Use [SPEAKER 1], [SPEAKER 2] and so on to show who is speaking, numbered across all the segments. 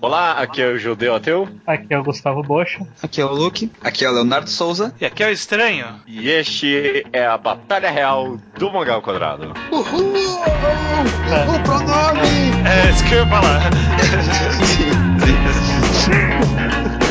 [SPEAKER 1] Olá, aqui é o Judeu Ateu.
[SPEAKER 2] Aqui é o Gustavo Bocha.
[SPEAKER 3] Aqui é o Luke. Aqui é o Leonardo Souza.
[SPEAKER 4] E aqui é o Estranho.
[SPEAKER 1] E este é a Batalha Real do Mangá ao Quadrado.
[SPEAKER 3] Uhul! O pronome!
[SPEAKER 4] É, isso que eu ia falar.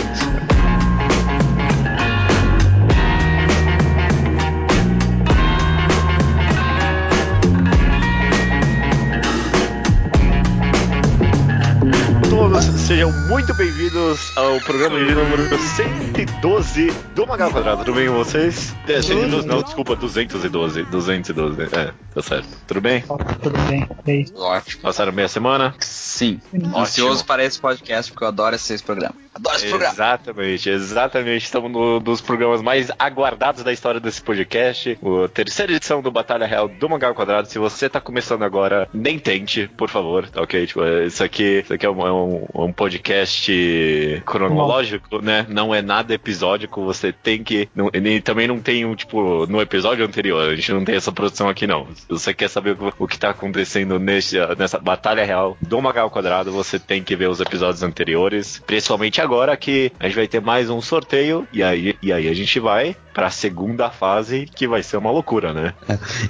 [SPEAKER 1] Todos sejam muito bem-vindos ao programa de número 112 do Magal Quadrado. Tudo bem com vocês? É, 112 não, desculpa, 212. 212, é, tá certo. Tudo bem?
[SPEAKER 2] Tudo bem? É isso.
[SPEAKER 3] Ótimo.
[SPEAKER 1] Passaram meia semana?
[SPEAKER 3] Sim. Ansioso para esse podcast porque eu adoro esses programas. É, Adoro esse programa.
[SPEAKER 1] Exatamente, exatamente. Estamos no, nos programas mais aguardados da história desse podcast. A terceira edição do Batalha Real do Mangá ao Quadrado. Se você tá começando agora, nem tente, por favor, tá ok? Tipo, é, isso aqui, isso aqui é um, é um- um podcast cronológico, né? Não é nada episódico, você tem que... não- e também não tem, um, tipo, no episódio anterior, a gente não tem essa produção aqui, não. Se você quer saber o que- o que tá acontecendo nesse, nessa Batalha Real do Magal ao Quadrado, você tem que ver os episódios anteriores, principalmente agora que a gente vai ter mais um sorteio, e aí, e aí a gente vai pra segunda fase, que vai ser uma loucura, né?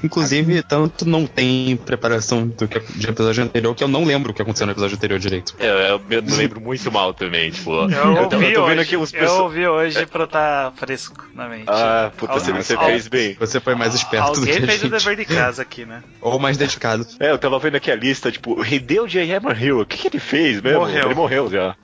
[SPEAKER 5] Inclusive, tanto não tem preparação do que, de episódio anterior que eu não lembro o que aconteceu no episódio anterior direito.
[SPEAKER 1] Eu, eu me lembro muito mal também, tipo...
[SPEAKER 4] Eu
[SPEAKER 1] tô-
[SPEAKER 4] ouvi
[SPEAKER 1] tô vendo
[SPEAKER 4] hoje.
[SPEAKER 1] aqui uns
[SPEAKER 4] Eu
[SPEAKER 1] pessoas...
[SPEAKER 4] ouvi hoje pra estar fresco na mente.
[SPEAKER 1] Ah, puta,
[SPEAKER 4] Al-
[SPEAKER 1] você, você
[SPEAKER 4] al-
[SPEAKER 1] fez bem.
[SPEAKER 5] Você foi mais esperto do que
[SPEAKER 4] Alguém
[SPEAKER 5] a
[SPEAKER 4] fez o
[SPEAKER 5] gente.
[SPEAKER 4] dever de casa aqui, né?
[SPEAKER 5] Ou mais dedicado.
[SPEAKER 1] É, eu tava vendo aqui a lista, tipo, rendeu J. Hammer Hill. O que, que ele fez mesmo?
[SPEAKER 4] Morreu.
[SPEAKER 1] Ele morreu já.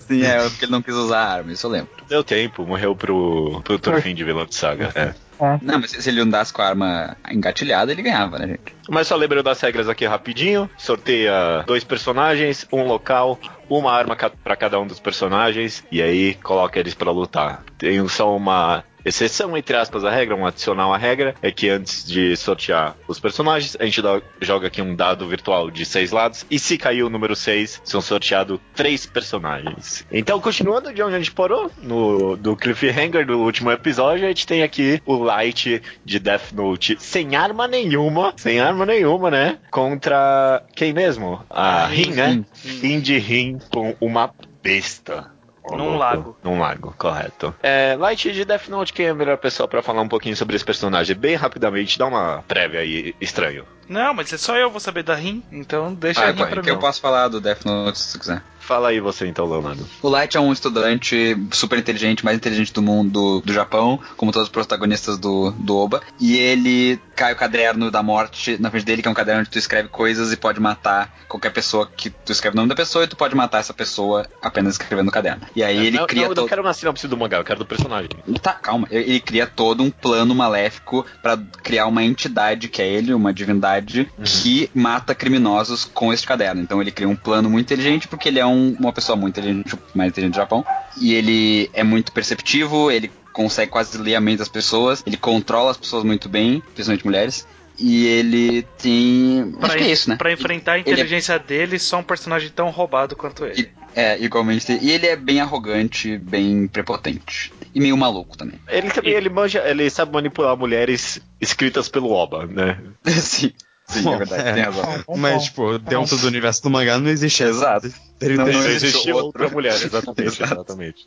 [SPEAKER 3] Sim, é porque ele não quis usar a arma, isso eu lembro.
[SPEAKER 1] Deu tempo, morreu pro, pro outro fim de vilão de saga. É.
[SPEAKER 3] Não, mas se se ele andasse com a arma engatilhada, ele ganhava, né, gente?
[SPEAKER 1] Mas só lembrando das regras aqui rapidinho. Sorteia dois personagens, um local, uma arma ca para cada um dos personagens e aí coloca eles pra lutar. Tem um- só uma exceção entre aspas à regra, um adicional à regra é que antes de sortear os personagens, a gente dá- joga aqui um dado virtual de seis lados e se cair o número 6, são sorteados três personagens. Então, continuando de onde a gente parou, no do cliffhanger do último episódio, a gente tem aqui o Light de Death Note sem arma nenhuma, sem arma nenhuma, né? Contra quem mesmo?
[SPEAKER 4] Ah,
[SPEAKER 1] A Rin, né? Rin de Rin com uma besta. Ô,
[SPEAKER 4] Num
[SPEAKER 1] louco.
[SPEAKER 4] lago.
[SPEAKER 1] Num lago, correto. É, Light de Death Note, quem é a melhor pessoa pra falar um pouquinho sobre esse personagem? Bem rapidamente, dá uma prévia aí, estranho.
[SPEAKER 4] Não, mas é só eu vou saber da Rim, então deixa
[SPEAKER 3] Ah,
[SPEAKER 4] a
[SPEAKER 3] eu,
[SPEAKER 4] Rim
[SPEAKER 3] po-
[SPEAKER 4] pra
[SPEAKER 3] que eu
[SPEAKER 4] mim.
[SPEAKER 3] posso falar do Death Note se tu quiser.
[SPEAKER 1] Fala aí você então, Leonardo.
[SPEAKER 3] O Light é um estudante super inteligente, mais inteligente do mundo do Japão, como todos os protagonistas do, do Oba. E ele cai o caderno da morte na frente dele, que é um caderno onde tu escreve coisas e pode matar qualquer pessoa que tu escreve o nome da pessoa e tu pode matar essa pessoa apenas escrevendo o caderno. E aí ele
[SPEAKER 1] não,
[SPEAKER 3] cria
[SPEAKER 1] não, eu não
[SPEAKER 3] todo.
[SPEAKER 1] quero uma sinopse é do mangá, eu quero do personagem.
[SPEAKER 3] Tá, calma. Ele ele cria todo um plano maléfico pra criar uma entidade que é ele, uma divindade,
[SPEAKER 4] Uhum.
[SPEAKER 3] que mata criminosos com este caderno. Então ele cria um plano muito inteligente porque ele é um- uma pessoa muito inteligente, mais inteligente do Japão. E ele é muito perceptivo, ele consegue quase ler a mente das pessoas, ele controla as pessoas muito bem, principalmente mulheres. E ele tem. Acho que é isso, né?
[SPEAKER 4] pra enfrentar a
[SPEAKER 3] Ele é-
[SPEAKER 4] inteligência dele, só um personagem tão roubado quanto ele.
[SPEAKER 3] É, igualmente. E ele é bem arrogante, bem prepotente. E meio maluco também.
[SPEAKER 1] Ele também ele manja, ele sabe manipular mulheres escritas pelo Oba, né?
[SPEAKER 3] sim, sim, é verdade,
[SPEAKER 5] É.
[SPEAKER 3] tem razão.
[SPEAKER 5] Mas, tipo, dentro do universo do mangá não existe
[SPEAKER 3] Exato.
[SPEAKER 5] Teria-
[SPEAKER 3] Não,
[SPEAKER 5] teria-
[SPEAKER 3] não
[SPEAKER 1] Não
[SPEAKER 3] existe
[SPEAKER 1] existe
[SPEAKER 3] outro.
[SPEAKER 1] outra mulher, exatamente, exatamente.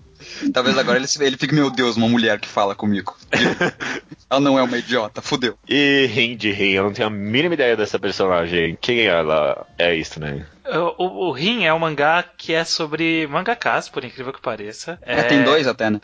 [SPEAKER 3] Talvez agora ele, se- ele fique, meu Deus, uma mulher que fala comigo. Ela não é uma idiota, fudeu.
[SPEAKER 1] E Hindi Rin, eu não tenho a mínima ideia dessa personagem. Quem ela é isso, né?
[SPEAKER 4] O, o, o Rin é um mangá que é sobre mangakas, por incrível que pareça.
[SPEAKER 3] É, tem dois até, né?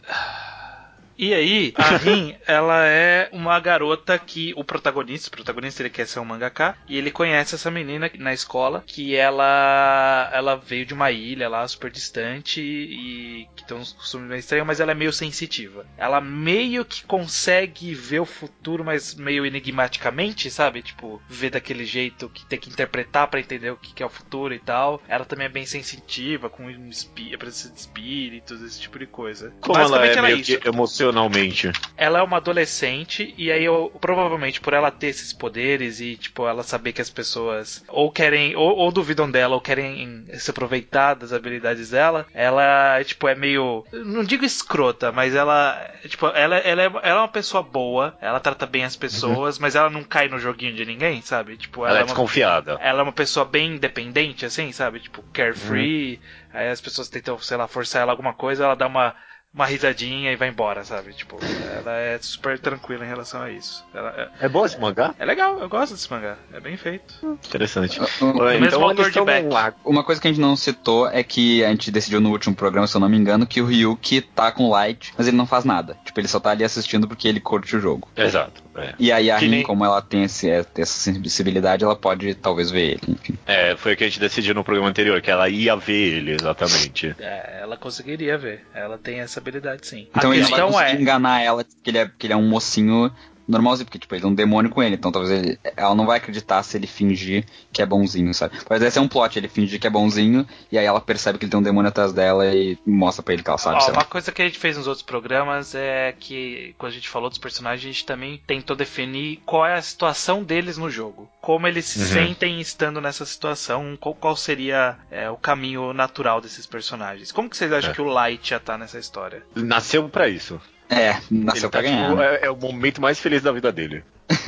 [SPEAKER 4] E aí, a Rin, ela é uma garota que o protagonista, o protagonista ele quer ser um mangaka, e ele conhece essa menina na escola, que ela ela veio de uma ilha lá super distante e que tem uns costumes meio estranhos, mas ela é meio sensitiva. Ela meio que consegue ver o futuro, mas meio enigmaticamente, sabe? Tipo, ver daquele jeito que tem que interpretar pra entender o que que é o futuro e tal. Ela também é bem sensitiva, com um espí- a presença de espíritos, esse tipo de coisa.
[SPEAKER 1] Como ela é
[SPEAKER 4] Basicamente,
[SPEAKER 1] meio
[SPEAKER 4] isso.
[SPEAKER 1] que intencionalmente.
[SPEAKER 4] Ela é uma adolescente, e aí eu, provavelmente por ela ter esses poderes e, tipo, ela saber que as pessoas ou querem, ou, ou duvidam dela, ou querem se aproveitar das habilidades dela, ela, tipo, é meio. Não digo escrota, mas ela. Tipo, ela, ela, é, ela é uma pessoa boa, ela trata bem as pessoas, mas ela não cai no joguinho de ninguém, sabe? Tipo,
[SPEAKER 1] Uhum. Ela é
[SPEAKER 4] é uma
[SPEAKER 1] desconfiada.
[SPEAKER 4] ela é uma pessoa bem independente, assim, sabe? Tipo, carefree. Aí as pessoas tentam, sei lá, forçar ela alguma coisa, ela dá uma, uma risadinha e vai embora, sabe? Tipo, ela é super tranquila em relação a isso. Ela é,
[SPEAKER 1] É bom esse mangá?
[SPEAKER 4] é legal, eu gosto desse mangá. É bem feito.
[SPEAKER 1] Interessante.
[SPEAKER 3] O-
[SPEAKER 1] Ué,
[SPEAKER 4] mesmo
[SPEAKER 1] então eles
[SPEAKER 4] autor de
[SPEAKER 1] estão
[SPEAKER 4] Beck.
[SPEAKER 1] lá.
[SPEAKER 3] Uma coisa que a gente não citou é que a gente decidiu no último programa, se eu não me engano, que o Ryuki tá com light, mas ele não faz nada. Tipo, ele só tá ali assistindo porque ele curte o jogo.
[SPEAKER 1] Exato. É.
[SPEAKER 3] E a Yarin,
[SPEAKER 1] nem-
[SPEAKER 3] como ela tem esse- essa sensibilidade, ela pode talvez ver ele, enfim.
[SPEAKER 1] É, foi o que a gente decidiu no programa anterior, que ela ia ver ele, exatamente.
[SPEAKER 4] É, ela conseguiria ver. Ela tem essa habilidade, sim.
[SPEAKER 3] Então
[SPEAKER 4] a
[SPEAKER 3] ele vai
[SPEAKER 4] questão
[SPEAKER 3] conseguir
[SPEAKER 4] é.
[SPEAKER 3] enganar ela que ele, é, que ele é um mocinho normalzinho, porque tipo, ele é um demônio com ele, então talvez ele- ela não vai acreditar se ele fingir que é bonzinho, sabe? Mas esse é um plot, ele fingir que é bonzinho, e aí ela percebe que ele tem um demônio atrás dela e mostra pra ele que ela sabe,
[SPEAKER 4] Ó,
[SPEAKER 3] sei lá.
[SPEAKER 4] uma coisa que a gente fez nos outros programas é que, quando a gente falou dos personagens, a gente também tentou definir qual é a situação deles no jogo. Como eles se
[SPEAKER 1] Uhum.
[SPEAKER 4] sentem estando nessa situação, qual, qual seria é, o caminho natural desses personagens. Como que vocês acham
[SPEAKER 1] É.
[SPEAKER 4] que o Light já tá nessa história?
[SPEAKER 1] Nasceu pra isso.
[SPEAKER 3] É, nasceu
[SPEAKER 1] Ele tá,
[SPEAKER 3] pra ganhar.
[SPEAKER 1] tipo,
[SPEAKER 3] né?
[SPEAKER 1] é, é o momento mais feliz da vida dele.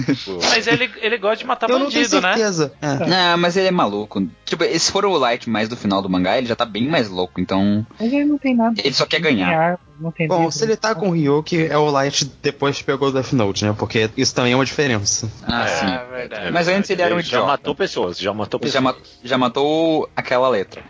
[SPEAKER 1] Tipo,
[SPEAKER 4] Mas ele, ele gosta de matar
[SPEAKER 5] eu não tenho
[SPEAKER 4] bandido, né?
[SPEAKER 5] certeza. É.
[SPEAKER 3] Não, mas ele é maluco. Tipo, se for o Light mais do final do mangá, ele já tá bem mais louco, então
[SPEAKER 2] Mas ele não tem nada.
[SPEAKER 3] ele só quer
[SPEAKER 2] Não tem
[SPEAKER 1] Ah.
[SPEAKER 3] ganhar.
[SPEAKER 2] arma, não tem
[SPEAKER 5] Bom,
[SPEAKER 2] livro,
[SPEAKER 5] se ele tá com o Ryuki, é o Light depois que pegou o Death Note, né? Porque isso também é uma diferença.
[SPEAKER 3] Ah,
[SPEAKER 1] É.
[SPEAKER 3] sim.
[SPEAKER 4] verdade.
[SPEAKER 1] é
[SPEAKER 3] Mas antes ele era um
[SPEAKER 1] Já
[SPEAKER 3] idiota.
[SPEAKER 1] matou pessoas, já matou
[SPEAKER 3] Ele
[SPEAKER 1] pessoas.
[SPEAKER 3] já, ma- já matou aquela letra.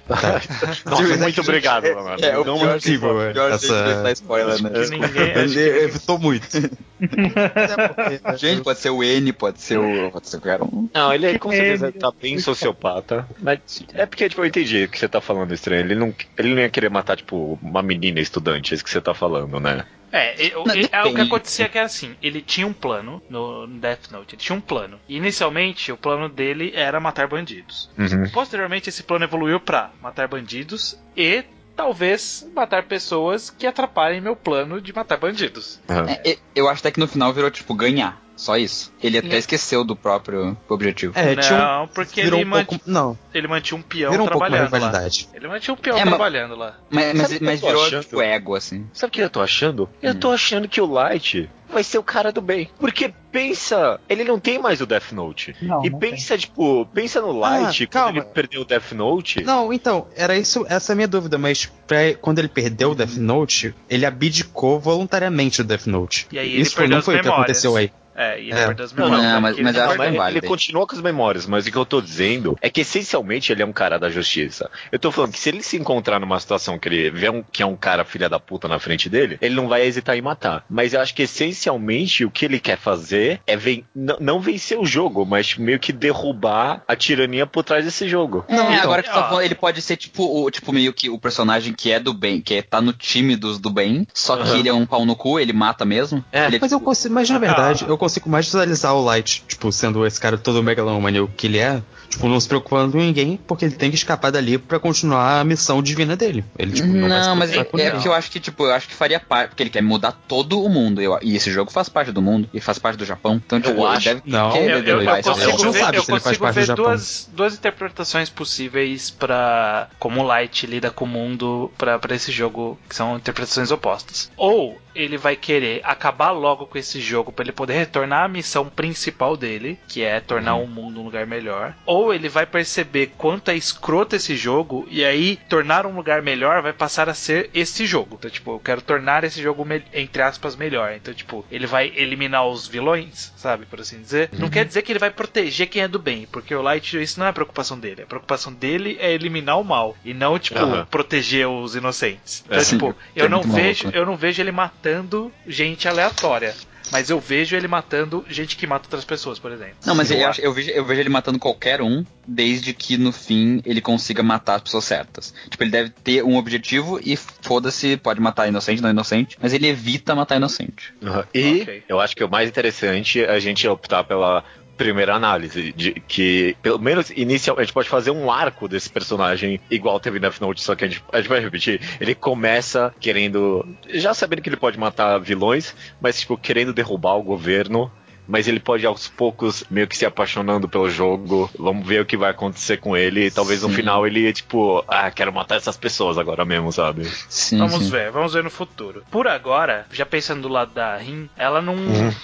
[SPEAKER 1] Nossa, muito obrigado, mano.
[SPEAKER 3] É, o
[SPEAKER 1] Não
[SPEAKER 3] pior
[SPEAKER 1] matou-
[SPEAKER 5] Incrível, é. Essa...
[SPEAKER 3] spoiler, né?
[SPEAKER 4] Que ninguém- É, acho
[SPEAKER 5] Ele
[SPEAKER 4] que-
[SPEAKER 5] evitou muito. Até
[SPEAKER 1] É,
[SPEAKER 5] porque- né?
[SPEAKER 3] Gente, pode ser o N, pode ser o. Pode ser qualquer um.
[SPEAKER 1] Não, ele com
[SPEAKER 2] Que
[SPEAKER 1] certeza
[SPEAKER 2] ele-
[SPEAKER 1] tá bem sociopata. Mas é porque, tipo, eu entendi o que você tá falando, estranho. Ele não, ele não ia querer matar, tipo, uma menina estudante, é isso que você tá falando, né?
[SPEAKER 4] É, eu-
[SPEAKER 3] Não,
[SPEAKER 4] eu- é, o que
[SPEAKER 3] depende.
[SPEAKER 4] acontecia que era assim, ele tinha um plano no Death Note, ele tinha um plano. E inicialmente o plano dele era matar bandidos.
[SPEAKER 1] Uhum.
[SPEAKER 4] Posteriormente, esse plano evoluiu pra matar bandidos e talvez matar pessoas que atrapalhem meu plano de matar bandidos.
[SPEAKER 1] Aham.
[SPEAKER 3] É, e- eu acho até que no final virou, tipo, ganhar. Só isso. Ele até
[SPEAKER 4] É.
[SPEAKER 3] esqueceu do próprio objetivo.
[SPEAKER 5] É, tinha um...
[SPEAKER 4] não, porque
[SPEAKER 5] Virou
[SPEAKER 4] ele,
[SPEAKER 5] um
[SPEAKER 4] mant-
[SPEAKER 5] pouco... Não,
[SPEAKER 4] ele mantinha um peão
[SPEAKER 5] virou um pouco uma
[SPEAKER 4] trabalhando lá.
[SPEAKER 5] rivalidade.
[SPEAKER 4] Ele mantinha um peão
[SPEAKER 3] É, mas-
[SPEAKER 4] trabalhando lá.
[SPEAKER 3] Mas,
[SPEAKER 1] Sabe o
[SPEAKER 3] mas,
[SPEAKER 1] que
[SPEAKER 3] mas
[SPEAKER 1] eu tô
[SPEAKER 3] virou,
[SPEAKER 1] achando?
[SPEAKER 3] tipo, ego, assim.
[SPEAKER 1] Sabe o que eu tô achando? Eu
[SPEAKER 3] Hum.
[SPEAKER 1] tô achando que o Light vai ser o cara do bem. Porque pensa, ele não tem mais o Death Note.
[SPEAKER 2] Não,
[SPEAKER 1] e
[SPEAKER 2] não tem.
[SPEAKER 1] pensa, tipo, pensa no Light,
[SPEAKER 5] Ah,
[SPEAKER 1] quando
[SPEAKER 5] calma.
[SPEAKER 1] ele perdeu o Death Note.
[SPEAKER 5] Não, então, era isso, essa é a minha dúvida, mas pra- quando ele perdeu o
[SPEAKER 4] Hum.
[SPEAKER 5] Death Note, ele abdicou voluntariamente do Death Note.
[SPEAKER 4] E aí ele
[SPEAKER 5] isso
[SPEAKER 4] perdeu
[SPEAKER 5] não
[SPEAKER 4] as
[SPEAKER 5] foi o que
[SPEAKER 4] memórias.
[SPEAKER 5] aconteceu aí.
[SPEAKER 4] É, e ele
[SPEAKER 5] É.
[SPEAKER 4] perdeu as
[SPEAKER 3] Não,
[SPEAKER 4] memórias.
[SPEAKER 3] não,
[SPEAKER 4] né,
[SPEAKER 3] mas-
[SPEAKER 4] porque
[SPEAKER 3] mas
[SPEAKER 4] ele
[SPEAKER 3] eu
[SPEAKER 1] Não, mas
[SPEAKER 3] acho
[SPEAKER 4] não
[SPEAKER 3] bem
[SPEAKER 1] ele
[SPEAKER 3] válido isso.
[SPEAKER 1] continua com as memórias, mas o que eu tô dizendo é que essencialmente ele é um cara da justiça. Eu tô falando que se ele se encontrar numa situação que ele vê um, que é um cara filha da puta na frente dele, ele não vai hesitar em matar. Mas eu acho que essencialmente o que ele quer fazer é ven n- não vencer o jogo, mas meio que derrubar a tirania por trás desse jogo.
[SPEAKER 3] Não,
[SPEAKER 5] então,
[SPEAKER 3] agora que tu tá
[SPEAKER 4] ó.
[SPEAKER 3] falando, ele pode ser tipo, o, tipo meio que o personagem que é do bem, que é, tá no time dos do bem, só que
[SPEAKER 1] Aham.
[SPEAKER 3] ele é um pau no cu, ele mata mesmo.
[SPEAKER 1] É.
[SPEAKER 3] Ele é,
[SPEAKER 5] Mas eu consigo, mas
[SPEAKER 4] Ah, tá.
[SPEAKER 5] na verdade, eu consigo mais visualizar o Light, tipo, sendo esse cara todo megalomania que ele é, tipo, não se preocupando com ninguém, porque ele tem que escapar dali pra continuar a missão divina dele. Ele, tipo, não, vai se
[SPEAKER 3] Não, mas é,
[SPEAKER 5] preocupar com
[SPEAKER 3] é
[SPEAKER 5] ninguém.
[SPEAKER 3] que eu acho que, tipo, eu acho que faria parte, porque ele quer mudar todo o mundo. eu- e esse jogo faz parte do mundo, e faz parte do Japão. Então, tipo, ele
[SPEAKER 1] acho-
[SPEAKER 3] deve
[SPEAKER 5] não,
[SPEAKER 3] querer
[SPEAKER 4] Eu, eu, eu
[SPEAKER 3] derrubar esse
[SPEAKER 5] é A gente
[SPEAKER 4] consigo
[SPEAKER 3] Japão.
[SPEAKER 5] não
[SPEAKER 4] ver,
[SPEAKER 5] sabe
[SPEAKER 4] eu
[SPEAKER 5] se ele faz
[SPEAKER 4] consigo
[SPEAKER 5] parte do
[SPEAKER 4] ver
[SPEAKER 5] Japão.
[SPEAKER 4] duas, duas interpretações possíveis para como o Light lida com o mundo para esse jogo, que são interpretações opostas. Ou ele vai querer acabar logo com esse jogo para ele poder retornar à missão principal dele, que é
[SPEAKER 5] Uhum.
[SPEAKER 4] tornar o mundo um lugar melhor. Ou ele vai perceber quanto é escroto esse jogo e aí tornar um lugar melhor vai passar a ser esse jogo. Então, tipo, eu quero tornar esse jogo me- entre aspas melhor. Então, tipo, ele vai eliminar os vilões, sabe, por assim dizer.
[SPEAKER 3] Uhum.
[SPEAKER 4] Não quer dizer que ele vai proteger quem é do bem, porque o Light isso não é a preocupação dele. A preocupação dele é eliminar o mal e não, tipo,
[SPEAKER 1] Aham. proteger
[SPEAKER 4] proteger os inocentes.
[SPEAKER 1] É,
[SPEAKER 4] Então,
[SPEAKER 3] sim,
[SPEAKER 4] tipo,
[SPEAKER 3] é
[SPEAKER 4] eu não
[SPEAKER 3] muito maluco,
[SPEAKER 4] vejo,
[SPEAKER 3] né?
[SPEAKER 4] eu não vejo ele matando gente aleatória. Mas eu vejo ele matando gente que mata outras pessoas, por exemplo.
[SPEAKER 3] Não, mas
[SPEAKER 4] eu
[SPEAKER 3] eu,
[SPEAKER 4] acho-
[SPEAKER 3] acho- eu vejo, eu vejo ele matando qualquer um, desde que no fim ele consiga matar as pessoas certas. Tipo, ele deve ter um objetivo e foda-se, pode matar inocente, não inocente, mas ele evita matar inocente.
[SPEAKER 1] Uhum. E
[SPEAKER 4] Ok.
[SPEAKER 1] eu acho que o mais interessante é a gente optar pela primeira análise, de que pelo menos inicialmente a gente pode fazer um arco desse personagem igual teve Death Note, só que a gente, a gente vai repetir. Ele começa querendo, já sabendo que ele pode matar vilões, mas tipo querendo derrubar o governo mas ele pode aos poucos meio que se apaixonando pelo jogo. Vamos ver o que vai acontecer com ele. E talvez no
[SPEAKER 3] Sim.
[SPEAKER 1] final ele, tipo, ah, quero matar essas pessoas agora mesmo, sabe?
[SPEAKER 3] Sim,
[SPEAKER 4] Vamos
[SPEAKER 3] sim.
[SPEAKER 4] ver, vamos ver no futuro. Por agora, já pensando do lado da Rin, ela não.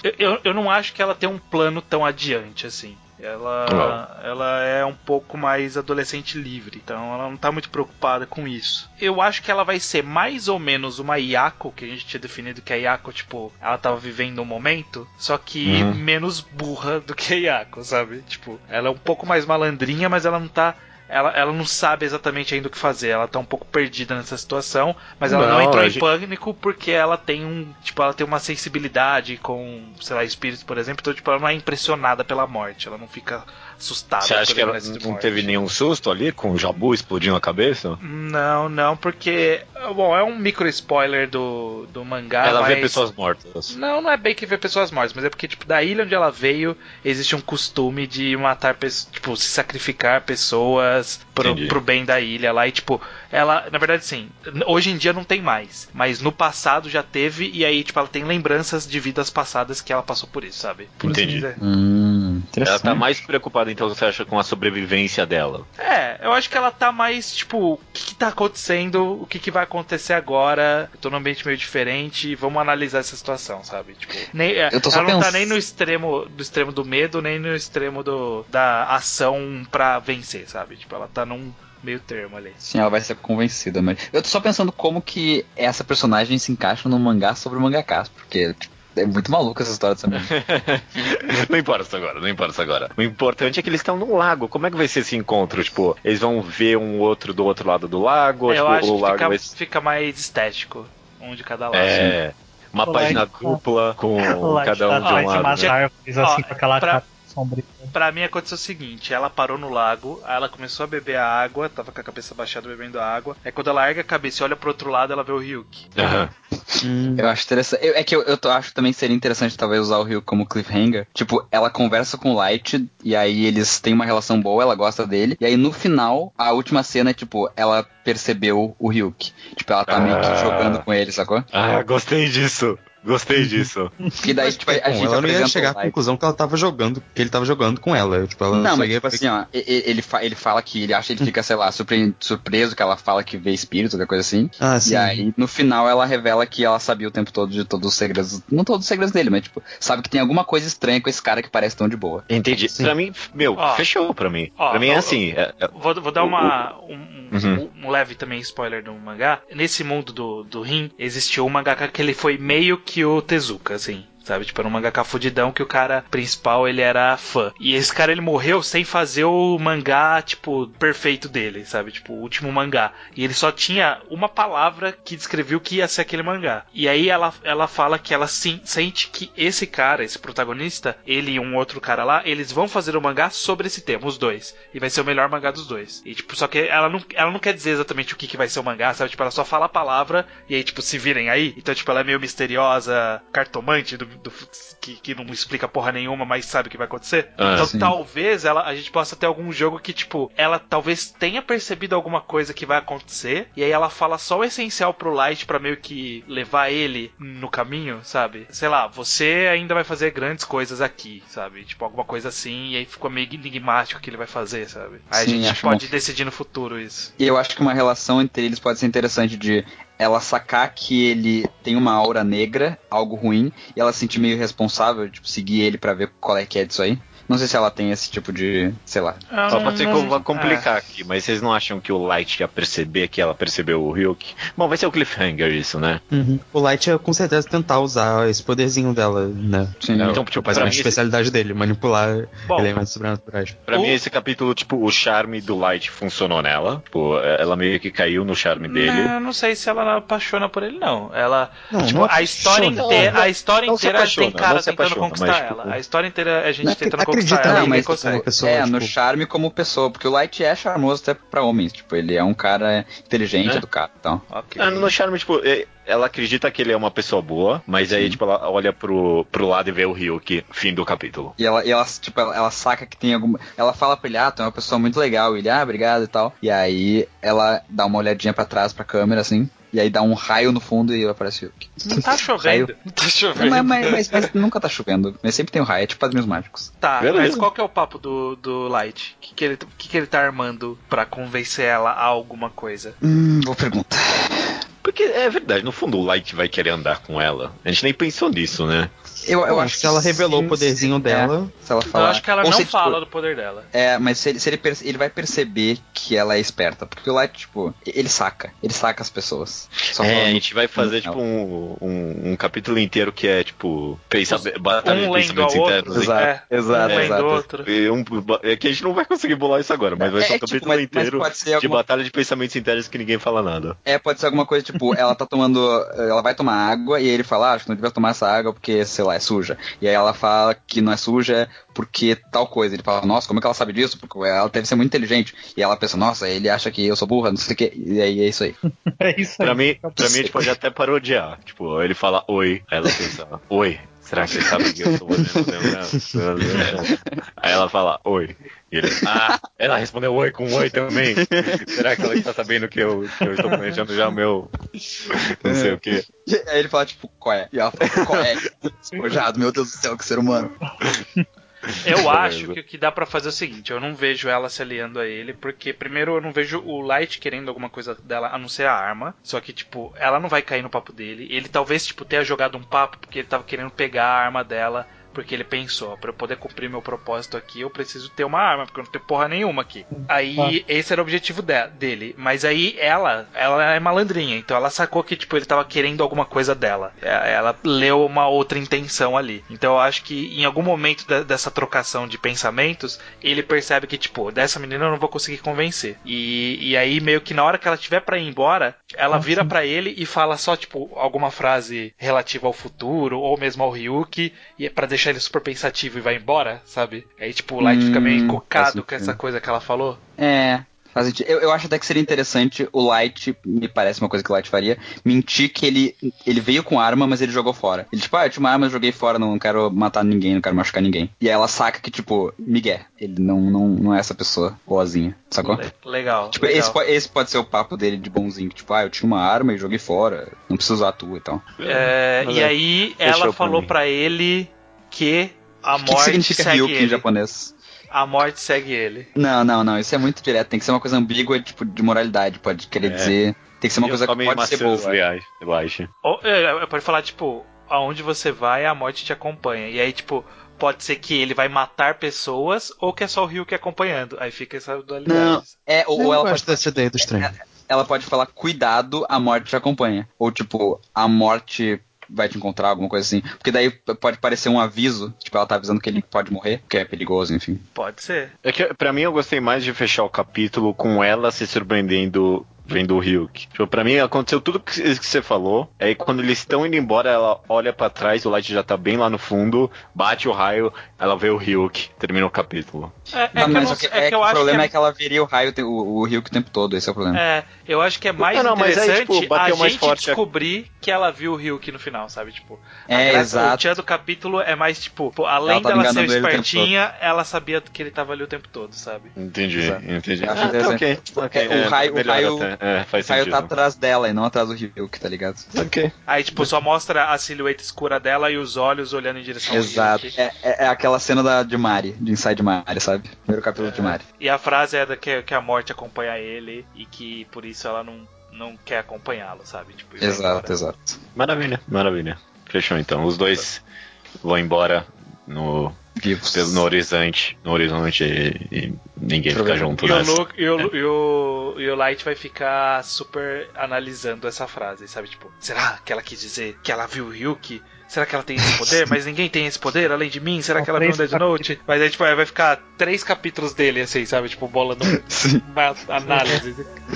[SPEAKER 4] Eu, eu, eu não acho que ela tem um plano tão adiante assim. Ela, ela é um pouco mais adolescente livre, então ela não tá muito preocupada com isso. Eu acho que ela vai ser mais ou menos uma Yako, que a gente tinha definido que a Yako, tipo, ela tava vivendo um momento, só que
[SPEAKER 1] Uhum.
[SPEAKER 4] menos burra do que a Yako, sabe? Tipo, ela é um pouco mais malandrinha, mas ela não tá ela, ela não sabe exatamente ainda o que fazer. Ela tá um pouco perdida nessa situação, mas ela não,
[SPEAKER 1] Não,
[SPEAKER 4] entrou
[SPEAKER 1] a
[SPEAKER 4] em
[SPEAKER 1] gente-
[SPEAKER 4] pânico porque ela tem um. Tipo, ela tem uma sensibilidade com, sei lá, espíritos, por exemplo. Então, tipo, ela não é impressionada pela morte. Ela não fica assustada.
[SPEAKER 1] Você acha
[SPEAKER 4] por
[SPEAKER 1] que ela
[SPEAKER 4] evidências de
[SPEAKER 1] não
[SPEAKER 4] morte.
[SPEAKER 1] teve nenhum susto ali com o Jabu explodindo a cabeça?
[SPEAKER 4] Não, não, porque. Bom, é um micro spoiler do, do mangá.
[SPEAKER 1] ela vê
[SPEAKER 4] Ah, mas-
[SPEAKER 1] pessoas mortas.
[SPEAKER 4] Não, não é bem que vê pessoas mortas, mas é porque, tipo, da ilha onde ela veio, existe um costume de matar pessoas, tipo, se sacrificar pessoas pro,
[SPEAKER 1] Entendi.
[SPEAKER 4] pro bem da ilha lá. E, tipo, ela, na verdade, sim, n- hoje em dia não tem mais, mas no passado já teve, e aí, tipo, ela tem lembranças de vidas passadas que ela passou por isso, sabe? Por assim
[SPEAKER 1] Entendi.
[SPEAKER 4] dizer. assim.
[SPEAKER 3] Hum,
[SPEAKER 1] Ela
[SPEAKER 3] interessante.
[SPEAKER 1] tá mais preocupada, então, você acha, com a sobrevivência dela.
[SPEAKER 4] É, eu acho que ela tá mais, tipo, o que, que tá acontecendo, o que, que vai acontecer agora, eu tô num ambiente meio diferente, vamos analisar essa situação, sabe? Tipo, nem, é,
[SPEAKER 3] Eu tô só
[SPEAKER 4] ela não tá
[SPEAKER 3] pens-
[SPEAKER 4] nem no extremo do extremo do medo, nem no extremo do, da ação pra vencer, sabe? Tipo, ela tá num meio termo ali.
[SPEAKER 3] Sim, ela vai ser convencida, mas. Eu tô só pensando como que essa personagem se encaixa no mangá sobre o mangakás, porque tipo, é muito maluca essa história dessa menina.
[SPEAKER 1] não importa isso agora, não importa isso agora. O importante é que eles estão num lago. Como é que vai ser esse encontro? Tipo, eles vão ver um outro do outro lado do lago?
[SPEAKER 4] eu
[SPEAKER 1] tipo,
[SPEAKER 4] acho
[SPEAKER 1] o
[SPEAKER 4] que
[SPEAKER 1] lago
[SPEAKER 4] fica,
[SPEAKER 1] vai
[SPEAKER 4] fica mais estético, um de cada lado.
[SPEAKER 1] É. Uma
[SPEAKER 2] Olá, então.
[SPEAKER 1] página
[SPEAKER 2] que-
[SPEAKER 1] dupla com cada um de
[SPEAKER 4] tá
[SPEAKER 1] um
[SPEAKER 2] de umas
[SPEAKER 1] lado. né?
[SPEAKER 2] árvores, assim,
[SPEAKER 4] Ó,
[SPEAKER 2] com aquela
[SPEAKER 4] pra-
[SPEAKER 2] capa sombria.
[SPEAKER 4] Pra mim aconteceu o seguinte, ela parou no lago, aí ela começou a beber a água, tava com a cabeça baixada bebendo a água. Aí quando ela larga a cabeça e olha pro outro lado, ela vê o Ryuk.
[SPEAKER 1] Aham.
[SPEAKER 3] Eu acho interessante. eu- Hum. é que eu, eu tô- acho também seria interessante talvez usar o Rio como cliffhanger. Tipo, ela conversa com o Light, e aí eles têm uma relação boa, ela gosta dele. E aí no final, a última cena é, tipo, ela percebeu o Ryuk. Tipo, ela tá meio
[SPEAKER 1] Ah.
[SPEAKER 3] que jogando com ele, sacou?
[SPEAKER 1] Ah, gostei disso. Gostei disso.
[SPEAKER 3] Porque daí, tipo, a
[SPEAKER 5] Bom,
[SPEAKER 3] gente
[SPEAKER 5] ela não ia
[SPEAKER 3] apresenta
[SPEAKER 5] chegar
[SPEAKER 3] o
[SPEAKER 5] à
[SPEAKER 3] Light.
[SPEAKER 5] conclusão que ela tava jogando, que ele tava jogando com ela. Tipo, ela
[SPEAKER 3] Não,
[SPEAKER 5] só
[SPEAKER 3] mas
[SPEAKER 5] ia
[SPEAKER 3] tipo assim, ó, e- e- ele, fa- ele fala que ele acha, ele fica, sei lá, surpre- surpreso que ela fala que vê espírito, qualquer coisa assim.
[SPEAKER 5] Ah, sim.
[SPEAKER 3] E aí, no final, ela revela que ela sabia o tempo todo de todos os segredos. Não todos os segredos dele, mas, tipo, sabe que tem alguma coisa estranha com esse cara que parece tão de boa.
[SPEAKER 1] Entendi.
[SPEAKER 5] Sim.
[SPEAKER 1] Pra mim, meu,
[SPEAKER 4] Ó.
[SPEAKER 1] fechou pra mim.
[SPEAKER 4] Ó,
[SPEAKER 1] pra mim
[SPEAKER 4] eu-
[SPEAKER 1] é assim. é- é-
[SPEAKER 4] Vou, vou dar uma, um, um-
[SPEAKER 1] Uhum.
[SPEAKER 4] um leve também spoiler do mangá. Nesse mundo do, do Rin, existiu um mangaka que ele foi meio que o Tezuka, assim. Sabe, tipo, era um mangaka fudidão que o cara principal, ele era fã. E esse cara, ele morreu sem fazer o mangá, tipo, perfeito dele, sabe? Tipo, o último mangá. E ele só tinha uma palavra que descrevia o que ia ser aquele mangá. E aí ela, ela fala que ela sim, sente que esse cara, esse protagonista, ele e um outro cara lá, eles vão fazer um mangá sobre esse tema, os dois. E vai ser o melhor mangá dos dois. E tipo, só que ela não, ela não quer dizer exatamente o que, que vai ser o mangá, sabe? Tipo, ela só fala a palavra e aí, tipo, se virem aí. Então, tipo, ela é meio misteriosa, cartomante, do, do- que, que não explica porra nenhuma, mas sabe o que vai acontecer.
[SPEAKER 1] Ah,
[SPEAKER 4] então,
[SPEAKER 3] sim.
[SPEAKER 4] talvez ela, a gente possa ter algum jogo que, tipo, ela talvez tenha percebido alguma coisa que vai acontecer, e aí ela fala só o essencial pro Light pra meio que levar ele no caminho, sabe? Sei lá, você ainda vai fazer grandes coisas aqui, sabe? Tipo, alguma coisa assim, e aí ficou meio enigmático o que ele vai fazer, sabe? Aí
[SPEAKER 3] Sim,
[SPEAKER 4] a gente
[SPEAKER 3] acho
[SPEAKER 4] pode decidir no futuro isso.
[SPEAKER 3] E eu acho que uma relação entre eles pode ser interessante de ela sacar que ele tem uma aura negra, algo ruim, e ela se sentir meio responsável, tipo, seguir ele pra ver qual é que é disso aí. Não sei se ela tem esse tipo de, sei lá.
[SPEAKER 1] Só pra ser com- complicar aqui, mas vocês não acham que o Light ia perceber que ela percebeu o Ryuk? Bom, vai ser o cliffhanger isso, né?
[SPEAKER 5] Uhum. O Light ia com certeza tentar usar esse poderzinho dela, né?
[SPEAKER 3] Sim.
[SPEAKER 1] Não.
[SPEAKER 5] Então,
[SPEAKER 1] Então,
[SPEAKER 5] tipo,
[SPEAKER 1] tipo,
[SPEAKER 5] mais
[SPEAKER 1] pra
[SPEAKER 5] uma
[SPEAKER 1] mim-
[SPEAKER 5] especialidade dele, manipular é
[SPEAKER 4] Bom.
[SPEAKER 5] elementos sobrenaturais.
[SPEAKER 1] Pra
[SPEAKER 4] O-
[SPEAKER 1] mim, esse capítulo, é, tipo, o charme do Light funcionou nela. Tipo, ela meio que caiu no charme dele.
[SPEAKER 4] Não, não sei se ela ela apaixona por ele, não. Ela.
[SPEAKER 5] Não,
[SPEAKER 4] tipo,
[SPEAKER 5] não
[SPEAKER 4] a história
[SPEAKER 5] apaixona.
[SPEAKER 4] inteira, a história
[SPEAKER 1] Não se
[SPEAKER 4] inteira é
[SPEAKER 1] apaixona,
[SPEAKER 4] tem cara
[SPEAKER 1] não se
[SPEAKER 4] tentando
[SPEAKER 1] apaixona,
[SPEAKER 4] conquistar
[SPEAKER 1] mas, tipo,
[SPEAKER 4] ela. A história inteira é a gente
[SPEAKER 5] não
[SPEAKER 4] tentando
[SPEAKER 5] acredita
[SPEAKER 4] conquistar
[SPEAKER 5] nela,
[SPEAKER 4] ela e ninguém
[SPEAKER 5] mas-
[SPEAKER 4] consegue.
[SPEAKER 5] pessoa,
[SPEAKER 3] é,
[SPEAKER 5] tipo-
[SPEAKER 3] no charme como pessoa, porque o Light é charmoso até pra homens, tipo, ele é um cara inteligente,
[SPEAKER 1] É.
[SPEAKER 3] educado, então.
[SPEAKER 4] Ok.
[SPEAKER 1] Ah, No charme, tipo, é- ela acredita que ele é uma pessoa boa, mas aí, tipo, ela olha pro, pro lado e vê o Ryuki, fim do capítulo.
[SPEAKER 3] E ela, e ela tipo, ela, ela saca que tem alguma. Ela fala pra ele, ah, tu é uma pessoa muito legal, ele, ah, obrigado e tal. E aí ela dá uma olhadinha pra trás pra câmera, assim, e aí dá um raio no fundo e aparece o Yuki.
[SPEAKER 4] Não tá chovendo. Não tá
[SPEAKER 3] Mas,
[SPEAKER 4] chovendo.
[SPEAKER 3] mas, mas- mas nunca tá chovendo, mas sempre tem um raio, é tipo padrinhos mágicos.
[SPEAKER 4] Tá,
[SPEAKER 1] Beleza.
[SPEAKER 4] mas qual que é o papo do, do Light? O que, que, ele- que, que ele tá armando pra convencer ela a alguma coisa?
[SPEAKER 3] Hum, vou perguntar.
[SPEAKER 1] Porque é verdade, no fundo o Light vai querer andar com ela. A gente nem pensou nisso, né?
[SPEAKER 3] Eu, eu
[SPEAKER 5] Bom,
[SPEAKER 3] acho
[SPEAKER 5] se ela
[SPEAKER 3] que
[SPEAKER 5] revelou
[SPEAKER 3] sim,
[SPEAKER 5] o poderzinho
[SPEAKER 3] sim,
[SPEAKER 5] dela.
[SPEAKER 3] é, se ela
[SPEAKER 4] Eu
[SPEAKER 3] falar.
[SPEAKER 4] acho que ela
[SPEAKER 3] Ou
[SPEAKER 4] não
[SPEAKER 3] se, tipo,
[SPEAKER 4] fala do poder dela.
[SPEAKER 3] É, mas se ele, se ele, perce- ele vai perceber que ela é esperta. Porque o Light, tipo, ele saca. Ele saca as pessoas. Só
[SPEAKER 1] é, a
[SPEAKER 3] falando-
[SPEAKER 1] gente vai fazer,
[SPEAKER 3] não.
[SPEAKER 1] tipo, um, um, um capítulo inteiro que é, tipo, pensa, batalha
[SPEAKER 4] Um
[SPEAKER 1] de
[SPEAKER 4] lendo ao
[SPEAKER 1] pensamentos internos.
[SPEAKER 4] outro.
[SPEAKER 1] hein?
[SPEAKER 3] Exato,
[SPEAKER 4] é,
[SPEAKER 3] então, exato,
[SPEAKER 4] um lendo
[SPEAKER 3] exato.
[SPEAKER 4] ao outro.
[SPEAKER 1] E um- é que a gente não vai conseguir bolar isso agora, mas vai
[SPEAKER 3] É,
[SPEAKER 1] ser um
[SPEAKER 3] é, tipo,
[SPEAKER 1] capítulo
[SPEAKER 3] mas- mas
[SPEAKER 1] inteiro
[SPEAKER 3] pode ser
[SPEAKER 1] de
[SPEAKER 3] alguma-
[SPEAKER 1] batalha de pensamentos internos que ninguém fala nada.
[SPEAKER 3] É, pode ser alguma coisa, tipo, ela tá tomando. Ela vai tomar água e ele fala, ah, acho que não devia tomar essa água porque, sei lá, é suja. E aí ela fala que não é suja porque tal coisa. Ele fala, nossa, como é que ela sabe disso? Porque ela deve ser muito inteligente. E ela pensa, nossa, ele acha que eu sou burra, não sei o quê. E aí é isso aí.
[SPEAKER 2] É isso aí.
[SPEAKER 1] Pra mim, pra mim, a gente pode até parodiar. Tipo, ele fala oi, aí ela pensa, oi. Será que ele sabe que eu tô fazendo? Aí ela fala, oi. E ele, ah, ela respondeu oi com oi também. Será que ela está sabendo que eu, que eu estou planejando já o meu. Não
[SPEAKER 3] É.
[SPEAKER 1] sei o quê.
[SPEAKER 3] E aí ele fala, tipo, qual é? E ela fala, qual é? Despojado, meu Deus do céu, que ser humano.
[SPEAKER 4] Eu acho que o que dá pra fazer é o seguinte: eu não vejo ela se aliando a ele, porque primeiro eu não vejo o Light querendo alguma coisa dela a não ser a arma. Só que, tipo, ela não vai cair no papo dele. Ele talvez, tipo, tenha jogado um papo porque ele tava querendo pegar a arma dela. Porque ele pensou, pra eu poder cumprir meu propósito aqui, eu preciso ter uma arma, porque eu não tenho porra nenhuma aqui.
[SPEAKER 3] Tá.
[SPEAKER 4] Aí, esse era o objetivo de- dele. Mas aí, ela, ela é malandrinha, então ela sacou que, tipo, ele tava querendo alguma coisa dela. É, Ela leu uma outra intenção ali. Então eu acho que em algum momento da- dessa trocação de pensamentos, ele percebe que, tipo, dessa menina eu não vou conseguir convencer. E, e aí, meio que na hora que ela tiver pra ir embora,
[SPEAKER 3] Ah,
[SPEAKER 4] ela vira pra ele e fala só, tipo, alguma frase relativa ao futuro, ou mesmo ao Ryuki, e é pra deixar ele super pensativo e vai embora, sabe? Aí, tipo, o Light
[SPEAKER 3] Hum,
[SPEAKER 4] fica meio
[SPEAKER 3] faz
[SPEAKER 4] encucado
[SPEAKER 3] sentido.
[SPEAKER 4] com essa coisa que ela falou.
[SPEAKER 3] É. faz sentido. Eu, eu acho até que seria interessante o Light, me parece uma coisa que o Light faria, mentir que ele, ele veio com arma, mas ele jogou fora. Ele, tipo, ah, eu tinha uma arma, eu joguei fora, não quero matar ninguém, não quero machucar ninguém. E aí ela saca que, tipo, Miguel, ele não, não, não é essa pessoa boazinha, sacou?
[SPEAKER 4] Le- Legal.
[SPEAKER 3] Tipo,
[SPEAKER 4] legal.
[SPEAKER 3] esse, po- esse pode ser o papo dele de bonzinho, que, tipo, ah, eu tinha uma arma e joguei fora, não preciso usar a tua e tal.
[SPEAKER 4] É,
[SPEAKER 1] Mas
[SPEAKER 4] e
[SPEAKER 1] é,
[SPEAKER 4] aí
[SPEAKER 1] fechou
[SPEAKER 4] ela
[SPEAKER 1] pra
[SPEAKER 4] falou
[SPEAKER 1] mim.
[SPEAKER 4] pra ele que a
[SPEAKER 3] O que, que
[SPEAKER 4] morte
[SPEAKER 3] significa
[SPEAKER 4] segue
[SPEAKER 3] Ryuki em
[SPEAKER 4] ele.
[SPEAKER 3] japonês?
[SPEAKER 4] A morte segue ele.
[SPEAKER 3] Não, não, não, isso é muito direto, tem que ser uma coisa ambígua, tipo, de moralidade, pode querer
[SPEAKER 1] É.
[SPEAKER 3] dizer... Tem que ser uma coisa que pode ser boa.
[SPEAKER 1] eu acho.
[SPEAKER 4] Ou, é, é, pode falar, tipo, aonde você vai, a morte te acompanha. E aí, tipo, pode ser que ele vai matar pessoas ou que é só o Ryuki acompanhando. Aí fica essa dualidade.
[SPEAKER 3] Não. É, ou, ou
[SPEAKER 5] eu
[SPEAKER 3] ela pode
[SPEAKER 5] gosto É, dessa ideia do estranho.
[SPEAKER 3] ela pode falar, cuidado, a morte te acompanha. Ou tipo, a morte vai te encontrar, alguma coisa assim. Porque daí p- pode parecer um aviso, tipo, ela tá avisando que ele pode morrer, que é perigoso, enfim.
[SPEAKER 4] Pode ser.
[SPEAKER 1] É que pra mim eu gostei mais de fechar o capítulo com ela se surpreendendo vendo o Ryuk. Tipo, pra mim aconteceu tudo que c- que você falou. Aí quando eles estão indo embora, ela olha pra trás, o Light já tá bem lá no fundo, bate o raio, ela vê o Ryuk, termina o capítulo.
[SPEAKER 4] É, é que
[SPEAKER 3] Tá,
[SPEAKER 4] eu
[SPEAKER 3] mas
[SPEAKER 4] não
[SPEAKER 3] o que-
[SPEAKER 4] sei- é
[SPEAKER 3] é
[SPEAKER 4] que
[SPEAKER 3] que
[SPEAKER 4] eu
[SPEAKER 3] o
[SPEAKER 4] acho que
[SPEAKER 3] problema é...
[SPEAKER 4] é-
[SPEAKER 3] que ela veria o raio, te- o, o Ryuk o tempo todo, esse é o problema.
[SPEAKER 4] é, eu acho que é mais
[SPEAKER 1] Não, não, mas aí,
[SPEAKER 4] interessante
[SPEAKER 1] tipo, bateu
[SPEAKER 4] a
[SPEAKER 1] mais
[SPEAKER 4] gente
[SPEAKER 1] forte a-
[SPEAKER 4] descobrir que ela viu o Ryuki no final, sabe? Tipo, a
[SPEAKER 3] É,
[SPEAKER 4] graça- O
[SPEAKER 3] exato.
[SPEAKER 4] tchan do capítulo é mais, tipo, pô, além
[SPEAKER 3] Ela tava
[SPEAKER 4] dela ser
[SPEAKER 3] enganando ele o tempo
[SPEAKER 4] espertinha, ela sabia que ele tava ali o tempo todo, sabe?
[SPEAKER 1] Entendi,
[SPEAKER 3] Exato.
[SPEAKER 1] entendi.
[SPEAKER 3] Eu acho interessante.
[SPEAKER 1] Ah, tá ok. ok,
[SPEAKER 3] é, o raio- o
[SPEAKER 1] melhor
[SPEAKER 3] raio-
[SPEAKER 1] até. É, faz
[SPEAKER 3] O raio
[SPEAKER 1] sentido.
[SPEAKER 3] tá atrás dela e não atrás do Ryuk, tá ligado?
[SPEAKER 1] Ok.
[SPEAKER 4] Aí, tipo, só mostra a silhueta escura dela e os olhos olhando em direção ao
[SPEAKER 3] Exato.
[SPEAKER 4] Ryuki.
[SPEAKER 3] É, é- é aquela cena da, de Mari, de Inside Mari, sabe? Primeiro capítulo de Mari.
[SPEAKER 4] E a frase é da que, que a morte acompanha ele e que por isso ela não, não quer acompanhá-lo, sabe? Tipo, e vai
[SPEAKER 3] Exato,
[SPEAKER 4] embora.
[SPEAKER 3] exato.
[SPEAKER 1] Maravilha, maravilha. Fechou então. Os dois vão embora no
[SPEAKER 3] Vivos.
[SPEAKER 1] pelo- no horizonte, no horizonte e, e ninguém fica junto
[SPEAKER 4] E o,
[SPEAKER 1] nessa.
[SPEAKER 4] Luke, e, o, e, o, e o Light vai ficar super analisando essa frase, sabe? Tipo, será que ela quis dizer que ela viu o Ryuki? Será que ela tem esse poder? Mas ninguém tem esse poder além de mim? Será
[SPEAKER 2] Só
[SPEAKER 4] que ela viu o
[SPEAKER 2] três
[SPEAKER 4] Dead Note? Mas aí, tipo, aí vai ficar três capítulos dele, assim, sabe? Tipo, bola no uma análise.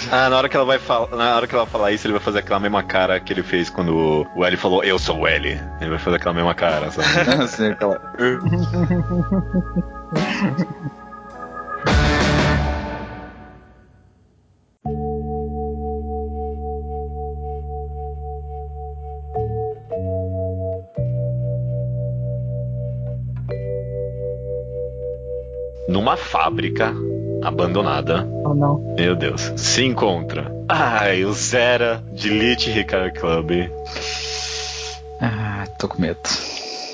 [SPEAKER 1] Ah, na hora que ela vai falar, na hora que ela falar isso, ele vai fazer aquela mesma cara que ele fez quando o- o L falou "Eu sou o L". Ele vai fazer aquela mesma cara, sabe?
[SPEAKER 3] Assim, aquela-
[SPEAKER 1] Numa fábrica abandonada,
[SPEAKER 2] Ou não?
[SPEAKER 1] meu Deus, se encontra. Ai, o Zera de Elite Ricardo Club.
[SPEAKER 3] Ah, tô com medo.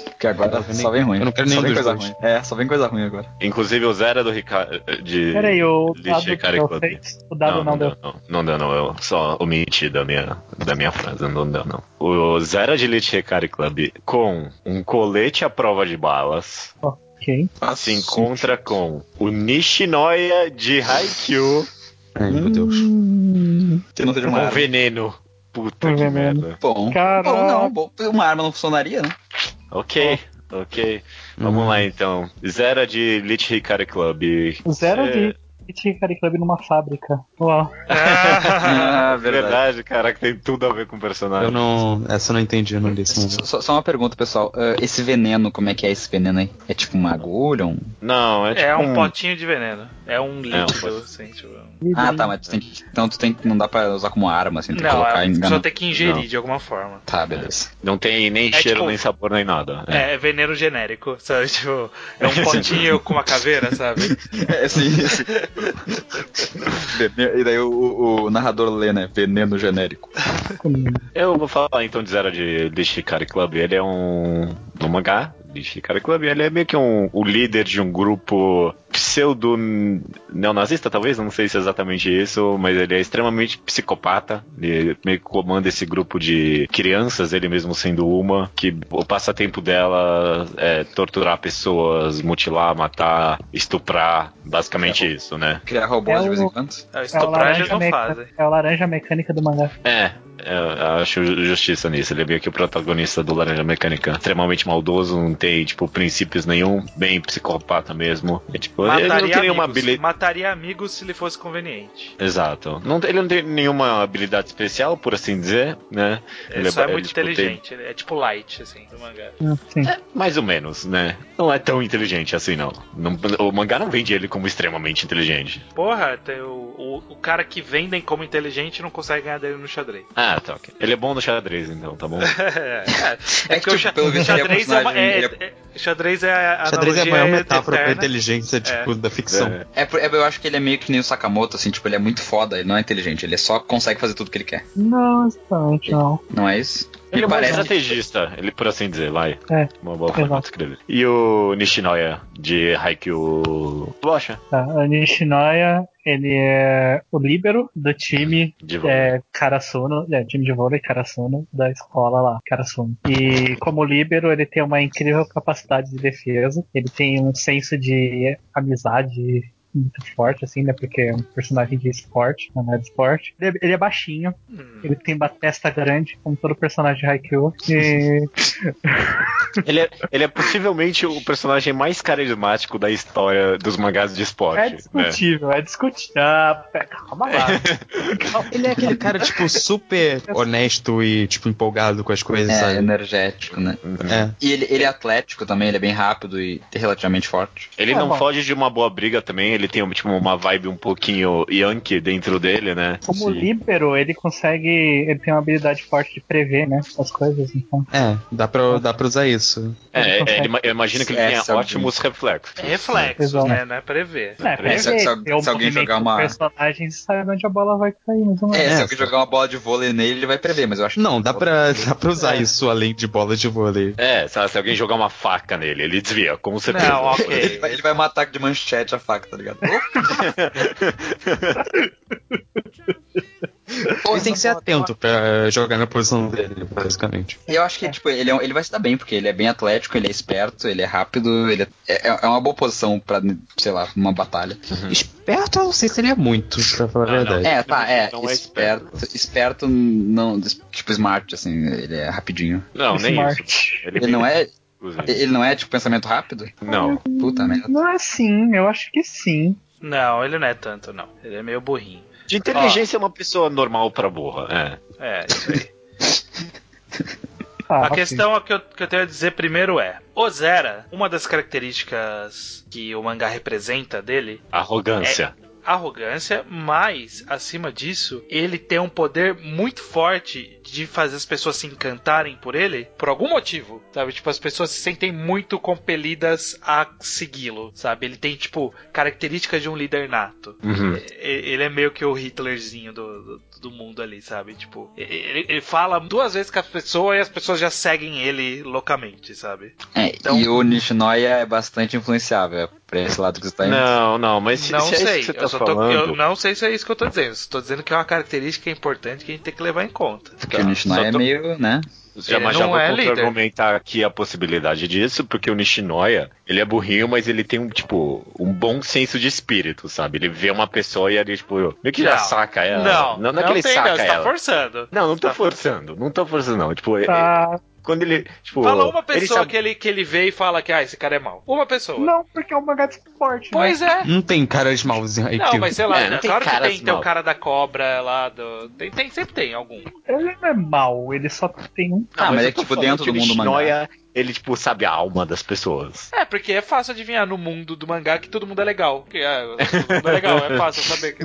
[SPEAKER 3] Porque agora só vem ruim.
[SPEAKER 5] eu não quero
[SPEAKER 3] só
[SPEAKER 5] nenhum
[SPEAKER 3] vem
[SPEAKER 5] dos
[SPEAKER 3] coisa
[SPEAKER 5] dois.
[SPEAKER 3] ruim. É, só vem coisa ruim agora.
[SPEAKER 1] Inclusive o Zera do Ricardo de
[SPEAKER 2] Peraí, o
[SPEAKER 1] Elite
[SPEAKER 2] dado
[SPEAKER 1] Ricardo
[SPEAKER 2] deu
[SPEAKER 1] Club.
[SPEAKER 2] seis, o dado não, deu.
[SPEAKER 1] Não, não deu, não. Eu só omiti da minha, da minha frase. Não deu, não. O Zera de Elite Recare Club com um colete à prova de balas
[SPEAKER 2] Ok.
[SPEAKER 1] se encontra Ah, com o Nishinoya de Haikyuu
[SPEAKER 5] Ai, meu Deus.
[SPEAKER 1] Hum,
[SPEAKER 3] Que não seja uma
[SPEAKER 1] com
[SPEAKER 3] arma.
[SPEAKER 1] veneno. Puta
[SPEAKER 2] Com
[SPEAKER 1] que
[SPEAKER 2] veneno.
[SPEAKER 1] merda.
[SPEAKER 3] Bom.
[SPEAKER 2] Caraca.
[SPEAKER 3] Bom, não. Bom, uma arma não funcionaria, né?
[SPEAKER 1] Ok, ok. Vamos
[SPEAKER 5] Hum.
[SPEAKER 1] lá então. Zera de Elite Recare Club.
[SPEAKER 2] Zero
[SPEAKER 1] É.
[SPEAKER 2] de Elite Hikari Club numa fábrica. Uau.
[SPEAKER 3] Ah,
[SPEAKER 1] Verdade, cara, que tem tudo a ver com o personagem.
[SPEAKER 5] Eu não. Essa eu não entendi, eu não li esse momento.
[SPEAKER 3] Só, só uma pergunta, pessoal. Ah, esse veneno, como é que é esse veneno aí? É tipo uma agulha? Um...
[SPEAKER 1] Não, é tipo
[SPEAKER 4] É um potinho de veneno. É um líquido,
[SPEAKER 1] pote.
[SPEAKER 4] assim, tipo.
[SPEAKER 3] Ah, tá, mas tu tem que. Então tu tem que. Não dá pra usar como arma, assim, tem que
[SPEAKER 4] Não,
[SPEAKER 3] colocar
[SPEAKER 4] a
[SPEAKER 3] e
[SPEAKER 4] pessoa
[SPEAKER 3] enganar.
[SPEAKER 4] tem que ingerir
[SPEAKER 1] Não.
[SPEAKER 4] de alguma forma.
[SPEAKER 3] Tá, beleza.
[SPEAKER 1] Não tem nem
[SPEAKER 4] É
[SPEAKER 1] cheiro,
[SPEAKER 4] tipo-
[SPEAKER 1] nem sabor, nem nada. É.
[SPEAKER 4] É, é veneno genérico, sabe? Tipo, é um potinho com uma caveira, sabe?
[SPEAKER 3] É, sim, sim. Vene- E daí o, o- o narrador lê, né? Veneno genérico.
[SPEAKER 1] Eu vou falar então de Zero de, de Shikari Club. Ele é um. No mangá de Shikari Club, ele é meio que um, o líder de um grupo pseudo neonazista, talvez, não sei se é exatamente isso, mas ele é extremamente psicopata. Ele meio que comanda esse grupo de crianças, ele mesmo sendo uma, que o passatempo dela é torturar pessoas, mutilar, matar, estuprar, basicamente isso, né?
[SPEAKER 3] Criar robôs
[SPEAKER 2] É
[SPEAKER 3] de vez
[SPEAKER 2] o-
[SPEAKER 3] em quando.
[SPEAKER 4] Ah,
[SPEAKER 2] É a
[SPEAKER 4] Estuprar eles
[SPEAKER 2] laranja,
[SPEAKER 4] não
[SPEAKER 2] mecânica,
[SPEAKER 4] fazem.
[SPEAKER 2] é a laranja mecânica do mangá.
[SPEAKER 1] É, eu acho justiça nisso. Ele é meio que o protagonista do Laranja Mecânica. Extremamente maldoso, não tem, tipo, princípios nenhum. Bem psicopata mesmo. É, tipo, ele não tem
[SPEAKER 4] Mataria
[SPEAKER 1] nenhuma
[SPEAKER 4] amigos.
[SPEAKER 1] habilidade.
[SPEAKER 4] Mataria amigos se lhe fosse conveniente.
[SPEAKER 1] Exato. Não tem- ele não tem nenhuma habilidade especial, por assim dizer, né?
[SPEAKER 4] Ele só é muito
[SPEAKER 1] tipo, tem-
[SPEAKER 4] inteligente, ele é tipo light, assim, do mangá.
[SPEAKER 2] Ah, Sim.
[SPEAKER 1] mais ou menos, né? Não é tão inteligente assim, não. Não- O mangá não vende ele como extremamente inteligente.
[SPEAKER 4] Porra, tem o, o, o cara que vendem como inteligente não consegue ganhar dele no xadrez.
[SPEAKER 1] Ah, tá, ok. Ele é bom no xadrez, então, tá bom?
[SPEAKER 4] é,
[SPEAKER 3] É que,
[SPEAKER 4] porque o
[SPEAKER 3] tipo,
[SPEAKER 4] xa-
[SPEAKER 3] pelo visto, ele é um
[SPEAKER 4] xadrez é uma. É,
[SPEAKER 3] personagem,
[SPEAKER 4] é- xadrez é a
[SPEAKER 5] Xadrez é a
[SPEAKER 4] analogia
[SPEAKER 5] maior metáfora pra
[SPEAKER 4] eterna.
[SPEAKER 5] inteligência tipo, da ficção.
[SPEAKER 1] É.
[SPEAKER 3] É, por- é, eu acho que ele é meio que nem o Sakamoto, assim, tipo, ele é muito foda, ele não é inteligente, ele só consegue fazer tudo que ele quer.
[SPEAKER 2] Não, exatamente não.
[SPEAKER 3] Não é isso?
[SPEAKER 1] Ele é
[SPEAKER 3] Me
[SPEAKER 1] mais
[SPEAKER 3] parece. que-
[SPEAKER 1] estrategista, ele por assim dizer, vai.
[SPEAKER 2] É,
[SPEAKER 1] Uma boa forma de
[SPEAKER 2] exato.
[SPEAKER 1] escrever. E o Nishinoya de Haikyuu Blocha,
[SPEAKER 2] Tá. O Nishinoya, ele é o líbero do time
[SPEAKER 1] de volta.
[SPEAKER 2] é, Karasuno, é, time de vôlei Karasuno, da escola lá, Karasuno. E como líbero, ele tem uma incrível capacidade de defesa, ele tem um senso de amizade muito forte, assim, né? Porque é um personagem de esporte, não é de esporte. Ele é, ele é baixinho,
[SPEAKER 4] Hum.
[SPEAKER 2] ele tem uma testa grande, como todo personagem de Haikyuu. E é
[SPEAKER 1] Ele, é, ele é possivelmente o personagem mais carismático da história dos mangás de esporte.
[SPEAKER 2] é
[SPEAKER 1] né?
[SPEAKER 2] discutível, é discutível. Ah, pera, calma lá. Calma.
[SPEAKER 5] Ele é aquele cara, tipo, super honesto e, tipo, empolgado com as coisas,
[SPEAKER 3] É,
[SPEAKER 5] sabe?
[SPEAKER 3] energético, né?
[SPEAKER 1] Uhum.
[SPEAKER 5] É.
[SPEAKER 3] E ele, ele é atlético também, ele é bem rápido e relativamente forte.
[SPEAKER 1] Ele
[SPEAKER 2] Tá
[SPEAKER 1] não
[SPEAKER 2] bom.
[SPEAKER 1] foge de uma boa briga também, ele tem tipo, uma vibe um pouquinho Yankee dentro dele, né?
[SPEAKER 2] Como líbero, ele consegue. Ele tem uma habilidade forte de prever, né? As coisas, então.
[SPEAKER 5] É, dá pra, dá pra usar isso.
[SPEAKER 1] É,
[SPEAKER 2] Ele
[SPEAKER 1] é,
[SPEAKER 2] consegue-
[SPEAKER 1] ele- eu imagino que ele
[SPEAKER 3] É,
[SPEAKER 1] tenha
[SPEAKER 3] sabe.
[SPEAKER 1] ótimos reflexos.
[SPEAKER 4] É reflexos,
[SPEAKER 2] Exato.
[SPEAKER 4] né? Não é prever.
[SPEAKER 2] É,
[SPEAKER 1] peraí,
[SPEAKER 2] peraí,
[SPEAKER 3] se- se-
[SPEAKER 2] tem o
[SPEAKER 3] se alguém
[SPEAKER 2] movimento
[SPEAKER 3] jogar
[SPEAKER 2] do
[SPEAKER 3] uma-
[SPEAKER 2] personagem sabe onde a bola vai cair, mas não
[SPEAKER 3] É, se
[SPEAKER 5] essa.
[SPEAKER 3] alguém jogar uma bola de vôlei nele, ele vai prever, mas eu acho que.
[SPEAKER 5] Não, dá pra, dá pra usar isso além de bola de vôlei.
[SPEAKER 1] É, sabe, se alguém jogar uma faca nele, ele desvia, com certeza.
[SPEAKER 4] Não,
[SPEAKER 3] Ele
[SPEAKER 4] ok.
[SPEAKER 3] vai, ele vai matar de manchete a faca, tá ligado?
[SPEAKER 5] Ele tem que ser atento pra jogar na posição dele, basicamente.
[SPEAKER 3] E Eu acho que, tipo, ele, é um- ele vai se dar bem, porque ele é bem atlético, ele é esperto, ele é rápido, ele é, é- é uma boa posição pra, sei lá, uma batalha.
[SPEAKER 5] Esperto, eu não sei se ele é muito, pra falar
[SPEAKER 1] Não,
[SPEAKER 5] a
[SPEAKER 1] não.
[SPEAKER 5] verdade.
[SPEAKER 3] É, tá, é.
[SPEAKER 1] Não é
[SPEAKER 3] esperto, esperto não, tipo smart, assim, ele é rapidinho.
[SPEAKER 1] Não, nem
[SPEAKER 2] Smart.
[SPEAKER 1] isso.
[SPEAKER 3] Ele não é,
[SPEAKER 1] inclusive.
[SPEAKER 3] ele não é tipo pensamento rápido?
[SPEAKER 1] Não.
[SPEAKER 3] Puta merda.
[SPEAKER 2] Não é sim, eu acho que sim.
[SPEAKER 4] Não, ele não é tanto, não. Ele é meio burrinho.
[SPEAKER 1] De inteligência é uma pessoa normal pra burra. É.
[SPEAKER 4] É, isso aí.
[SPEAKER 2] Ah,
[SPEAKER 4] A
[SPEAKER 2] Tá, ok.
[SPEAKER 4] questão é que eu, que eu tenho a dizer primeiro é: Ozera, uma das características que o mangá representa dele
[SPEAKER 1] Arrogância.
[SPEAKER 4] arrogância, mas acima disso, ele tem um poder muito forte de fazer as pessoas se encantarem por ele por algum motivo, sabe? Tipo, as pessoas se sentem muito compelidas a segui-lo, sabe? Ele tem, tipo, características de um líder nato.
[SPEAKER 1] Uhum.
[SPEAKER 4] E- Ele é meio que o Hitlerzinho do, do, do mundo ali, sabe? Tipo, ele, ele fala duas vezes com as pessoas e as pessoas já seguem ele loucamente, sabe?
[SPEAKER 3] É,
[SPEAKER 4] Então-
[SPEAKER 3] e o Nishinoya é bastante influenciável é pra esse lado que você tá indo.
[SPEAKER 1] Não, não, mas se,
[SPEAKER 4] não
[SPEAKER 1] se é
[SPEAKER 4] sei,
[SPEAKER 1] isso que você tá
[SPEAKER 4] eu só tô-
[SPEAKER 1] falando.
[SPEAKER 4] eu não sei se é isso que eu tô dizendo. Estou dizendo que é uma característica importante que a gente tem que levar em conta.
[SPEAKER 3] Porque
[SPEAKER 1] tá,
[SPEAKER 3] o
[SPEAKER 1] só
[SPEAKER 3] Nishinoya
[SPEAKER 1] tô-
[SPEAKER 3] é meio, né?
[SPEAKER 1] Já,
[SPEAKER 4] Ele
[SPEAKER 1] mas já
[SPEAKER 4] não
[SPEAKER 1] vou
[SPEAKER 4] é líder.
[SPEAKER 1] contra-argumentar aqui a possibilidade disso, porque o Nishinoya, ele é burrinho, mas ele tem um, tipo, um bom senso de espírito, sabe? Ele vê uma pessoa e ele, tipo, meio que já
[SPEAKER 4] Não.
[SPEAKER 1] saca ela.
[SPEAKER 4] Não,
[SPEAKER 1] não, é que ele
[SPEAKER 4] tem,
[SPEAKER 1] saca
[SPEAKER 4] não, você tá
[SPEAKER 1] ela.
[SPEAKER 4] forçando.
[SPEAKER 1] não, não tô
[SPEAKER 4] Tá.
[SPEAKER 1] forçando, não tô forçando, não. Tipo, é- é-
[SPEAKER 2] Tá,
[SPEAKER 1] quando ele, tipo...
[SPEAKER 4] Fala uma pessoa
[SPEAKER 1] ele sabe-
[SPEAKER 4] que, ele, que ele vê e fala que ah, esse cara é mau. Uma pessoa.
[SPEAKER 2] não, porque é um mangá de esporte.
[SPEAKER 4] Pois é.
[SPEAKER 5] Não tem cara de malzinho aí
[SPEAKER 4] Não, mas sei lá,
[SPEAKER 1] É, não tem
[SPEAKER 4] claro que
[SPEAKER 1] caras
[SPEAKER 4] tem, tem o
[SPEAKER 1] maus.
[SPEAKER 4] cara da cobra lá do. Tem, tem- sempre tem algum.
[SPEAKER 2] né? Ele não é mau, ele só tem um.
[SPEAKER 3] Ah, mas
[SPEAKER 1] eu
[SPEAKER 3] é
[SPEAKER 1] tô
[SPEAKER 3] tipo
[SPEAKER 1] falando
[SPEAKER 3] dentro
[SPEAKER 1] que
[SPEAKER 3] do mundo
[SPEAKER 1] O
[SPEAKER 3] mangá.
[SPEAKER 1] Nishinoya, ele, tipo, sabe a alma das pessoas.
[SPEAKER 4] É, porque é fácil adivinhar no mundo do mangá que todo mundo é legal. Que, é, todo mundo é legal, é fácil saber que.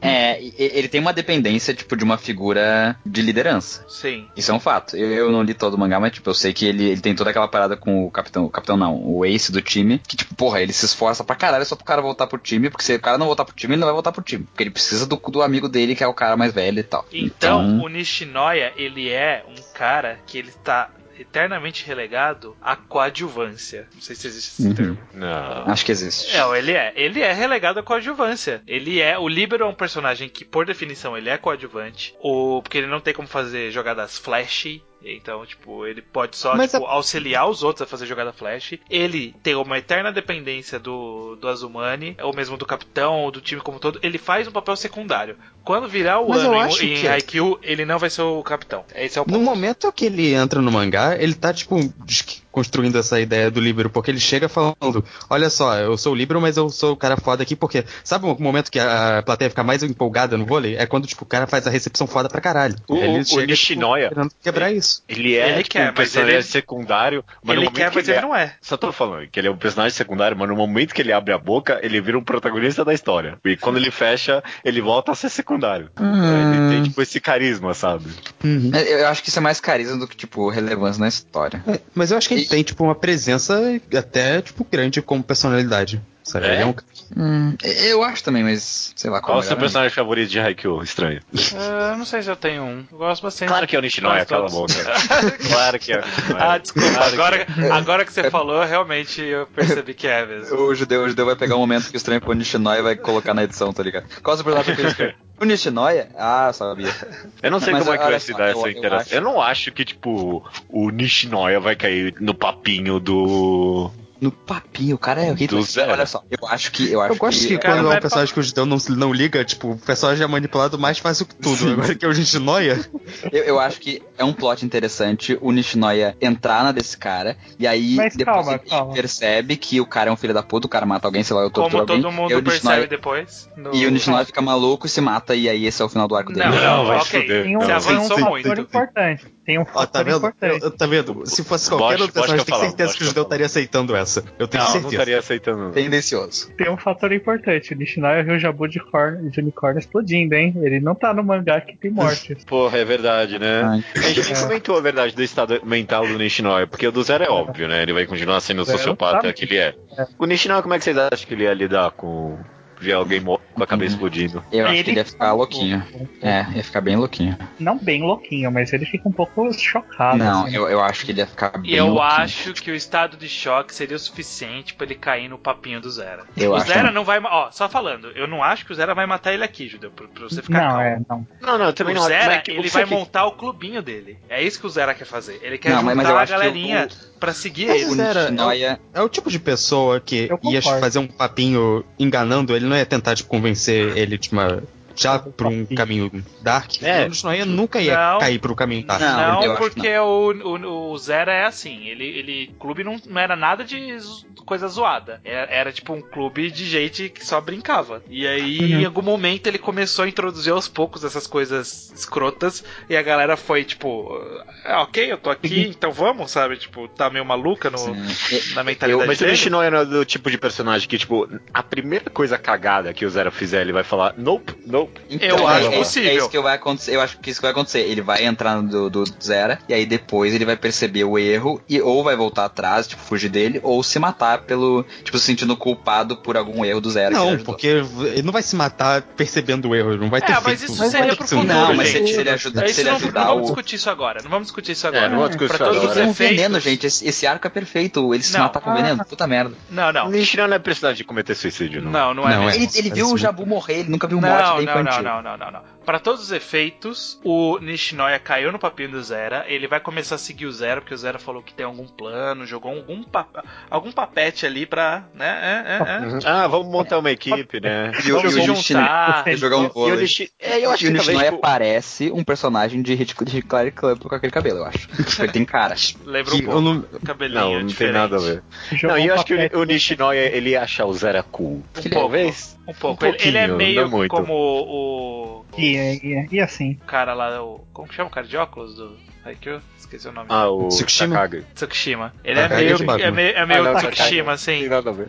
[SPEAKER 3] É, e- e- ele tem uma dependência, tipo, de uma figura de liderança.
[SPEAKER 4] Sim.
[SPEAKER 3] Isso é um fato. Eu, eu não li todo o mangá, mas, tipo, eu sei que ele, ele tem toda aquela parada com o capitão. O capitão não, o ace do time. Que, tipo, porra, ele se esforça pra caralho só pro cara voltar pro time. Porque se o cara não voltar pro time, ele não vai voltar pro time. Porque ele precisa do, do amigo dele, que é o cara mais velho e tal.
[SPEAKER 4] Então, o Nishinoya, ele é um cara que ele tá eternamente relegado à coadjuvância. Não sei se existe esse
[SPEAKER 3] Uhum.
[SPEAKER 4] termo.
[SPEAKER 1] Não.
[SPEAKER 3] acho que existe.
[SPEAKER 4] Não, ele é. Ele é relegado à coadjuvância. Ele é. O Libero é um personagem que, por definição, ele é coadjuvante. Ou porque ele não tem como fazer jogadas flash. Então, tipo, ele pode só
[SPEAKER 5] Mas
[SPEAKER 4] tipo, auxiliar os outros a fazer jogada flash. Ele tem uma eterna dependência do, do Azumani, ou mesmo do capitão, ou do time como todo. Ele faz um papel secundário. Quando virar o
[SPEAKER 5] Mas eu
[SPEAKER 4] ano
[SPEAKER 5] acho
[SPEAKER 4] em, em
[SPEAKER 5] que-
[SPEAKER 4] Haikyuu, ele não vai ser o capitão. Esse é o
[SPEAKER 5] No
[SPEAKER 4] ponto.
[SPEAKER 5] momento que ele entra no mangá, ele tá, tipo, des- construindo essa ideia do Libero, porque ele chega falando: Olha só, eu sou o Libero, mas eu sou o cara foda aqui, porque. Sabe o momento que a plateia fica mais empolgada no vôlei? É quando, tipo, o cara faz a recepção foda pra caralho.
[SPEAKER 1] O-
[SPEAKER 5] ele tipo,
[SPEAKER 1] o- o Nishinoya-
[SPEAKER 5] querendo quebrar isso.
[SPEAKER 1] Ele é
[SPEAKER 4] tipo, Ele
[SPEAKER 1] tipo,
[SPEAKER 4] quer,
[SPEAKER 1] um
[SPEAKER 4] mas
[SPEAKER 1] personagem
[SPEAKER 4] ele-
[SPEAKER 1] secundário, mas no
[SPEAKER 4] ele
[SPEAKER 1] momento
[SPEAKER 4] quer,
[SPEAKER 1] que
[SPEAKER 4] mas ele não é.
[SPEAKER 1] Só tô falando que ele é um personagem secundário, mas no momento que ele abre a boca, ele vira um protagonista da história. E quando ele fecha, ele volta a ser secundário. Ele tem, tipo, esse carisma, sabe?
[SPEAKER 3] Eu eu acho que isso é mais carisma do que, tipo, relevância na história.
[SPEAKER 5] É, Mas eu acho que ele
[SPEAKER 3] E-
[SPEAKER 5] tem, tipo, uma presença até, tipo, grande como personalidade. Sabe?
[SPEAKER 1] É?
[SPEAKER 5] Ele é um
[SPEAKER 3] Hum, Eu acho também, mas sei lá
[SPEAKER 1] Qual é
[SPEAKER 4] é?
[SPEAKER 3] qual
[SPEAKER 1] o seu
[SPEAKER 3] era, né?
[SPEAKER 1] personagem favorito de Haikyuu? Estranho.
[SPEAKER 4] Ah, eu não sei se eu tenho um. Eu gosto bastante.
[SPEAKER 1] Claro que é o Nishinoya,
[SPEAKER 4] Quase
[SPEAKER 1] cala a boca.
[SPEAKER 4] todos.
[SPEAKER 1] claro que é o Nishinoya. é.
[SPEAKER 4] Ah, desculpa. Agora, agora que
[SPEAKER 3] É.
[SPEAKER 4] você falou, realmente eu percebi que é mesmo.
[SPEAKER 3] O judeu, o judeu vai pegar o momento que o estranho com o Nishinoya e vai colocar na edição, tá ligado? Qual é o seu personagem preferido? O Nishinoya? Ah, sabia.
[SPEAKER 1] Eu não sei
[SPEAKER 3] Mas
[SPEAKER 1] como é que
[SPEAKER 3] olha
[SPEAKER 1] vai
[SPEAKER 3] só,
[SPEAKER 1] se dar
[SPEAKER 3] eu-
[SPEAKER 1] essa
[SPEAKER 3] eu
[SPEAKER 1] interação.
[SPEAKER 3] acho-
[SPEAKER 1] Eu, não acho que, tipo, o Nishinoya vai cair no papinho do.
[SPEAKER 3] No papinho, o cara é horrível.
[SPEAKER 1] Do zero.
[SPEAKER 3] Olha só, eu acho que. Eu, acho
[SPEAKER 5] Eu gosto que,
[SPEAKER 4] cara
[SPEAKER 5] quando é
[SPEAKER 4] vai
[SPEAKER 5] um personagem que o Judeu não, se- não liga, tipo, o personagem é manipulado mais fácil que tudo. Agora que é o Gentinoia,
[SPEAKER 3] eu, eu acho que é um plot interessante o Nishinoya entrar na desse cara e aí
[SPEAKER 2] Mas
[SPEAKER 3] depois
[SPEAKER 2] calma,
[SPEAKER 3] ele
[SPEAKER 2] calma.
[SPEAKER 3] percebe que o cara é um filho da puta, o cara mata alguém, sei lá, eu torturo
[SPEAKER 4] Como
[SPEAKER 3] alguém.
[SPEAKER 4] todo mundo
[SPEAKER 3] e é o
[SPEAKER 4] percebe
[SPEAKER 3] Nishinoya-
[SPEAKER 4] depois. no-
[SPEAKER 3] E o Nishinoya fica maluco e se mata, e aí esse é o final do arco dele.
[SPEAKER 4] Não, não,
[SPEAKER 1] Não, vai se
[SPEAKER 4] ok.
[SPEAKER 1] fuder.
[SPEAKER 2] Tem um,
[SPEAKER 4] Você
[SPEAKER 2] tem um
[SPEAKER 4] avançou
[SPEAKER 2] fator
[SPEAKER 4] muito.
[SPEAKER 2] importante. Tem um
[SPEAKER 5] Ó,
[SPEAKER 2] fator
[SPEAKER 5] tá vendo?
[SPEAKER 2] importante.
[SPEAKER 5] Eu- tá vendo? Se fosse qualquer
[SPEAKER 1] Bote,
[SPEAKER 5] outro personagem,
[SPEAKER 1] bote
[SPEAKER 5] eu tenho
[SPEAKER 1] pra falar,
[SPEAKER 5] certeza
[SPEAKER 1] bote
[SPEAKER 5] que o
[SPEAKER 1] pra falar.
[SPEAKER 5] Judeu estaria aceitando essa. Eu tenho
[SPEAKER 1] Não, não
[SPEAKER 5] certeza.
[SPEAKER 1] estaria aceitando.
[SPEAKER 3] Tendencioso.
[SPEAKER 2] Tem um fator importante. O Nishinoya viu o Jabu de, corno, de unicórnio explodindo, hein? Ele não tá no mangá que tem morte.
[SPEAKER 1] Porra, é verdade, né?
[SPEAKER 3] Ai.
[SPEAKER 1] A gente nem comentou a verdade do estado mental do Nishinoya, porque o do Zero é óbvio, né? Ele vai continuar sendo o
[SPEAKER 2] Zero,
[SPEAKER 1] sociopata
[SPEAKER 2] sabe?
[SPEAKER 1] que ele é. O Nishinoya, como é que vocês acham que ele ia lidar com ver alguém mo- com a cabeça explodindo.
[SPEAKER 3] Eu acho
[SPEAKER 2] Ele tá
[SPEAKER 3] que ele ia ficar louquinho. É, ia ficar bem louquinho.
[SPEAKER 2] Não bem louquinho, mas ele fica um pouco chocado.
[SPEAKER 3] Não,
[SPEAKER 2] assim.
[SPEAKER 3] eu, eu acho que ele ia ficar bem
[SPEAKER 4] E eu
[SPEAKER 3] louquinho.
[SPEAKER 4] acho que o estado de choque seria o suficiente pra ele cair no papinho do Zera.
[SPEAKER 3] Eu
[SPEAKER 4] o
[SPEAKER 3] acho
[SPEAKER 4] Zera
[SPEAKER 3] também.
[SPEAKER 4] não vai. ma- Ó, só falando, eu não acho que o Zera vai matar ele aqui, Judeu, pra, pra você ficar
[SPEAKER 2] Não,
[SPEAKER 4] calmo.
[SPEAKER 2] é, não.
[SPEAKER 1] Não, não, eu também
[SPEAKER 4] o
[SPEAKER 1] não acho.
[SPEAKER 4] Zera,
[SPEAKER 1] mas é que-
[SPEAKER 4] ele
[SPEAKER 1] o
[SPEAKER 4] vai
[SPEAKER 1] que-
[SPEAKER 4] montar o clubinho dele. É isso que o Zera quer fazer. Ele quer
[SPEAKER 3] Não,
[SPEAKER 4] juntar
[SPEAKER 3] mas- mas eu
[SPEAKER 4] a
[SPEAKER 3] acho que o-
[SPEAKER 4] galerinha pra seguir
[SPEAKER 5] Mas
[SPEAKER 4] ele.
[SPEAKER 5] o Zera-
[SPEAKER 3] Noia,
[SPEAKER 5] É o tipo de pessoa que
[SPEAKER 2] Eu
[SPEAKER 5] ia
[SPEAKER 2] concordo.
[SPEAKER 5] fazer um papinho enganando ele, não ia tentar tipo, convencer ele tipo, uma- já pra um caminho dark.
[SPEAKER 1] É.
[SPEAKER 5] O Noia nunca ia
[SPEAKER 4] Não.
[SPEAKER 5] cair pro caminho dark.
[SPEAKER 3] Não,
[SPEAKER 4] Não,
[SPEAKER 3] eu acho que
[SPEAKER 4] porque O, o, o Zera é assim. Ele, ele, o clube não, não era nada de zo- coisa zoada. Era, era tipo um clube de gente que só brincava. E aí, em algum momento, ele começou a introduzir aos poucos essas coisas escrotas. E a galera foi tipo: "Ah, Ok, eu tô aqui, então vamos, sabe? Tipo, tá meio maluca no,
[SPEAKER 3] sim.
[SPEAKER 4] na mentalidade
[SPEAKER 1] Mas o
[SPEAKER 4] dele.
[SPEAKER 1] bicho não era do tipo de personagem que, tipo, a primeira coisa cagada que o Zero fizer, ele vai falar, nope, nope.
[SPEAKER 3] Então,
[SPEAKER 4] Eu
[SPEAKER 3] é-
[SPEAKER 4] acho
[SPEAKER 3] é,
[SPEAKER 4] possível.
[SPEAKER 3] É isso que vai acontecer. Eu acho que isso que vai acontecer. Ele vai entrar no do, do Zera e aí depois ele vai perceber o erro e ou vai voltar atrás, tipo, fugir dele, ou se matar pelo. Tipo, se sentindo culpado por algum erro do Zera. que ele
[SPEAKER 5] Não,
[SPEAKER 3] ajudou.
[SPEAKER 5] porque ele não vai se matar percebendo o erro, ele não vai ter
[SPEAKER 4] É,
[SPEAKER 5] feito.
[SPEAKER 4] mas isso seria
[SPEAKER 5] vai
[SPEAKER 4] pro
[SPEAKER 5] ter feito-
[SPEAKER 4] futuro,
[SPEAKER 3] Não, mas se,
[SPEAKER 4] gente.
[SPEAKER 3] se ele ajuda,
[SPEAKER 4] É
[SPEAKER 3] se
[SPEAKER 4] isso
[SPEAKER 3] ele
[SPEAKER 4] não, não
[SPEAKER 3] ajudar
[SPEAKER 4] vamos
[SPEAKER 3] o.
[SPEAKER 4] discutir isso agora. Não vamos discutir isso agora.
[SPEAKER 1] não vamos discutir
[SPEAKER 4] pra
[SPEAKER 1] isso
[SPEAKER 4] todos
[SPEAKER 1] agora.
[SPEAKER 4] os
[SPEAKER 1] É
[SPEAKER 3] É um
[SPEAKER 4] efeitos.
[SPEAKER 3] veneno, gente. Esse, esse arco é perfeito. Ele se
[SPEAKER 4] Não. Ah.
[SPEAKER 3] matar com veneno, puta merda.
[SPEAKER 4] Não, não.
[SPEAKER 1] O Nishina não é personagem de cometer suicídio, não.
[SPEAKER 4] Não, não é
[SPEAKER 5] Não, é.
[SPEAKER 4] mesmo.
[SPEAKER 3] Ele, ele viu
[SPEAKER 5] Parece
[SPEAKER 3] o Jabu morrer, ele
[SPEAKER 1] um
[SPEAKER 3] nunca viu morte
[SPEAKER 4] Não,
[SPEAKER 3] nem
[SPEAKER 4] não, não,
[SPEAKER 3] infantil.
[SPEAKER 4] não, não, não, não. Pra todos os efeitos, o Nishinoya caiu no papinho do Zera. Ele vai começar a seguir o Zera, porque o Zera falou que tem algum plano, jogou algum, pa- algum papete ali pra. Né, é, é, é.
[SPEAKER 1] Uhum. Ah, vamos montar uma equipe, né?
[SPEAKER 3] E o, e
[SPEAKER 4] Vamos
[SPEAKER 3] o Nishinoya-
[SPEAKER 4] juntar.
[SPEAKER 3] ele um jogar um
[SPEAKER 1] E o
[SPEAKER 3] vôlei.
[SPEAKER 1] Nishi- É, eu acho
[SPEAKER 3] e o
[SPEAKER 1] que talvez,
[SPEAKER 3] Nishinoya
[SPEAKER 1] tipo,
[SPEAKER 3] parece um personagem de Hit de Hit Clark Club com aquele cabelo, eu acho. Tipo, ele tem cara.
[SPEAKER 4] Lembra
[SPEAKER 5] é que
[SPEAKER 4] um
[SPEAKER 5] eu
[SPEAKER 4] pouco
[SPEAKER 5] não-
[SPEAKER 4] o cabelinho
[SPEAKER 1] Não, não tem
[SPEAKER 4] diferente.
[SPEAKER 1] nada a ver.
[SPEAKER 2] Jogou
[SPEAKER 1] Não, e eu
[SPEAKER 2] um
[SPEAKER 1] acho que
[SPEAKER 2] papel-
[SPEAKER 1] o, o Nishinoya, ele acha o Zera cool.
[SPEAKER 4] Um pouco.
[SPEAKER 1] Talvez.
[SPEAKER 4] Um pouco.
[SPEAKER 1] Um
[SPEAKER 4] ele, ele é
[SPEAKER 1] pouquinho,
[SPEAKER 4] meio
[SPEAKER 1] não muito.
[SPEAKER 4] como o, o
[SPEAKER 2] E, e, e assim,
[SPEAKER 4] cara lá, o. Como que chama o cara de óculos do Haikyuu? Esqueci o nome.
[SPEAKER 1] Ah, o
[SPEAKER 5] Tsukushima.
[SPEAKER 1] Takagi.
[SPEAKER 4] Tsukishima. Ele é
[SPEAKER 5] Takagi
[SPEAKER 4] meio,
[SPEAKER 5] de bagulho.
[SPEAKER 4] é meio, é meio
[SPEAKER 1] Ah, não,
[SPEAKER 4] Tsukishima,
[SPEAKER 1] Não tem
[SPEAKER 4] assim.
[SPEAKER 1] nada a ver.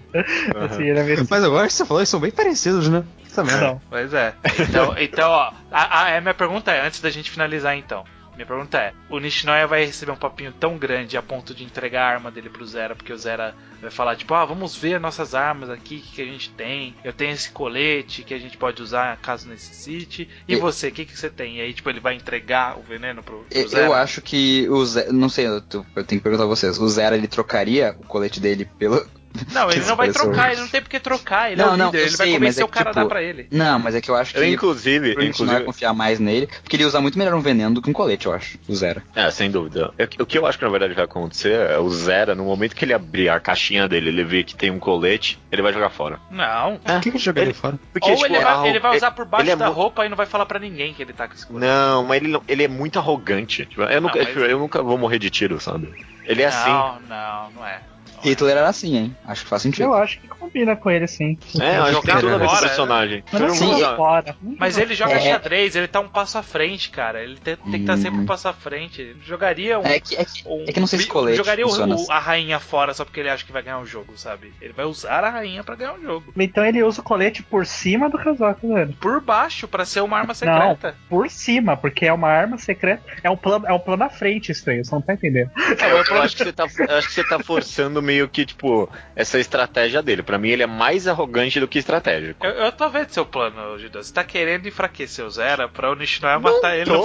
[SPEAKER 2] assim, ele é meio
[SPEAKER 5] Mas agora que você falou, eles são bem parecidos, né? Essa merda.
[SPEAKER 2] Não.
[SPEAKER 4] Pois é. Então, então ó, a, a- é, minha pergunta é, antes da gente finalizar então. Minha pergunta é, o Nishinoya vai receber um papinho tão grande a ponto de entregar a arma dele pro Zera, porque o Zera vai falar, tipo, ah, vamos ver nossas armas aqui, o que, que a gente tem, eu tenho esse colete que a gente pode usar caso necessite, e,
[SPEAKER 3] E-
[SPEAKER 4] você, o que, que você tem? E aí, tipo, ele vai entregar o veneno pro, pro
[SPEAKER 3] Eu,
[SPEAKER 4] Zera?
[SPEAKER 3] eu acho que o Zé, não sei, eu, tô- eu tenho que perguntar a vocês. O Zera ele trocaria o colete dele pelo
[SPEAKER 4] Não, ele
[SPEAKER 3] Que
[SPEAKER 4] não vai
[SPEAKER 3] isso parece
[SPEAKER 4] trocar,
[SPEAKER 3] um-
[SPEAKER 4] ele não tem por que trocar, ele é
[SPEAKER 3] Não,
[SPEAKER 4] o líder,
[SPEAKER 3] não, eu
[SPEAKER 4] ele vai
[SPEAKER 3] sei, mas
[SPEAKER 4] convencer
[SPEAKER 3] é
[SPEAKER 4] o cara
[SPEAKER 3] tipo-
[SPEAKER 4] a dar pra ele.
[SPEAKER 3] Não, mas é que eu acho que
[SPEAKER 1] Eu, inclusive,
[SPEAKER 3] a gente não vai
[SPEAKER 1] inclusive,
[SPEAKER 3] confiar mais nele, porque ele usa muito melhor um veneno do que um colete, eu acho. O Zera.
[SPEAKER 1] É, sem dúvida. É que- O que eu acho que na verdade vai acontecer é o Zera, no momento que ele abrir a caixinha dele, ele vê que tem um colete, ele vai jogar fora.
[SPEAKER 4] Não.
[SPEAKER 5] Por que, que jogaria
[SPEAKER 1] Ele-
[SPEAKER 5] fora?
[SPEAKER 1] Porque,
[SPEAKER 4] Ou
[SPEAKER 1] tipo,
[SPEAKER 4] ele, vai, ele vai usar por baixo
[SPEAKER 1] ele é
[SPEAKER 4] da
[SPEAKER 1] mu-
[SPEAKER 4] roupa e não vai falar pra ninguém que ele tá com esse colete.
[SPEAKER 1] é- Não, mas ele, não- ele é muito arrogante. Tipo, eu, nunca,
[SPEAKER 4] Não, Ah, mas-
[SPEAKER 1] tipo, eu nunca vou morrer de tiro, sabe? Ele é assim.
[SPEAKER 4] Não, não, não é. Não é.
[SPEAKER 3] Hitler era assim, hein? Acho que faz sentido.
[SPEAKER 2] Eu acho que combina com ele, sim.
[SPEAKER 1] É, eu acho que tem
[SPEAKER 4] Jogar
[SPEAKER 1] tudo a ver com o
[SPEAKER 4] fora,
[SPEAKER 1] personagem.
[SPEAKER 2] Mas
[SPEAKER 1] Todo
[SPEAKER 2] não
[SPEAKER 3] Sim,
[SPEAKER 1] mundo-
[SPEAKER 2] joga fora.
[SPEAKER 4] Mas ele joga
[SPEAKER 3] É.
[SPEAKER 4] xadrez, ele tá um passo à frente, cara. Ele tem, tem que estar
[SPEAKER 3] Hum.
[SPEAKER 4] sempre um passo à frente. Ele jogaria um.
[SPEAKER 3] É que, é que-
[SPEAKER 4] um-
[SPEAKER 3] é que não sei se
[SPEAKER 4] bi-
[SPEAKER 3] colete
[SPEAKER 4] Jogaria o-
[SPEAKER 3] funciona
[SPEAKER 4] o-
[SPEAKER 3] assim.
[SPEAKER 4] a rainha fora só porque ele acha que vai ganhar o jogo, sabe? Ele vai usar a rainha pra ganhar o jogo.
[SPEAKER 2] Então ele usa o colete por cima do casaco dele.
[SPEAKER 4] Por baixo, pra ser uma arma secreta.
[SPEAKER 2] Por cima, porque é uma arma secreta. É um plano, é um plano à frente, estranho. Você não tá entendendo.
[SPEAKER 1] É, eu, eu acho que você tá, eu acho que você tá forçando meio que, tipo, essa estratégia dele. Pra mim, ele é mais arrogante do que estratégico.
[SPEAKER 4] Eu, eu tô vendo seu plano, Gidan. Você tá querendo enfraquecer o Zera pra o Nishinoya matar ele no
[SPEAKER 1] Tô,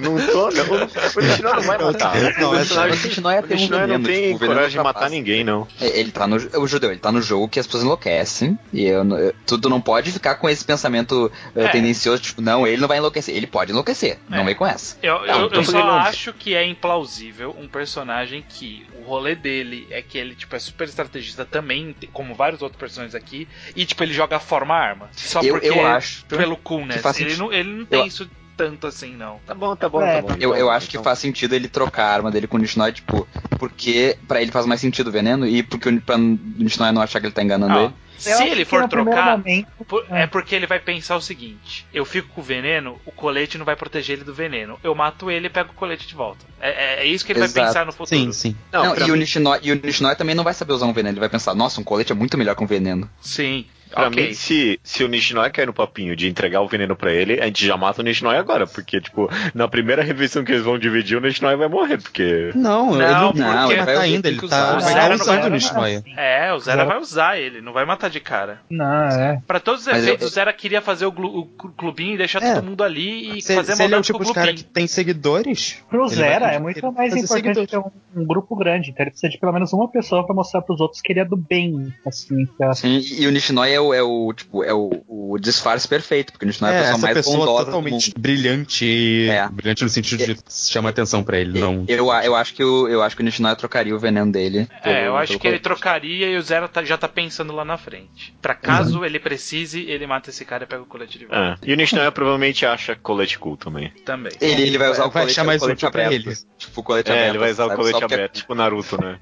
[SPEAKER 1] não, não tô, não. é O Nishinoya não vai matar.
[SPEAKER 5] Não,
[SPEAKER 1] o
[SPEAKER 5] é-
[SPEAKER 1] Nishinoya-
[SPEAKER 3] o Nishinoya
[SPEAKER 1] o
[SPEAKER 3] tem um
[SPEAKER 1] Nishinoya não
[SPEAKER 3] veneno,
[SPEAKER 1] tem
[SPEAKER 3] tipo, o veneno
[SPEAKER 1] coragem de matar
[SPEAKER 3] ultrapassa.
[SPEAKER 1] ninguém, não.
[SPEAKER 3] É, Ele tá no. O judeu, ele tá no jogo que as pessoas enlouquecem. E eu, não- eu- tu, tu não pode ficar com esse pensamento eh,
[SPEAKER 4] É.
[SPEAKER 3] tendencioso, tipo, não, ele não vai enlouquecer. Ele pode enlouquecer.
[SPEAKER 4] É.
[SPEAKER 3] Não vem com essa.
[SPEAKER 4] Eu,
[SPEAKER 1] Não,
[SPEAKER 4] eu-
[SPEAKER 1] tô
[SPEAKER 4] eu só
[SPEAKER 3] um-
[SPEAKER 1] falando-
[SPEAKER 4] acho que é implausível um personagem que o rolê dele é que ele tipo é super estrategista também, como vários outros personagens aqui, e tipo ele joga fora uma arma. Só
[SPEAKER 3] eu,
[SPEAKER 4] porque
[SPEAKER 1] é
[SPEAKER 4] é
[SPEAKER 3] eu acho.
[SPEAKER 4] pelo coolness.
[SPEAKER 3] que faz
[SPEAKER 4] Ele
[SPEAKER 3] sentido.
[SPEAKER 4] não, ele não tem
[SPEAKER 3] Eu-
[SPEAKER 4] isso tanto assim não.
[SPEAKER 1] Tá bom, tá bom,
[SPEAKER 2] É,
[SPEAKER 1] tá bom.
[SPEAKER 3] Eu, eu acho que faz sentido ele trocar a arma dele com o Nishinoy, tipo, porque pra ele faz mais sentido o veneno e porque o, pra o Nishinoy não achar que ele tá enganando
[SPEAKER 4] Ah,
[SPEAKER 3] ele.
[SPEAKER 2] Eu
[SPEAKER 4] se
[SPEAKER 2] acho
[SPEAKER 4] ele
[SPEAKER 2] que
[SPEAKER 4] for
[SPEAKER 2] no primeiro
[SPEAKER 4] trocar,
[SPEAKER 2] momento-
[SPEAKER 4] Por- é porque ele vai pensar o seguinte: eu fico com o veneno, o colete não vai proteger ele do veneno. Eu mato ele e pego o colete de volta. É, é- é isso que ele vai
[SPEAKER 3] Exato.
[SPEAKER 4] pensar no futuro.
[SPEAKER 5] Sim, sim.
[SPEAKER 1] Não,
[SPEAKER 3] Não,
[SPEAKER 1] pra
[SPEAKER 3] e, o
[SPEAKER 1] mim-
[SPEAKER 3] Nishinoy, e o Nishinoy também não vai saber usar um veneno, ele vai pensar, nossa, um colete é muito melhor que um veneno.
[SPEAKER 4] Sim.
[SPEAKER 1] Pra
[SPEAKER 4] Ok.
[SPEAKER 1] mim, se, se o Nishinoya cair no papinho de entregar o veneno pra ele, a gente já mata o Nishinoya agora, porque, tipo, na primeira refeição que eles vão dividir, o Nishinoya vai morrer, porque...
[SPEAKER 5] Não, ele
[SPEAKER 4] Não,
[SPEAKER 5] não,
[SPEAKER 4] porque
[SPEAKER 5] vai matar
[SPEAKER 3] vai o
[SPEAKER 5] ainda,
[SPEAKER 3] Rick
[SPEAKER 5] ele
[SPEAKER 3] usar.
[SPEAKER 5] tá
[SPEAKER 4] O
[SPEAKER 5] vai
[SPEAKER 4] Zero
[SPEAKER 5] dar
[SPEAKER 4] não vai
[SPEAKER 5] usando o
[SPEAKER 4] matar.
[SPEAKER 5] Nishinoya.
[SPEAKER 4] É, o Zera
[SPEAKER 2] Zera-
[SPEAKER 4] vai usar ele, não vai matar de cara.
[SPEAKER 2] Não, é.
[SPEAKER 4] Pra todos os
[SPEAKER 3] Mas
[SPEAKER 4] efeitos,
[SPEAKER 3] eu-
[SPEAKER 4] o Zera queria fazer o, glu- o clu- clubinho e deixar
[SPEAKER 5] É.
[SPEAKER 4] todo mundo ali e
[SPEAKER 5] Se,
[SPEAKER 4] fazer
[SPEAKER 5] se ele é o
[SPEAKER 4] maldade
[SPEAKER 5] tipo
[SPEAKER 4] com o
[SPEAKER 5] de cara que
[SPEAKER 4] clubinho.
[SPEAKER 5] tem seguidores,
[SPEAKER 2] Pro
[SPEAKER 5] Ele
[SPEAKER 2] Zera
[SPEAKER 5] vai-
[SPEAKER 2] é muito
[SPEAKER 5] ele-
[SPEAKER 2] mais
[SPEAKER 5] mas esse
[SPEAKER 2] importante ter um, um grupo grande, então ele precisa de pelo menos uma pessoa pra mostrar pros outros que ele é do bem, assim,
[SPEAKER 5] Ah,
[SPEAKER 2] pra
[SPEAKER 3] Sim, e o Nishinoya é o, é o, tipo, é o, o disfarce perfeito, porque o Nishinoya é, a
[SPEAKER 5] é,
[SPEAKER 3] pessoa
[SPEAKER 5] essa
[SPEAKER 3] mais
[SPEAKER 5] pessoa
[SPEAKER 3] bondosa
[SPEAKER 5] totalmente brilhante e
[SPEAKER 3] É.
[SPEAKER 5] brilhante no sentido de chamar atenção pra
[SPEAKER 3] do
[SPEAKER 5] ele, não.
[SPEAKER 3] mundo. Eu, a- eu, acho que o, eu acho que o Nishinoya trocaria o veneno dele.
[SPEAKER 4] É, eu acho que ele
[SPEAKER 3] trocaria.
[SPEAKER 4] trocaria e o Zera tá- já tá pensando lá na frente. Pra
[SPEAKER 5] Uhum.
[SPEAKER 4] caso ele precise, ele mata esse cara e pega o colete de volta.
[SPEAKER 1] É. E o Nishinoya provavelmente acha colete cool também.
[SPEAKER 4] Também.
[SPEAKER 3] Ele, ele vai usar o
[SPEAKER 5] Vai
[SPEAKER 3] colete, é
[SPEAKER 5] achar mais
[SPEAKER 3] o colete
[SPEAKER 5] útil pra
[SPEAKER 3] aberto.
[SPEAKER 5] ele.
[SPEAKER 3] Tipo, o colete aberto.
[SPEAKER 1] É, ele vai usar o
[SPEAKER 3] sabe?
[SPEAKER 1] colete
[SPEAKER 3] Só porque-
[SPEAKER 1] aberto, tipo Naruto, né?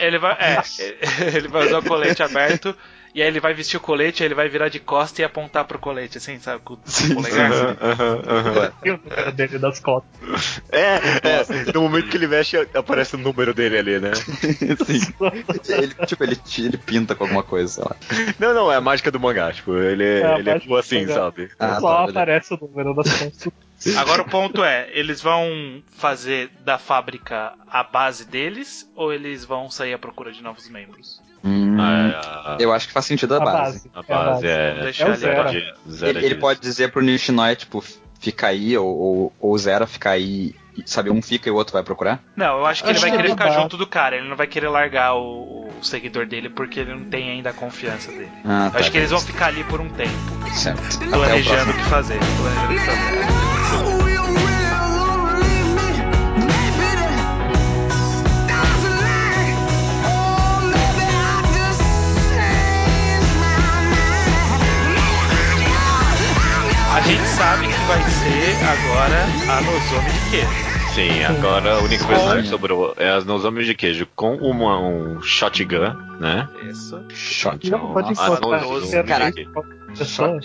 [SPEAKER 4] Ele vai, é, ele vai usar o colete aberto e aí ele vai vestir o colete, aí ele vai virar de costa e apontar pro colete, assim, sabe? Com o polegar.
[SPEAKER 5] Uhum.
[SPEAKER 1] Aham, aham, aham.
[SPEAKER 2] Eu- é dele das cotas.
[SPEAKER 1] É, é, no momento que ele mexe, aparece o número dele ali, né?
[SPEAKER 3] Ele, tipo, ele, tira- ele pinta com alguma coisa, sei lá.
[SPEAKER 1] Não, não, é a mágica do mangá, tipo, ele
[SPEAKER 2] É
[SPEAKER 1] é,
[SPEAKER 2] a
[SPEAKER 1] ele é
[SPEAKER 2] mágica
[SPEAKER 1] cool
[SPEAKER 2] do
[SPEAKER 1] assim,
[SPEAKER 2] mangá.
[SPEAKER 1] sabe?
[SPEAKER 3] Ah,
[SPEAKER 2] Só
[SPEAKER 3] tá, beleza.
[SPEAKER 2] aparece o número das cotas.
[SPEAKER 4] Agora o ponto é, eles vão fazer da fábrica a base deles ou eles vão sair à procura de novos membros?
[SPEAKER 3] Hum,
[SPEAKER 1] Ah,
[SPEAKER 3] Eu acho que faz sentido a, base.
[SPEAKER 1] a base
[SPEAKER 4] Vamos
[SPEAKER 1] é...
[SPEAKER 4] deixar
[SPEAKER 2] é o
[SPEAKER 4] ali
[SPEAKER 2] Zera.
[SPEAKER 4] agora.
[SPEAKER 1] Zero de- zero
[SPEAKER 3] Ele, ele
[SPEAKER 1] de-
[SPEAKER 3] pode dizer pro Nishinoya, tipo, fica aí, ou, ou, ou Zera fica aí, e, sabe, um fica e o outro vai procurar.
[SPEAKER 4] Não, eu acho que ele
[SPEAKER 2] Acho
[SPEAKER 4] vai
[SPEAKER 2] que
[SPEAKER 4] querer
[SPEAKER 2] ele
[SPEAKER 4] ficar
[SPEAKER 2] vai.
[SPEAKER 4] junto do cara, ele não vai querer largar o, o seguidor dele porque ele não tem ainda a confiança dele.
[SPEAKER 3] Ah,
[SPEAKER 4] Eu acho que eles vão ficar ali por um tempo,
[SPEAKER 3] Certo. Até o
[SPEAKER 4] planejando o
[SPEAKER 3] próximo.
[SPEAKER 4] que fazer. Planejando o que fazer. A gente sabe que vai ser agora a Nozomi de queijo.
[SPEAKER 1] Sim, agora a única
[SPEAKER 4] Olha.
[SPEAKER 1] coisa que sobrou é as nozomes de queijo com uma, um shotgun, né?
[SPEAKER 4] Isso.
[SPEAKER 3] Shot.
[SPEAKER 2] Não pode
[SPEAKER 1] Ah,
[SPEAKER 2] encontrar
[SPEAKER 1] não,
[SPEAKER 2] qualquer
[SPEAKER 1] Jesus,
[SPEAKER 3] caraca.
[SPEAKER 2] pessoa.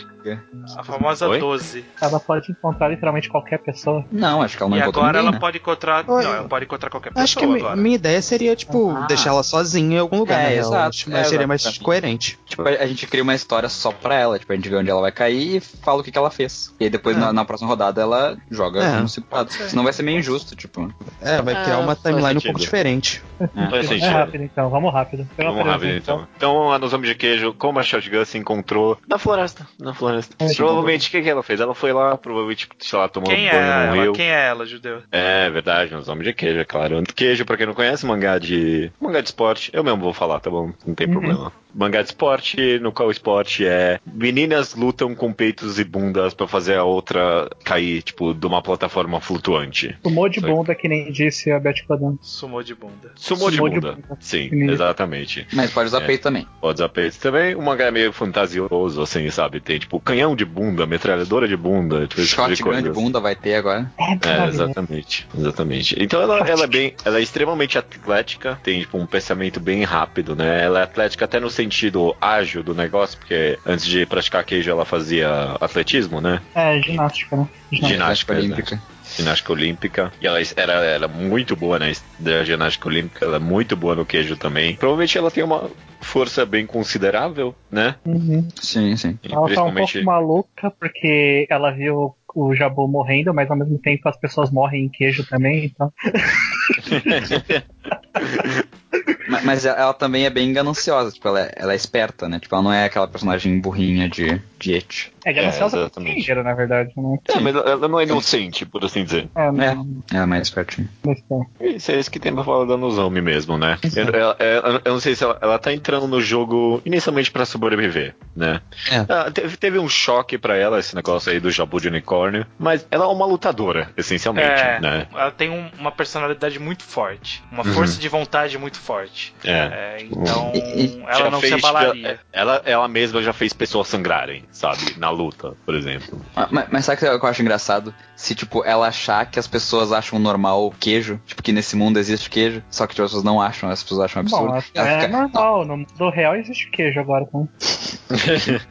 [SPEAKER 4] A famosa
[SPEAKER 1] Oi?
[SPEAKER 4] 12.
[SPEAKER 2] Ela pode encontrar literalmente qualquer pessoa.
[SPEAKER 3] Não, acho que ela não
[SPEAKER 4] e
[SPEAKER 3] encontrou
[SPEAKER 4] agora
[SPEAKER 3] ninguém,
[SPEAKER 4] ela
[SPEAKER 3] né?
[SPEAKER 4] pode encontrar.
[SPEAKER 5] Oi.
[SPEAKER 4] Não, ela pode encontrar qualquer pessoa
[SPEAKER 5] Acho que mi-
[SPEAKER 4] agora.
[SPEAKER 5] minha ideia seria, tipo,
[SPEAKER 3] Ah.
[SPEAKER 5] deixar ela sozinha em algum lugar,
[SPEAKER 3] É,
[SPEAKER 5] na real.
[SPEAKER 3] exato.
[SPEAKER 5] Acho-
[SPEAKER 3] É,
[SPEAKER 5] mas seria
[SPEAKER 3] exato,
[SPEAKER 5] mais
[SPEAKER 3] pra mim.
[SPEAKER 5] coerente.
[SPEAKER 3] Tipo, a a gente cria uma história só pra ela, tipo, a gente vê onde ela vai cair e fala o que, que ela fez. E aí depois,
[SPEAKER 5] É.
[SPEAKER 3] na, na próxima rodada, ela joga
[SPEAKER 5] É.
[SPEAKER 3] como se pode. Senão vai ser meio injusto, tipo.
[SPEAKER 5] É, vai criar uma timeline um pouco
[SPEAKER 1] sentido.
[SPEAKER 5] diferente.
[SPEAKER 1] Faz
[SPEAKER 2] É
[SPEAKER 1] sentido.
[SPEAKER 2] rápido então, vamos rápido. Eu
[SPEAKER 1] Vamos
[SPEAKER 2] apresento,
[SPEAKER 1] rápido então. Então a Nozomi de Queijo, como a Shotgun se encontrou tipo, na floresta. Na floresta.
[SPEAKER 2] É,
[SPEAKER 1] provavelmente o que, que ela fez? Ela foi lá, provavelmente, sei lá, tomou
[SPEAKER 4] Quem
[SPEAKER 1] um
[SPEAKER 4] é
[SPEAKER 1] banho num
[SPEAKER 4] ela?
[SPEAKER 1] rio.
[SPEAKER 4] Quem é ela, judeu?
[SPEAKER 1] É verdade, Nozomi de Queijo, é claro. Queijo, pra quem não conhece, mangá de. mangá de esporte, eu mesmo vou falar, tá bom? Não tem
[SPEAKER 2] Uhum.
[SPEAKER 1] problema. Mangá de esporte, no qual o esporte é. Meninas lutam com peitos e bundas pra fazer a outra cair, tipo, de uma plataforma flutuante.
[SPEAKER 2] Sumou de
[SPEAKER 1] Sorry.
[SPEAKER 2] bunda, que nem disse a Beth Codan.
[SPEAKER 4] Sumou de bunda.
[SPEAKER 1] Sumou,
[SPEAKER 2] Sumou
[SPEAKER 1] de
[SPEAKER 2] de
[SPEAKER 1] bunda.
[SPEAKER 2] bunda.
[SPEAKER 1] Sim,
[SPEAKER 2] Menina.
[SPEAKER 1] exatamente.
[SPEAKER 3] Mas pode usar
[SPEAKER 1] É.
[SPEAKER 3] peito também.
[SPEAKER 1] WhatsApp também. O mangá é meio fantasioso, assim, sabe? Tem, tipo, canhão de bunda, metralhadora de bunda, tipo, esse tipo de
[SPEAKER 3] Shotgun
[SPEAKER 1] coisa.
[SPEAKER 3] de bunda vai ter agora.
[SPEAKER 2] É,
[SPEAKER 1] É,
[SPEAKER 2] maravilhoso.
[SPEAKER 1] exatamente, exatamente. Então ela, ela é bem, ela é extremamente atlética, tem tipo um pensamento bem rápido, né? Ela é atlética até no sentido ágil do negócio, porque antes de praticar queijo ela fazia atletismo, né?
[SPEAKER 2] É, ginástica, né? Ginástica.
[SPEAKER 1] Ginástica,
[SPEAKER 4] é
[SPEAKER 1] né?
[SPEAKER 3] é olímpica.
[SPEAKER 1] ginástica olímpica. E ela era, era muito boa na his- da ginástica olímpica, ela é muito boa no queijo também. Provavelmente ela tem uma força bem considerável, né?
[SPEAKER 2] Uhum.
[SPEAKER 3] Sim, sim.
[SPEAKER 1] E
[SPEAKER 2] Ela tá um pouco maluca porque ela viu o Jabu morrendo, mas ao mesmo tempo as pessoas morrem em queijo também, então.
[SPEAKER 3] Ma- Mas ela- ela também é bem gananciosa, tipo, ela é, ela é esperta, né? Tipo, ela não é aquela personagem burrinha de, de et.
[SPEAKER 2] É gananciosa
[SPEAKER 1] É,
[SPEAKER 2] é,
[SPEAKER 1] exatamente.
[SPEAKER 2] dinheiro, na verdade, né?
[SPEAKER 1] É, mas ela não é inocente, por assim dizer.
[SPEAKER 2] É, não,
[SPEAKER 3] É.
[SPEAKER 2] não
[SPEAKER 3] Ela é mais espertinha.
[SPEAKER 2] sei.
[SPEAKER 1] Isso é isso que tem pra falar da Nozomi mesmo, né? Eu, eu- eu- eu não sei se ela, ela tá entrando no jogo inicialmente pra sobreviver, né?
[SPEAKER 5] É.
[SPEAKER 1] Ela teve, teve um choque pra ela, esse negócio aí do jabu de unicórnio, mas ela é uma lutadora, essencialmente,
[SPEAKER 4] É,
[SPEAKER 1] né?
[SPEAKER 4] ela tem um- uma personalidade muito forte, uma
[SPEAKER 3] Uhum.
[SPEAKER 4] força de vontade muito forte.
[SPEAKER 1] É.
[SPEAKER 4] É, então,
[SPEAKER 3] Tipo, E- tipo,
[SPEAKER 1] Já
[SPEAKER 4] ela não se
[SPEAKER 1] fez-
[SPEAKER 4] abalaria.
[SPEAKER 1] já- ela, ela mesma já fez pessoas sangrarem, sabe? Na luta, por exemplo.
[SPEAKER 3] Ah, Mas, mas sabe o que eu acho engraçado? Se, tipo, ela achar que as pessoas acham normal o queijo, tipo, que nesse mundo existe queijo, só que tipo, as pessoas não acham, as pessoas acham absurdo.
[SPEAKER 2] Bom,
[SPEAKER 3] ela
[SPEAKER 2] é
[SPEAKER 3] fica-
[SPEAKER 2] normal, no mundo real existe queijo agora, então.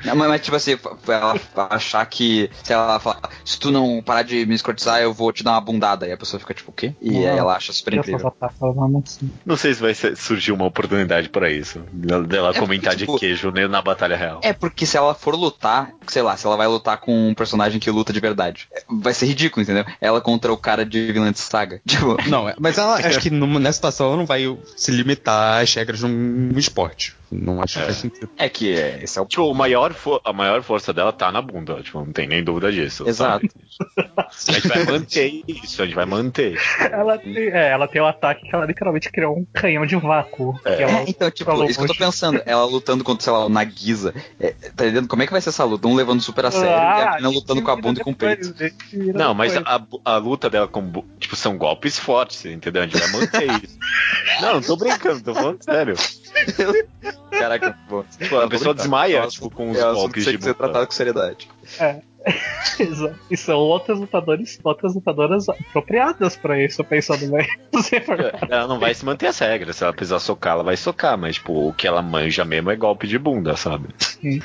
[SPEAKER 3] Não, mas, mas, tipo assim, ela achar que, se ela falar, se tu não parar de me escrotizar, eu vou te dar uma bundada. E a pessoa fica tipo, o quê? E aí
[SPEAKER 2] Não.
[SPEAKER 3] ela acha
[SPEAKER 2] Eu
[SPEAKER 3] super
[SPEAKER 2] sou
[SPEAKER 3] incrível.
[SPEAKER 2] Zapata, ela não sei.
[SPEAKER 1] Não sei se vai ser- surgir uma oportunidade pra isso. Dela dela
[SPEAKER 3] É,
[SPEAKER 1] comentar
[SPEAKER 3] tipo-
[SPEAKER 1] de queijo né, na batalha real.
[SPEAKER 3] É porque se ela for lutar, sei lá, se ela vai lutar com um personagem que luta de verdade, vai ser ridículo, entendeu? Ela contra o cara de Vinland Saga. Tipo,
[SPEAKER 5] Não, é- mas ela acho que numa- nessa situação ela não vai se limitar às regras de um esporte. Não acho que faz sentido.
[SPEAKER 3] é que é, esse é o
[SPEAKER 1] Tipo, o maior fo- a maior força dela tá na bunda, tipo, não tem nem dúvida disso.
[SPEAKER 3] Exato.
[SPEAKER 1] sabe? A gente vai manter isso, a gente vai manter.
[SPEAKER 2] Ela tem, é, ela tem um ataque que ela literalmente criou um canhão de vácuo. que ela-
[SPEAKER 3] É, então, tipo,
[SPEAKER 2] falou
[SPEAKER 3] isso que eu tô
[SPEAKER 2] hoje.
[SPEAKER 3] pensando. Ela lutando contra, sei lá, o Nagisa. É, tá entendendo? Como é que vai ser essa luta? Um levando super a sério e a
[SPEAKER 2] Ah,
[SPEAKER 3] menina lutando com a bunda e com o peito.
[SPEAKER 2] depois, gente, vira
[SPEAKER 1] Não, mas
[SPEAKER 2] depois.
[SPEAKER 1] a, a luta dela com. bu- Tipo, são golpes fortes, entendeu? A gente vai manter isso. Não, não tô brincando, tô falando sério.
[SPEAKER 3] Caraca, bom.
[SPEAKER 1] Tipo, a pessoa desmaia, tipo, com os
[SPEAKER 3] é um assunto que
[SPEAKER 1] golpes
[SPEAKER 3] tem
[SPEAKER 1] de
[SPEAKER 3] que ser
[SPEAKER 1] bunda.
[SPEAKER 3] tratado com seriedade.
[SPEAKER 2] Exato. E são outras lutadoras, outras lutadoras apropriadas pra isso, pensando bem. Você for-
[SPEAKER 1] Ela não vai se manter as regras. Se ela precisar socar, ela vai socar, mas, tipo, o que ela manja mesmo é golpe de bunda, sabe?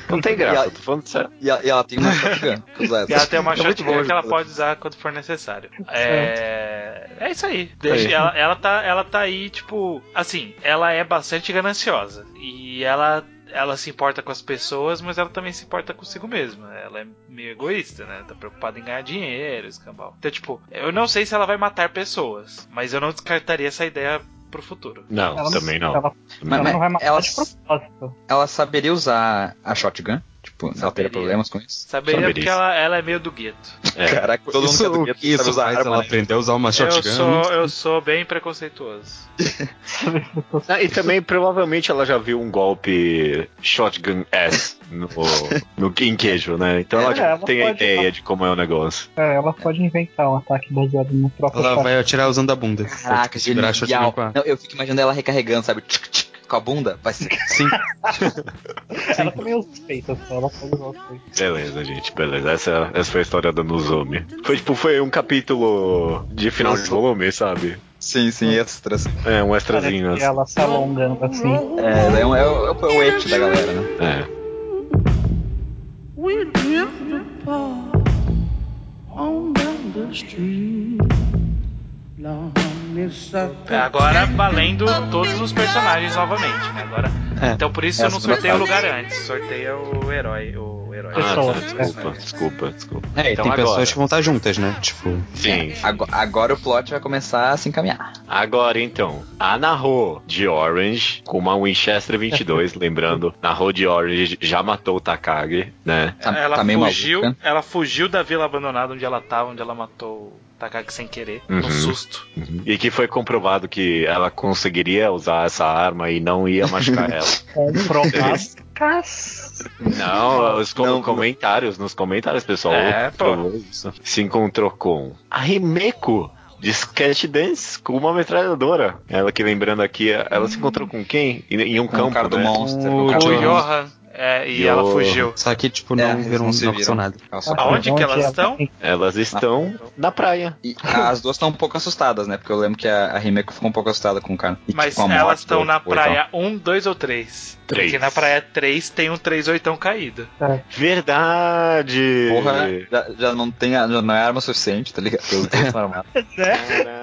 [SPEAKER 1] Não tem graça, tô falando sério.
[SPEAKER 3] E ela, e ela tem uma shotgun. pra usar essa.
[SPEAKER 4] E ela tem uma
[SPEAKER 3] É muito bom,
[SPEAKER 4] shotgun que ela
[SPEAKER 3] gente.
[SPEAKER 4] pode usar quando for necessário. É, é isso aí. Deixa- Ela, ela tá, ela tá aí, tipo. Assim, ela é bastante gananciosa. E ela. Ela se importa com as pessoas, mas ela também se importa consigo mesma. Ela é meio egoísta, né? Tá preocupada em ganhar dinheiro, escambau. Então, tipo, eu não sei se ela vai matar pessoas, mas eu não descartaria essa ideia pro futuro.
[SPEAKER 1] Não, também não.
[SPEAKER 2] Ela,
[SPEAKER 1] Também
[SPEAKER 2] ela
[SPEAKER 3] mas
[SPEAKER 1] não.
[SPEAKER 2] não vai matar
[SPEAKER 3] ela-
[SPEAKER 2] de propósito.
[SPEAKER 3] Ela saberia usar a shotgun? Tipo, ela
[SPEAKER 4] Saberia.
[SPEAKER 3] teria problemas com isso?
[SPEAKER 4] Saberia
[SPEAKER 1] Saberia
[SPEAKER 4] porque
[SPEAKER 1] isso.
[SPEAKER 4] ela, ela é meio do gueto.
[SPEAKER 1] É.
[SPEAKER 3] Caraca, todo
[SPEAKER 5] isso,
[SPEAKER 3] mundo
[SPEAKER 5] o
[SPEAKER 3] quer do
[SPEAKER 5] que
[SPEAKER 3] gueto, sabe
[SPEAKER 5] isso
[SPEAKER 3] usar
[SPEAKER 5] faz
[SPEAKER 3] arma,
[SPEAKER 5] ela
[SPEAKER 3] né?
[SPEAKER 5] aprender a usar uma
[SPEAKER 4] Eu
[SPEAKER 5] shotgun? é
[SPEAKER 4] sou, eu sou bem preconceituoso.
[SPEAKER 1] Ah, e também provavelmente ela já viu um golpe shotgun ass no, no em queijo, né? Então ela,
[SPEAKER 2] É,
[SPEAKER 1] tipo,
[SPEAKER 2] ela
[SPEAKER 1] tem a
[SPEAKER 2] pode-
[SPEAKER 1] ideia de como é o negócio.
[SPEAKER 2] É, ela pode inventar um ataque baseado no próprio
[SPEAKER 5] Ela
[SPEAKER 2] ataque.
[SPEAKER 5] vai atirar usando a bunda.
[SPEAKER 3] Caraca,
[SPEAKER 5] Segurar a shotgun
[SPEAKER 3] genial.
[SPEAKER 5] com a-
[SPEAKER 3] Não, eu fico imaginando ela recarregando, sabe? Tchic, tchic, com a bunda. Vai ser
[SPEAKER 5] Sim.
[SPEAKER 2] Ela também usa os peitos, só, ela pode usar os peitos.
[SPEAKER 1] Beleza, gente, beleza. Essa, essa foi a história da Nozomi. Foi tipo, foi um capítulo de final de volume, sabe?
[SPEAKER 3] Sim, sim, extras.
[SPEAKER 1] É, um
[SPEAKER 2] Parece
[SPEAKER 1] extrazinho.
[SPEAKER 2] que ela se alongando assim.
[SPEAKER 3] É, é, um, é, o- é o et da galera, né?
[SPEAKER 1] É.
[SPEAKER 6] We drift apart on down the street. Long as I
[SPEAKER 4] É, Agora valendo todos os personagens novamente, né? Agora,
[SPEAKER 3] É.
[SPEAKER 4] então por isso eu não
[SPEAKER 3] Essa é a
[SPEAKER 4] sorteio o
[SPEAKER 3] fase.
[SPEAKER 4] lugar antes, sorteia o herói, o herói.
[SPEAKER 1] Ah,
[SPEAKER 2] Pessoal,
[SPEAKER 1] tá,
[SPEAKER 4] Os
[SPEAKER 1] desculpa,
[SPEAKER 4] personagens.
[SPEAKER 1] desculpa, desculpa.
[SPEAKER 3] É, e
[SPEAKER 1] Então
[SPEAKER 5] Tem
[SPEAKER 1] agora.
[SPEAKER 5] pessoas que vão estar juntas, né? Tipo,
[SPEAKER 2] É.
[SPEAKER 1] Sim.
[SPEAKER 3] Ago- Agora, o plot vai começar a se encaminhar.
[SPEAKER 1] Agora então, a Naho de Orange com uma Winchester 22, lembrando, Naho de Orange já matou o Takagi, né?
[SPEAKER 3] Tá,
[SPEAKER 4] Ela
[SPEAKER 3] tá meio
[SPEAKER 4] fugiu,
[SPEAKER 3] maluca.
[SPEAKER 4] ela fugiu da vila abandonada onde ela tava, onde ela matou o Takagi sem querer,
[SPEAKER 1] Uhum.
[SPEAKER 4] no susto.
[SPEAKER 1] E que foi comprovado que ela conseguiria usar essa arma e não ia machucar ela.
[SPEAKER 2] Comprovado. Cas-
[SPEAKER 1] Não, os com-
[SPEAKER 3] Não, não.
[SPEAKER 1] comentários, nos comentários, pessoal.
[SPEAKER 4] É, pô.
[SPEAKER 1] provou isso. Se encontrou com a Rimeko de Sketch Dance com uma metralhadora. Ela que lembrando aqui, ela se encontrou com quem? Em, em um
[SPEAKER 3] Com
[SPEAKER 1] campo,
[SPEAKER 3] o cara do
[SPEAKER 1] né?
[SPEAKER 3] monstro.
[SPEAKER 5] O
[SPEAKER 3] com
[SPEAKER 4] O
[SPEAKER 3] cara do
[SPEAKER 5] Johan.
[SPEAKER 3] monstro.
[SPEAKER 4] Johan, é, e
[SPEAKER 1] Yo.
[SPEAKER 4] ela fugiu.
[SPEAKER 5] só que, tipo,
[SPEAKER 3] É,
[SPEAKER 5] não
[SPEAKER 3] eles
[SPEAKER 5] viram,
[SPEAKER 3] não se
[SPEAKER 5] não
[SPEAKER 3] viram.
[SPEAKER 5] aconteceu nada.
[SPEAKER 3] Ela só-
[SPEAKER 4] Aonde que elas
[SPEAKER 2] ela-
[SPEAKER 4] estão?
[SPEAKER 1] Elas estão na praia.
[SPEAKER 3] E as duas estão um pouco assustadas, né? Porque eu lembro que a, a Himeko ficou um pouco assustada com o cara. E,
[SPEAKER 4] Mas
[SPEAKER 3] com a morte
[SPEAKER 4] elas
[SPEAKER 3] do-
[SPEAKER 4] estão na
[SPEAKER 3] do oitão.
[SPEAKER 4] praia 1, 2 ou 3?
[SPEAKER 1] Três.
[SPEAKER 4] Porque na praia 3 tem um 3 oitão caído.
[SPEAKER 1] Verdade!
[SPEAKER 3] Porra, já, já não tem a- já não é arma suficiente, tá ligado? Os dois estão armados.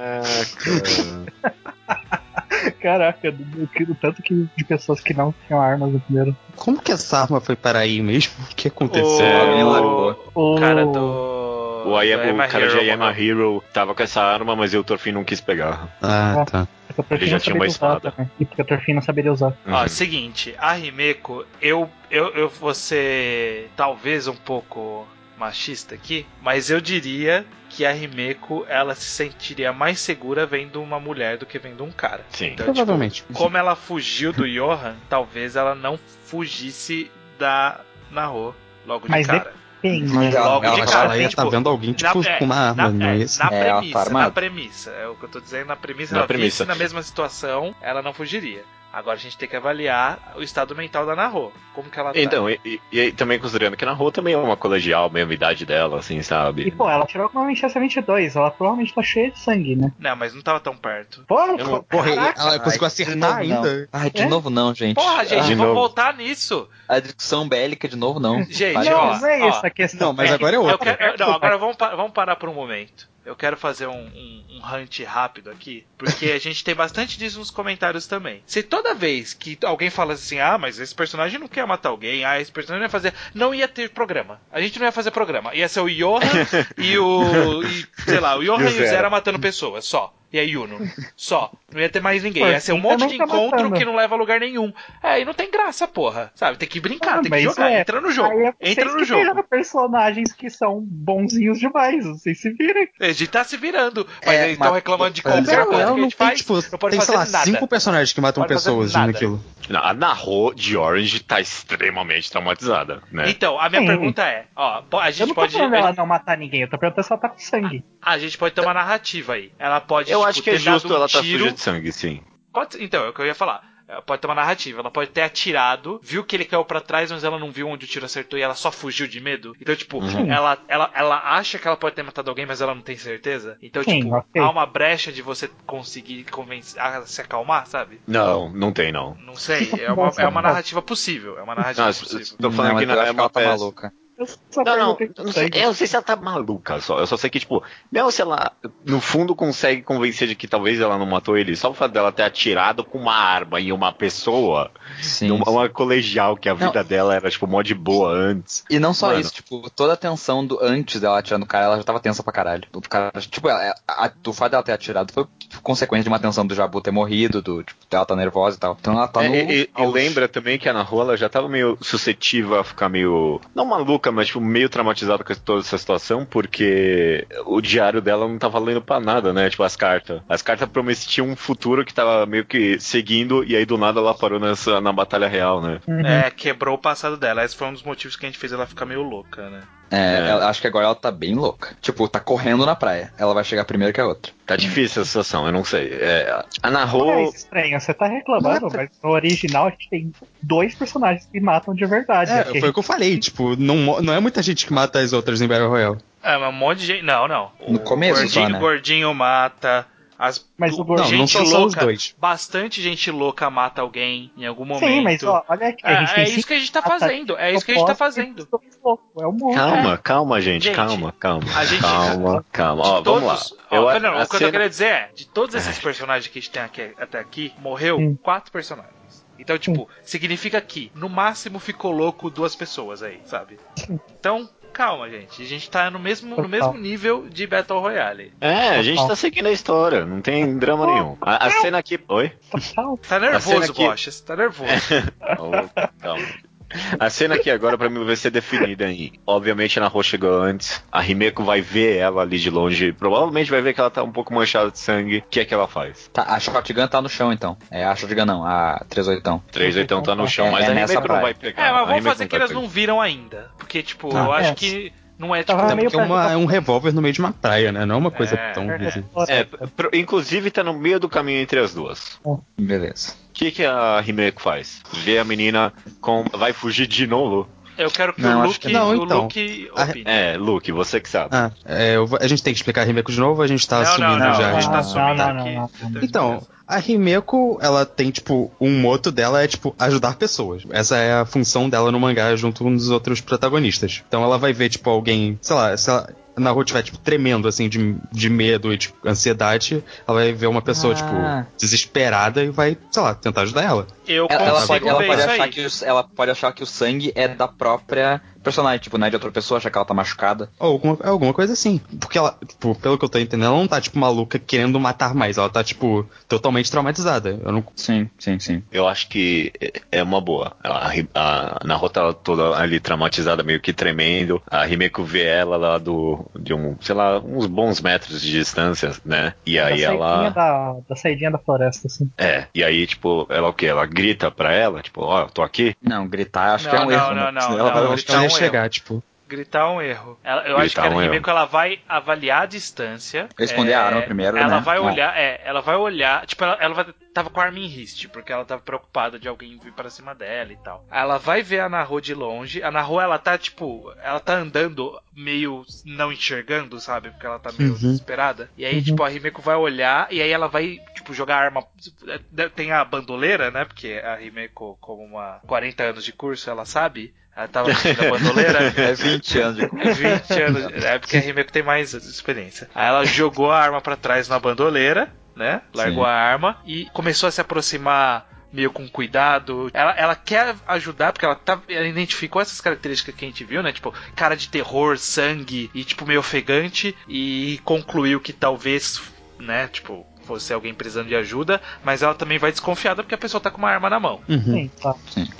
[SPEAKER 1] Caraca!
[SPEAKER 2] Caraca, do, do- do tanto que, de pessoas que não tinham armas no primeiro.
[SPEAKER 5] Como que essa arma foi para aí mesmo? O que
[SPEAKER 1] Um
[SPEAKER 5] aconteceu?
[SPEAKER 3] É,
[SPEAKER 1] Sério?
[SPEAKER 4] O,
[SPEAKER 2] O
[SPEAKER 4] o cara do.
[SPEAKER 1] O, I
[SPEAKER 4] do
[SPEAKER 1] am, o
[SPEAKER 4] Emma
[SPEAKER 1] cara de
[SPEAKER 4] Hero
[SPEAKER 1] I Am a
[SPEAKER 4] morreu.
[SPEAKER 1] Hero tava com essa arma, mas eu Torfin não quis pegar.
[SPEAKER 5] Ah, tá.
[SPEAKER 2] O Peter
[SPEAKER 1] Ele já
[SPEAKER 2] Finn
[SPEAKER 1] tinha
[SPEAKER 2] não
[SPEAKER 1] uma
[SPEAKER 2] saberia usar
[SPEAKER 1] espada.
[SPEAKER 2] também. E porque o Torfin não saberia usar.
[SPEAKER 4] Ó,
[SPEAKER 1] Uhum.
[SPEAKER 4] seguinte, a Rimeko, eu, eu, eu vou ser talvez um pouco machista aqui, mas eu diria que a Rimeko ela se sentiria mais segura vendo uma mulher do que vendo um cara.
[SPEAKER 1] Sim.
[SPEAKER 4] Então, tipo,
[SPEAKER 5] Provavelmente.
[SPEAKER 4] como ela fugiu do Johan, talvez ela não fugisse da Naho logo de
[SPEAKER 2] Mas de-
[SPEAKER 4] cara.
[SPEAKER 2] Quem?
[SPEAKER 3] Mas ela-
[SPEAKER 4] Logo
[SPEAKER 5] Ela,
[SPEAKER 4] de
[SPEAKER 5] acho
[SPEAKER 4] cara,
[SPEAKER 5] que ela ia
[SPEAKER 4] tem,
[SPEAKER 5] estar
[SPEAKER 4] tipo,
[SPEAKER 5] vendo alguém, tipo,
[SPEAKER 4] é,
[SPEAKER 5] com uma arma,
[SPEAKER 4] na,
[SPEAKER 5] não
[SPEAKER 4] é,
[SPEAKER 5] é isso?
[SPEAKER 4] na
[SPEAKER 3] É, ela tá
[SPEAKER 4] premissa, na
[SPEAKER 3] armada.
[SPEAKER 4] premissa. É o que eu tô dizendo, na premissa,
[SPEAKER 1] Na
[SPEAKER 4] ela
[SPEAKER 1] premissa.
[SPEAKER 4] visse na mesma situação, ela não fugiria. Agora a gente tem que avaliar o estado mental da Naho. Como que ela tá.
[SPEAKER 1] Então, e, e- e aí também considerando que na rua também é uma colegial, mesma idade dela, assim, sabe?
[SPEAKER 2] E pô, ela tirou com uma enxerga 22, ela provavelmente tá cheia de sangue, né?
[SPEAKER 4] Não, mas não tava tão perto.
[SPEAKER 2] Pô,
[SPEAKER 1] Eu não-
[SPEAKER 5] Porra,
[SPEAKER 2] caraca,
[SPEAKER 5] ela conseguiu
[SPEAKER 7] de
[SPEAKER 5] acertar
[SPEAKER 7] novo,
[SPEAKER 5] ainda?
[SPEAKER 7] Não. Ai, de
[SPEAKER 2] É?
[SPEAKER 7] novo não, gente.
[SPEAKER 4] Porra,
[SPEAKER 1] Ah,
[SPEAKER 4] gente,
[SPEAKER 1] de
[SPEAKER 4] vamos
[SPEAKER 1] novo.
[SPEAKER 4] voltar nisso.
[SPEAKER 7] A discussão bélica de novo não.
[SPEAKER 4] Gente,
[SPEAKER 7] Vai,
[SPEAKER 4] ó,
[SPEAKER 2] não, não é
[SPEAKER 4] ó.
[SPEAKER 2] isso a questão.
[SPEAKER 5] Não, mas
[SPEAKER 2] É
[SPEAKER 5] agora é
[SPEAKER 4] Eu
[SPEAKER 5] outra.
[SPEAKER 4] quero- eu- não, agora vamos, pa- vamos parar por um momento. Eu quero fazer um, um, um hunt rápido aqui, porque a gente tem bastante disso nos comentários também. Se toda vez que alguém fala assim, ah, mas esse personagem não quer matar alguém, ah, esse personagem não ia fazer. Não ia ter programa. A gente não ia fazer programa. Ia ser o Johan e o. e, sei lá, o Johan e o
[SPEAKER 1] Zera.
[SPEAKER 4] Zera matando pessoas só. E a Yuno. Só. Não ia ter mais ninguém. Ia ser um
[SPEAKER 2] Sim,
[SPEAKER 4] monte
[SPEAKER 2] também
[SPEAKER 4] de
[SPEAKER 2] tá
[SPEAKER 4] encontro
[SPEAKER 2] matando.
[SPEAKER 4] que não leva a lugar nenhum. É, e não tem graça, porra. Sabe? Tem que
[SPEAKER 2] Ah,
[SPEAKER 4] brincar, tem que
[SPEAKER 2] mas
[SPEAKER 4] jogar.
[SPEAKER 2] é.
[SPEAKER 4] Entra no jogo.
[SPEAKER 2] Aí é vocês
[SPEAKER 4] Entra no
[SPEAKER 2] que
[SPEAKER 4] jogo.
[SPEAKER 2] pegaram personagens que são bonzinhos demais, vocês se virem.
[SPEAKER 4] A gente tá se virando, mas
[SPEAKER 7] É,
[SPEAKER 4] eles estão
[SPEAKER 7] mas-
[SPEAKER 4] reclamando de
[SPEAKER 7] mas
[SPEAKER 5] Mas
[SPEAKER 4] qualquer
[SPEAKER 5] ela
[SPEAKER 4] coisa
[SPEAKER 5] não
[SPEAKER 4] que a
[SPEAKER 5] tem,
[SPEAKER 4] gente faz.
[SPEAKER 5] tipo,
[SPEAKER 4] não pode
[SPEAKER 5] tem, sei
[SPEAKER 4] fazer
[SPEAKER 5] lá,
[SPEAKER 4] nada.
[SPEAKER 5] cinco personagens que matam
[SPEAKER 4] Não pode fazer
[SPEAKER 5] pessoas
[SPEAKER 4] nada.
[SPEAKER 5] naquilo.
[SPEAKER 1] Não, a Naho de Orange tá extremamente traumatizada, né?
[SPEAKER 4] Então, a minha
[SPEAKER 2] Sim.
[SPEAKER 4] pergunta é, ó, po- a
[SPEAKER 2] Eu
[SPEAKER 4] gente
[SPEAKER 2] não tô
[SPEAKER 4] pode
[SPEAKER 2] falando ela não matar ninguém, eu tô perguntando se ela tá com sangue.
[SPEAKER 4] a gente pode ter uma narrativa aí. Ela pode
[SPEAKER 1] Eu
[SPEAKER 4] tipo,
[SPEAKER 1] acho que é
[SPEAKER 4] ter dado
[SPEAKER 1] justo
[SPEAKER 4] um
[SPEAKER 1] ela tá
[SPEAKER 4] tiro.
[SPEAKER 1] suja de sangue, sim.
[SPEAKER 4] Pode- então, é o que eu ia falar. Ela Pode ter uma narrativa, ela pode ter atirado, viu que ele caiu pra trás, mas ela não viu onde o tiro acertou e ela só fugiu de medo. Então, tipo,
[SPEAKER 1] Uhum.
[SPEAKER 4] ela, ela, ela acha que ela pode ter matado alguém, mas ela não tem certeza. Então,
[SPEAKER 2] Sim,
[SPEAKER 4] tipo,
[SPEAKER 2] ok.
[SPEAKER 4] há uma brecha de você conseguir convencer, a se acalmar, sabe?
[SPEAKER 1] Não, não tem, não.
[SPEAKER 4] Não sei, é uma, é uma narrativa possível. É uma narrativa
[SPEAKER 1] Não,
[SPEAKER 4] possível.
[SPEAKER 1] tô falando
[SPEAKER 7] não,
[SPEAKER 1] que
[SPEAKER 7] mas eu
[SPEAKER 1] não
[SPEAKER 7] acho
[SPEAKER 1] é
[SPEAKER 7] que ela
[SPEAKER 1] uma
[SPEAKER 7] tá
[SPEAKER 1] peça.
[SPEAKER 7] maluca.
[SPEAKER 2] Eu só
[SPEAKER 1] Não, não,
[SPEAKER 2] perguntei
[SPEAKER 1] eu
[SPEAKER 2] com
[SPEAKER 1] não sei,
[SPEAKER 2] sangue.
[SPEAKER 1] eu não sei se ela tá maluca só. Eu só sei que, tipo, mesmo se ela, no fundo, consegue convencer de que talvez ela não matou ele, só o fato dela ter atirado com uma arma em uma pessoa,
[SPEAKER 7] Sim.
[SPEAKER 1] numa- uma colegial, que a vida dela era, tipo, mó de boa antes.
[SPEAKER 7] E não só
[SPEAKER 1] Mano.
[SPEAKER 7] isso, tipo, toda a tensão do antes dela atirar no cara, ela já tava tensa pra caralho. O cara, tipo, ela, a, a- o fato dela ter atirado foi tipo, consequência de uma tensão do Jabu ter morrido, do, tipo, dela tá nervosa e tal. Então ela tá
[SPEAKER 1] É,
[SPEAKER 7] no.
[SPEAKER 1] e, e- e
[SPEAKER 7] auge.
[SPEAKER 1] lembra também que a Ana Rola já tava meio suscetível a ficar meio. Não maluca, mas tipo, meio traumatizada com toda essa situação, porque o diário dela não tá valendo pra nada, né? Tipo, as cartas. As cartas prometiam um futuro que tava meio que seguindo, e aí do nada ela parou nessa, na batalha real, né?
[SPEAKER 2] Uhum.
[SPEAKER 4] É, quebrou o passado dela. Esse foi um dos motivos que a gente fez ela ficar meio louca, né?
[SPEAKER 7] É,
[SPEAKER 1] É.
[SPEAKER 7] ela- acho que agora ela tá bem louca. Tipo, tá correndo na praia. Ela vai chegar primeiro que a outra.
[SPEAKER 1] Tá difícil a situação, eu não sei. É, a Ana
[SPEAKER 2] É
[SPEAKER 1] Rola.
[SPEAKER 2] isso, estranho, você tá reclamando, mas no original a gente tem dois personagens que matam de verdade.
[SPEAKER 5] É,
[SPEAKER 2] ok?
[SPEAKER 5] foi o que eu falei, tipo, não, mo- não é muita gente que mata as outras em Battle Royale.
[SPEAKER 4] É, mas um monte de gente. Não, não.
[SPEAKER 7] No começo só,
[SPEAKER 4] gordinho,
[SPEAKER 7] né?
[SPEAKER 4] gordinho mata. As...
[SPEAKER 2] Mas o
[SPEAKER 5] Não,
[SPEAKER 2] gordinho-
[SPEAKER 5] não
[SPEAKER 4] gente
[SPEAKER 5] são só os
[SPEAKER 4] louca.
[SPEAKER 5] dois.
[SPEAKER 4] Bastante gente louca mata alguém em algum um momento.
[SPEAKER 2] Sim, mas ó, olha aqui, a gente
[SPEAKER 4] É,
[SPEAKER 2] tem
[SPEAKER 4] é isso
[SPEAKER 2] cinco
[SPEAKER 4] que a gente tá
[SPEAKER 2] ataques
[SPEAKER 4] fazendo. É isso que a gente tá
[SPEAKER 2] opostos e
[SPEAKER 4] fazendo.
[SPEAKER 2] dois loucos, É um monte.
[SPEAKER 1] Calma, calma, gente,
[SPEAKER 4] Gente,
[SPEAKER 1] calma, calma.
[SPEAKER 4] a gente-
[SPEAKER 1] Calma, calma. Ó,
[SPEAKER 4] de
[SPEAKER 1] vamos lá.
[SPEAKER 4] todos.
[SPEAKER 1] Eu,
[SPEAKER 4] ó,
[SPEAKER 1] a-
[SPEAKER 4] não,
[SPEAKER 1] a
[SPEAKER 4] o que eu
[SPEAKER 1] cena-
[SPEAKER 4] tô querendo dizer é: de todos esses personagens que a gente tem aqui- até aqui, morreu
[SPEAKER 2] Hum.
[SPEAKER 4] quatro personagens. Então, tipo, significa que, no máximo, ficou louco duas pessoas aí, sabe? Então, calma, gente. A gente tá no mesmo, no
[SPEAKER 2] Total.
[SPEAKER 4] mesmo nível de Battle Royale.
[SPEAKER 1] É, a gente tá seguindo a história, não tem drama nenhum. A, a cena aqui. Oi?
[SPEAKER 2] Total.
[SPEAKER 4] Tá
[SPEAKER 1] A cena
[SPEAKER 4] nervoso,
[SPEAKER 1] que-
[SPEAKER 4] Bocha. Você tá nervoso.
[SPEAKER 1] Ô, calma. A cena aqui agora pra mim vai ser definida em. Obviamente a Naho chegou antes, a Rimeko vai ver ela ali de longe, provavelmente vai ver que ela tá um pouco manchada de sangue. O que é que ela faz?
[SPEAKER 7] Tá, a Shotgun tá no chão então. É, a Shotgun não, a 38.
[SPEAKER 1] 3 então tá no chão,
[SPEAKER 7] É,
[SPEAKER 1] mas
[SPEAKER 7] é
[SPEAKER 1] a
[SPEAKER 7] nessa
[SPEAKER 1] Rimeko não
[SPEAKER 7] praia.
[SPEAKER 1] vai pegar.
[SPEAKER 4] é,
[SPEAKER 1] a tá
[SPEAKER 4] mas vamos
[SPEAKER 1] Rimeko
[SPEAKER 4] fazer que
[SPEAKER 1] vai
[SPEAKER 4] elas
[SPEAKER 1] pegar.
[SPEAKER 4] não viram ainda. Porque, tipo,
[SPEAKER 5] Ah,
[SPEAKER 4] eu
[SPEAKER 2] é.
[SPEAKER 4] acho que não é, tipo,
[SPEAKER 2] Tava
[SPEAKER 5] Até
[SPEAKER 2] Ah, meio
[SPEAKER 5] porque é, uma-
[SPEAKER 2] perto.
[SPEAKER 5] é um revólver no meio de uma praia, né? Não é uma coisa
[SPEAKER 4] É.
[SPEAKER 5] tão. assim.
[SPEAKER 2] tá,
[SPEAKER 1] É, pro- inclusive tá no meio do caminho entre as duas.
[SPEAKER 7] Beleza.
[SPEAKER 1] O que, que a Rimeko faz? Vê a menina com. Vai fugir de novo?
[SPEAKER 4] eu quero que
[SPEAKER 7] Não,
[SPEAKER 4] o
[SPEAKER 7] acho
[SPEAKER 4] Luke,
[SPEAKER 5] que não.
[SPEAKER 4] o
[SPEAKER 5] Não, então.
[SPEAKER 4] Luke
[SPEAKER 5] A-
[SPEAKER 4] opine.
[SPEAKER 1] É, Luke, você que sabe.
[SPEAKER 5] Ah, é, eu vou- a gente tem que explicar a Rimeco de novo, a gente tá
[SPEAKER 4] não,
[SPEAKER 5] assumindo
[SPEAKER 4] não, não,
[SPEAKER 5] já.
[SPEAKER 4] a gente tá
[SPEAKER 2] Ah, Não,
[SPEAKER 4] assumindo
[SPEAKER 2] não, não,
[SPEAKER 4] aqui.
[SPEAKER 2] não,
[SPEAKER 4] Você tá
[SPEAKER 5] Então, a Himeko, ela tem, tipo, um moto dela é, tipo, ajudar pessoas. Essa é a função dela no mangá junto com um dos outros protagonistas. Então ela vai ver, tipo, alguém, sei lá, se ela, na rua tiver, tipo, tremendo, assim, de, de medo e de ansiedade, ela vai ver uma pessoa,
[SPEAKER 7] Ah.
[SPEAKER 5] tipo, desesperada e vai, sei lá, tentar ajudar ela.
[SPEAKER 4] Eu
[SPEAKER 7] Ela, ela
[SPEAKER 4] consigo
[SPEAKER 7] pode, ela
[SPEAKER 4] ver
[SPEAKER 7] pode
[SPEAKER 4] isso
[SPEAKER 7] achar
[SPEAKER 4] aí.
[SPEAKER 7] que os- ela pode achar que o sangue é da própria personagem, tipo, não é de outra pessoa, achar que ela tá machucada.
[SPEAKER 5] Ou alguma, alguma coisa assim. Porque ela, tipo, pelo que eu tô entendendo, ela não tá, tipo, maluca querendo matar mais. Ela tá, tipo, totalmente traumatizada. Eu não
[SPEAKER 7] Sim, sim, sim.
[SPEAKER 1] Eu acho que é- é uma boa. A, Ri- a Naho tá toda ali traumatizada, meio que tremendo. A Rimeko vê ela lá do, de um, sei lá, uns bons metros de distância, né? E aí
[SPEAKER 2] da
[SPEAKER 1] ela.
[SPEAKER 2] tá, saidinha Da, da saidinha da floresta, assim.
[SPEAKER 1] É, e aí, tipo, ela o quê? Ela grita pra ela, tipo, ó, eu tô aqui.
[SPEAKER 7] Não, gritar acho
[SPEAKER 4] Não,
[SPEAKER 7] que é um
[SPEAKER 4] não,
[SPEAKER 7] erro.
[SPEAKER 4] não,
[SPEAKER 7] né?
[SPEAKER 4] não,
[SPEAKER 7] Senão
[SPEAKER 4] não,
[SPEAKER 7] ela vai
[SPEAKER 4] não.
[SPEAKER 5] acho que ela ia
[SPEAKER 4] então eu-
[SPEAKER 5] chegar, tipo.
[SPEAKER 4] Gritar é um erro. Ela- eu acho que
[SPEAKER 1] Gritar
[SPEAKER 4] a
[SPEAKER 1] é um
[SPEAKER 4] Rimeco
[SPEAKER 1] erro.
[SPEAKER 4] ela vai avaliar a distância.
[SPEAKER 7] Esconder
[SPEAKER 4] é,
[SPEAKER 7] a arma primeiro,
[SPEAKER 4] Ela
[SPEAKER 7] né?
[SPEAKER 4] vai
[SPEAKER 7] Não.
[SPEAKER 4] olhar, é, ela vai olhar. Tipo, ela, ela vai tava com a arma em riste, porque ela tava preocupada de alguém vir para cima dela e tal. Ela vai ver a Naho de longe. A Naho, ela tá, tipo, ela tá andando meio não enxergando, sabe? Porque ela tá meio desesperada. E aí, tipo, a Rimeko vai olhar e aí ela vai, tipo, jogar a arma. Tem a bandoleira, né? Porque a Rimeko, como uma 40 anos de curso, ela sabe. Ela tava na bandoleira.
[SPEAKER 3] É 20 anos de
[SPEAKER 4] É 20 anos. É porque a Rimeko tem mais experiência. Aí ela jogou a arma pra trás na bandoleira, né? Largou a arma e começou a se aproximar meio com cuidado. Ela, ela quer ajudar, porque ela, tá, ela identificou essas características que a gente viu, né? Tipo, cara de terror, sangue e, tipo, meio ofegante. E concluiu que talvez, né? Tipo, fosse alguém precisando de ajuda. Mas ela também vai desconfiada porque a pessoa tá com uma arma na mão.
[SPEAKER 5] Hum. uhum.
[SPEAKER 2] Sim, tá.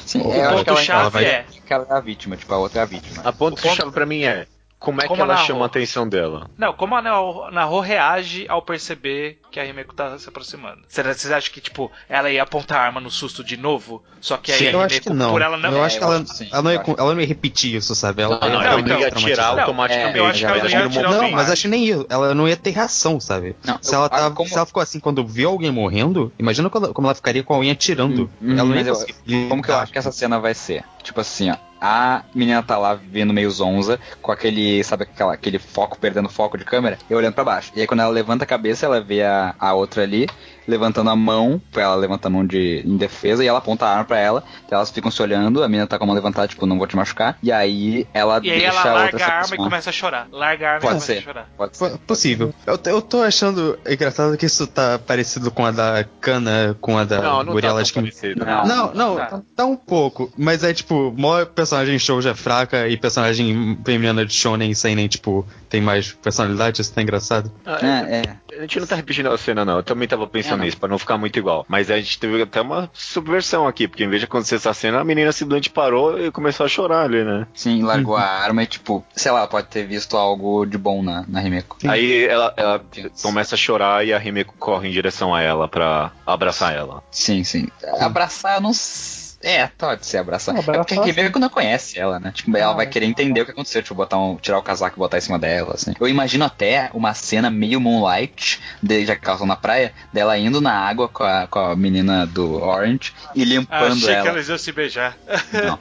[SPEAKER 3] Sim,
[SPEAKER 5] Ou-
[SPEAKER 3] é, eu
[SPEAKER 5] ou
[SPEAKER 3] acho que ela,
[SPEAKER 4] chave
[SPEAKER 3] ela vai-
[SPEAKER 4] é-
[SPEAKER 3] acho que ela é a vítima, tipo, a outra é a vítima.
[SPEAKER 1] A ponto chave pra mim é como é
[SPEAKER 4] Como
[SPEAKER 1] que ela
[SPEAKER 4] na
[SPEAKER 1] chama
[SPEAKER 4] rua.
[SPEAKER 1] a atenção dela?
[SPEAKER 4] Não, como a Naho, Naho reage ao perceber que a Himeko tá se aproximando? Será que vocês acham que, tipo, ela ia apontar a arma no susto de novo? Só que aí
[SPEAKER 5] Sim,
[SPEAKER 4] a
[SPEAKER 5] eu
[SPEAKER 4] Himeko,
[SPEAKER 5] acho que não.
[SPEAKER 4] por ela não.
[SPEAKER 5] Eu acho
[SPEAKER 3] É,
[SPEAKER 5] que
[SPEAKER 3] eu
[SPEAKER 5] ela,
[SPEAKER 3] acho que sim,
[SPEAKER 5] ela, não ia,
[SPEAKER 3] eu acho.
[SPEAKER 5] ela não ia repetir isso, sabe?
[SPEAKER 1] Ah,
[SPEAKER 5] Ela
[SPEAKER 1] Não,
[SPEAKER 5] ia
[SPEAKER 1] não,
[SPEAKER 5] dar
[SPEAKER 1] ela
[SPEAKER 5] uma
[SPEAKER 1] não ia
[SPEAKER 5] traumatizada.
[SPEAKER 1] atirar
[SPEAKER 4] Não,
[SPEAKER 7] É,
[SPEAKER 1] automaticamente.
[SPEAKER 4] eu acho que ela
[SPEAKER 1] mas
[SPEAKER 4] não ia
[SPEAKER 1] acho que
[SPEAKER 4] atirar
[SPEAKER 1] no
[SPEAKER 5] Não,
[SPEAKER 1] momento-
[SPEAKER 5] mas acho que nem isso. Ela não ia ter reação, sabe?
[SPEAKER 3] Não,
[SPEAKER 5] Se
[SPEAKER 3] eu-
[SPEAKER 5] ela, tá,
[SPEAKER 3] ah, como-
[SPEAKER 5] se ela ficou assim quando viu alguém morrendo, imagina como ela, como ela ficaria com alguém atirando.
[SPEAKER 3] Hum,
[SPEAKER 5] ela não ia
[SPEAKER 3] mas eu-
[SPEAKER 5] conseguir
[SPEAKER 3] Como que eu
[SPEAKER 4] Tá.
[SPEAKER 5] lidar.
[SPEAKER 3] acho que essa cena vai ser? Tipo assim, ó. A menina tá lá vendo meio zonza, com aquele, sabe, aquela, aquele foco, perdendo foco de câmera, e olhando pra baixo. E aí quando ela levanta a cabeça, ela vê a, a outra ali, levantando a mão, ela levanta a mão de em defesa, e ela aponta a arma pra ela, então elas ficam se olhando, a menina tá com a mão levantada, tipo, não vou te machucar. E aí ela
[SPEAKER 4] E aí
[SPEAKER 3] deixa
[SPEAKER 4] ela
[SPEAKER 3] a outra
[SPEAKER 4] larga
[SPEAKER 3] se
[SPEAKER 4] a arma e
[SPEAKER 3] aproximar.
[SPEAKER 4] começa a chorar. Larga a arma e
[SPEAKER 3] Pode
[SPEAKER 4] começa a
[SPEAKER 3] ser.
[SPEAKER 4] chorar.
[SPEAKER 3] Pode ser.
[SPEAKER 5] P- Possível. Eu, t- eu tô achando engraçado que isso tá parecido com a da Cana, com a da
[SPEAKER 1] Não, não
[SPEAKER 5] Guria
[SPEAKER 1] tá tão
[SPEAKER 5] Lascana.
[SPEAKER 1] parecido.
[SPEAKER 3] Não.
[SPEAKER 5] Não, não,
[SPEAKER 4] Tá.
[SPEAKER 5] tá. tá um pouco. Mas é tipo, maior personagem shoujo é fraca e personagem feminina de shonen sem nem, tipo, tem mais personalidade, isso tá engraçado.
[SPEAKER 1] Ah,
[SPEAKER 3] É, é.
[SPEAKER 1] A gente não tá repetindo a cena, não. Eu também tava pensando
[SPEAKER 3] É, não.
[SPEAKER 1] nisso, pra não ficar muito igual. Mas a gente teve até uma subversão aqui, porque em vez de acontecer essa cena, a menina simplesmente parou e começou a chorar ali, né?
[SPEAKER 3] Sim, largou a arma e, tipo, sei lá, pode ter visto algo de bom na, então, na Rimeko.
[SPEAKER 1] Aí ela, ela
[SPEAKER 3] Deus.
[SPEAKER 1] começa a chorar e a Rimeko corre em direção a ela pra abraçar ela.
[SPEAKER 3] Sim, sim. Abraçar, eu não. s- É, pode ser abraçar.
[SPEAKER 2] Não, abraçar,
[SPEAKER 3] é porque a Rebecca não conhece ela, né? Tipo, ela
[SPEAKER 2] Ah,
[SPEAKER 3] vai querer entender o que aconteceu, tipo, botar um, tirar o casaco e botar em cima dela, assim. Eu imagino até uma cena meio moonlight, de, já que elas estão na praia, dela indo na água com a, com a menina do Orange e limpando
[SPEAKER 4] Ah, Achei que
[SPEAKER 3] ela.
[SPEAKER 4] elas iam se beijar.
[SPEAKER 3] Não.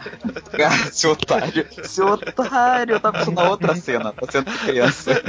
[SPEAKER 3] Cara, seu otário. Seu otário. Eu tava pensando na outra cena. Tá sendo criança.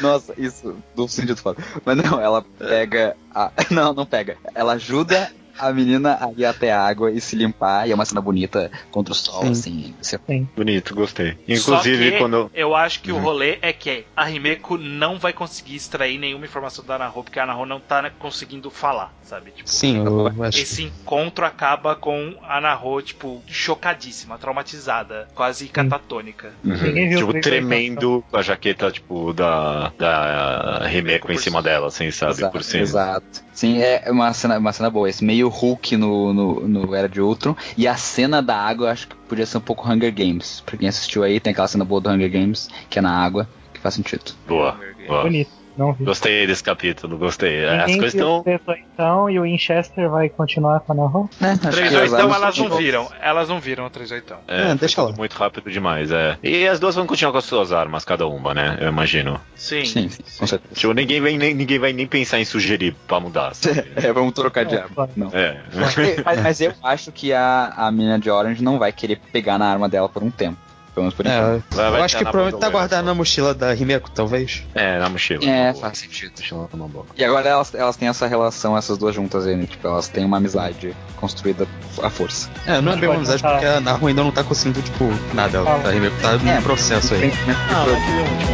[SPEAKER 3] Nossa, isso. Do sentido foda. Mas não, ela pega. A... Não, não pega. Ela ajuda. A menina a ir até a água e se limpar, e é uma cena bonita contra o sol, assim. Você...
[SPEAKER 1] Bonito, gostei. Inclusive,
[SPEAKER 4] Só que
[SPEAKER 1] quando.
[SPEAKER 4] Eu acho
[SPEAKER 5] Uhum.
[SPEAKER 4] que o rolê é que a Himeko não vai conseguir extrair nenhuma informação da Naho, porque a Naho não tá né, conseguindo falar, sabe? Tipo,
[SPEAKER 5] Sim, eu acho.
[SPEAKER 4] esse encontro acaba com a Naho, tipo, chocadíssima, traumatizada, quase catatônica.
[SPEAKER 2] Ninguém viu o então,
[SPEAKER 1] Tipo,
[SPEAKER 2] clipe,
[SPEAKER 1] tremendo com a jaqueta, tipo, da, da Rimeko em cima dela, assim, sabe? por cima.
[SPEAKER 3] exato. Sim, é uma cena, uma cena boa. Esse meio Hulk no, no, no Era de Ultron. E a cena da água, eu acho que podia ser um pouco Hunger Games. Pra quem assistiu aí, tem aquela cena boa do Hunger Games, que é na água, que faz sentido.
[SPEAKER 1] Boa. boa.
[SPEAKER 2] Bonito, não vi.
[SPEAKER 1] Gostei desse capítulo, gostei. As
[SPEAKER 2] Ninguém
[SPEAKER 1] coisas
[SPEAKER 2] viu
[SPEAKER 1] estão.
[SPEAKER 2] o Teto, então, e o Winchester vai continuar com a Naho?
[SPEAKER 4] Três
[SPEAKER 3] Né? que
[SPEAKER 4] oitão
[SPEAKER 3] elas
[SPEAKER 4] elas
[SPEAKER 3] não
[SPEAKER 4] não viram. Elas não viram o 3 oitão.
[SPEAKER 5] É, deixa lá.
[SPEAKER 1] Muito rápido demais, é. E as duas vão continuar com as suas armas, cada uma, né? Eu imagino.
[SPEAKER 4] Sim.
[SPEAKER 3] Sim, sim, com certeza.
[SPEAKER 1] Tipo, ninguém vai nem, ninguém vai nem pensar em sugerir pra mudar. sabe?
[SPEAKER 3] É, vamos trocar de
[SPEAKER 2] É,
[SPEAKER 3] arma.
[SPEAKER 2] claro.
[SPEAKER 3] Não.
[SPEAKER 1] é.
[SPEAKER 3] mas, mas eu acho que a, a menina de Orange não vai querer pegar na arma dela por um tempo. Pelo menos por enquanto.
[SPEAKER 5] É,
[SPEAKER 1] Vai- vai
[SPEAKER 5] eu
[SPEAKER 1] tá
[SPEAKER 5] acho que
[SPEAKER 1] na
[SPEAKER 5] provavelmente tá
[SPEAKER 1] bandoleira,
[SPEAKER 5] guardado
[SPEAKER 1] só.
[SPEAKER 5] na mochila da Rimeko, talvez.
[SPEAKER 1] É, na mochila.
[SPEAKER 3] É,
[SPEAKER 1] na boa.
[SPEAKER 3] faz sentido.
[SPEAKER 1] Mochila
[SPEAKER 5] um
[SPEAKER 1] na boa.
[SPEAKER 3] E agora elas, elas têm essa relação, essas duas juntas aí, né? Tipo, elas têm uma amizade construída à força.
[SPEAKER 5] É, não é bem
[SPEAKER 2] Pode
[SPEAKER 5] uma amizade
[SPEAKER 2] botar.
[SPEAKER 5] porque a Naru ainda não tá conseguindo, tipo, nada. A Rimeko tá num
[SPEAKER 3] É.
[SPEAKER 5] processo aí.
[SPEAKER 1] Ah, mas é, tipo,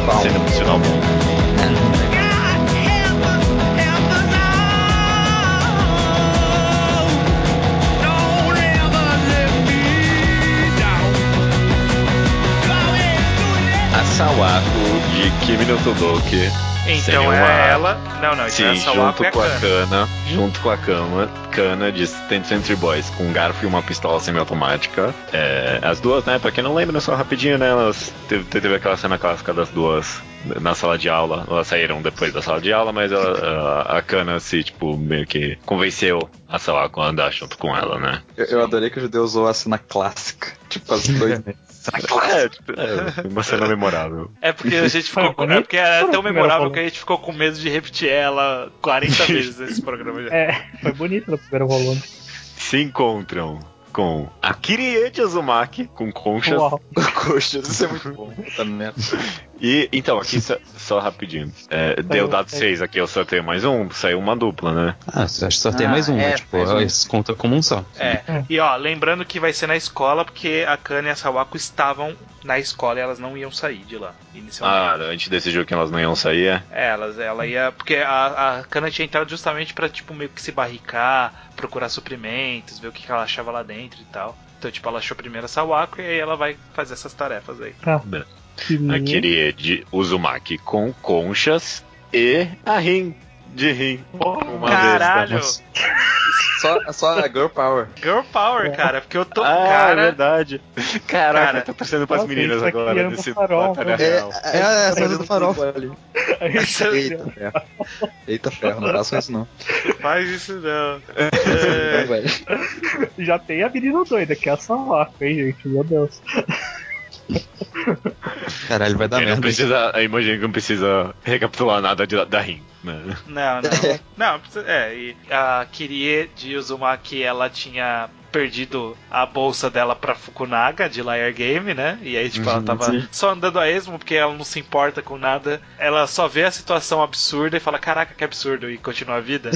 [SPEAKER 1] uma, uma cena emocional boa. A Sawako de Kimi no Todoki. Seria
[SPEAKER 4] Então
[SPEAKER 1] uma-
[SPEAKER 4] é ela. Não, não, então
[SPEAKER 1] Sim,
[SPEAKER 4] é essa lá
[SPEAKER 1] junto
[SPEAKER 4] é a
[SPEAKER 1] com a
[SPEAKER 4] Kana.
[SPEAKER 1] cana, junto com a cama, cana de Tent Century Boys, com um garfo e uma pistola semiautomática. É, as duas, né? Pra quem não lembra, só rapidinho, né? Elas teve, teve aquela cena clássica das duas na sala de aula. Elas saíram depois da sala de aula, mas ela- a, a cana se, tipo, meio que convenceu a Sawako a andar junto com ela, né?
[SPEAKER 3] Eu, eu adorei que o judeu usou a cena clássica. Tipo, as dois.
[SPEAKER 1] É, tipo, é, uma cena memorável.
[SPEAKER 4] É porque a gente ficou.
[SPEAKER 2] Foi
[SPEAKER 4] É porque era
[SPEAKER 2] bonito.
[SPEAKER 4] tão
[SPEAKER 2] Foi o
[SPEAKER 4] memorável
[SPEAKER 2] primeiro
[SPEAKER 4] que a gente ficou com medo de repetir ela 40 vezes nesse programa já.
[SPEAKER 2] É, foi bonito no primeiro volume.
[SPEAKER 1] Se encontram com Akiri Ejazumaki, com conchas.
[SPEAKER 2] Uau.
[SPEAKER 3] Coxas, isso é muito bom. Puta merda.
[SPEAKER 1] E, então, aqui só, só rapidinho. É, deu dado 6 aqui, eu sorteio mais um, saiu uma dupla, né?
[SPEAKER 5] Ah, acho que só tem
[SPEAKER 3] Ah,
[SPEAKER 5] mais um,
[SPEAKER 3] é,
[SPEAKER 5] mas, tipo,
[SPEAKER 3] mais um.
[SPEAKER 5] isso conta como um só.
[SPEAKER 4] É. E ó, lembrando que vai ser na escola, porque a Kanye e a Sawako estavam na escola e elas não iam sair de lá, inicialmente.
[SPEAKER 1] Ah, a gente decidiu que elas não iam sair, é?
[SPEAKER 4] É, elas, ela ia. Porque a, a Kana tinha entrado justamente pra, tipo, meio que se barricar, procurar suprimentos, ver o que que ela achava lá dentro e tal. Então, tipo, ela achou primeiro a Sawako e aí ela vai fazer essas tarefas aí.
[SPEAKER 2] tá. Que
[SPEAKER 4] Uhum.
[SPEAKER 2] lindo.
[SPEAKER 1] Akiri de Uzumaki com conchas e a Rin de Rin. Uma
[SPEAKER 4] Caralho!
[SPEAKER 1] vez. tá?
[SPEAKER 3] Só, só a Girl Power.
[SPEAKER 4] Girl Power, cara, porque eu tô.
[SPEAKER 1] Ah, é
[SPEAKER 4] cara,
[SPEAKER 1] verdade. Caraca,
[SPEAKER 4] Cara,
[SPEAKER 1] tá torcendo pras
[SPEAKER 2] nossa,
[SPEAKER 1] meninas
[SPEAKER 2] isso aqui
[SPEAKER 1] agora
[SPEAKER 2] era um
[SPEAKER 1] nesse
[SPEAKER 2] farol,
[SPEAKER 1] batalha
[SPEAKER 2] né?
[SPEAKER 1] real.
[SPEAKER 5] É, é a saída do farol.
[SPEAKER 3] Eita, ferro. Eita, ferro. Não façam isso, não.
[SPEAKER 4] faz isso não. É.
[SPEAKER 3] Não, velho.
[SPEAKER 2] Já tem a menina doida, que é a Sawako, hein, gente? Meu Deus.
[SPEAKER 5] Caralho, vai dar
[SPEAKER 1] Ele não
[SPEAKER 5] merda.
[SPEAKER 1] precisa, eu imagino que não precisa recapitular nada de- da Rin, né?
[SPEAKER 4] Não, não. não, precisa- é, e a Kirie de Uzumaki, ela tinha perdido a bolsa dela pra Fukunaga de Liar Game, né? E aí, tipo, ela
[SPEAKER 3] Uhum,
[SPEAKER 4] tava só andando a esmo porque ela não se importa com nada. Ela só vê a situação absurda e fala, caraca, que absurdo, e continua a vida.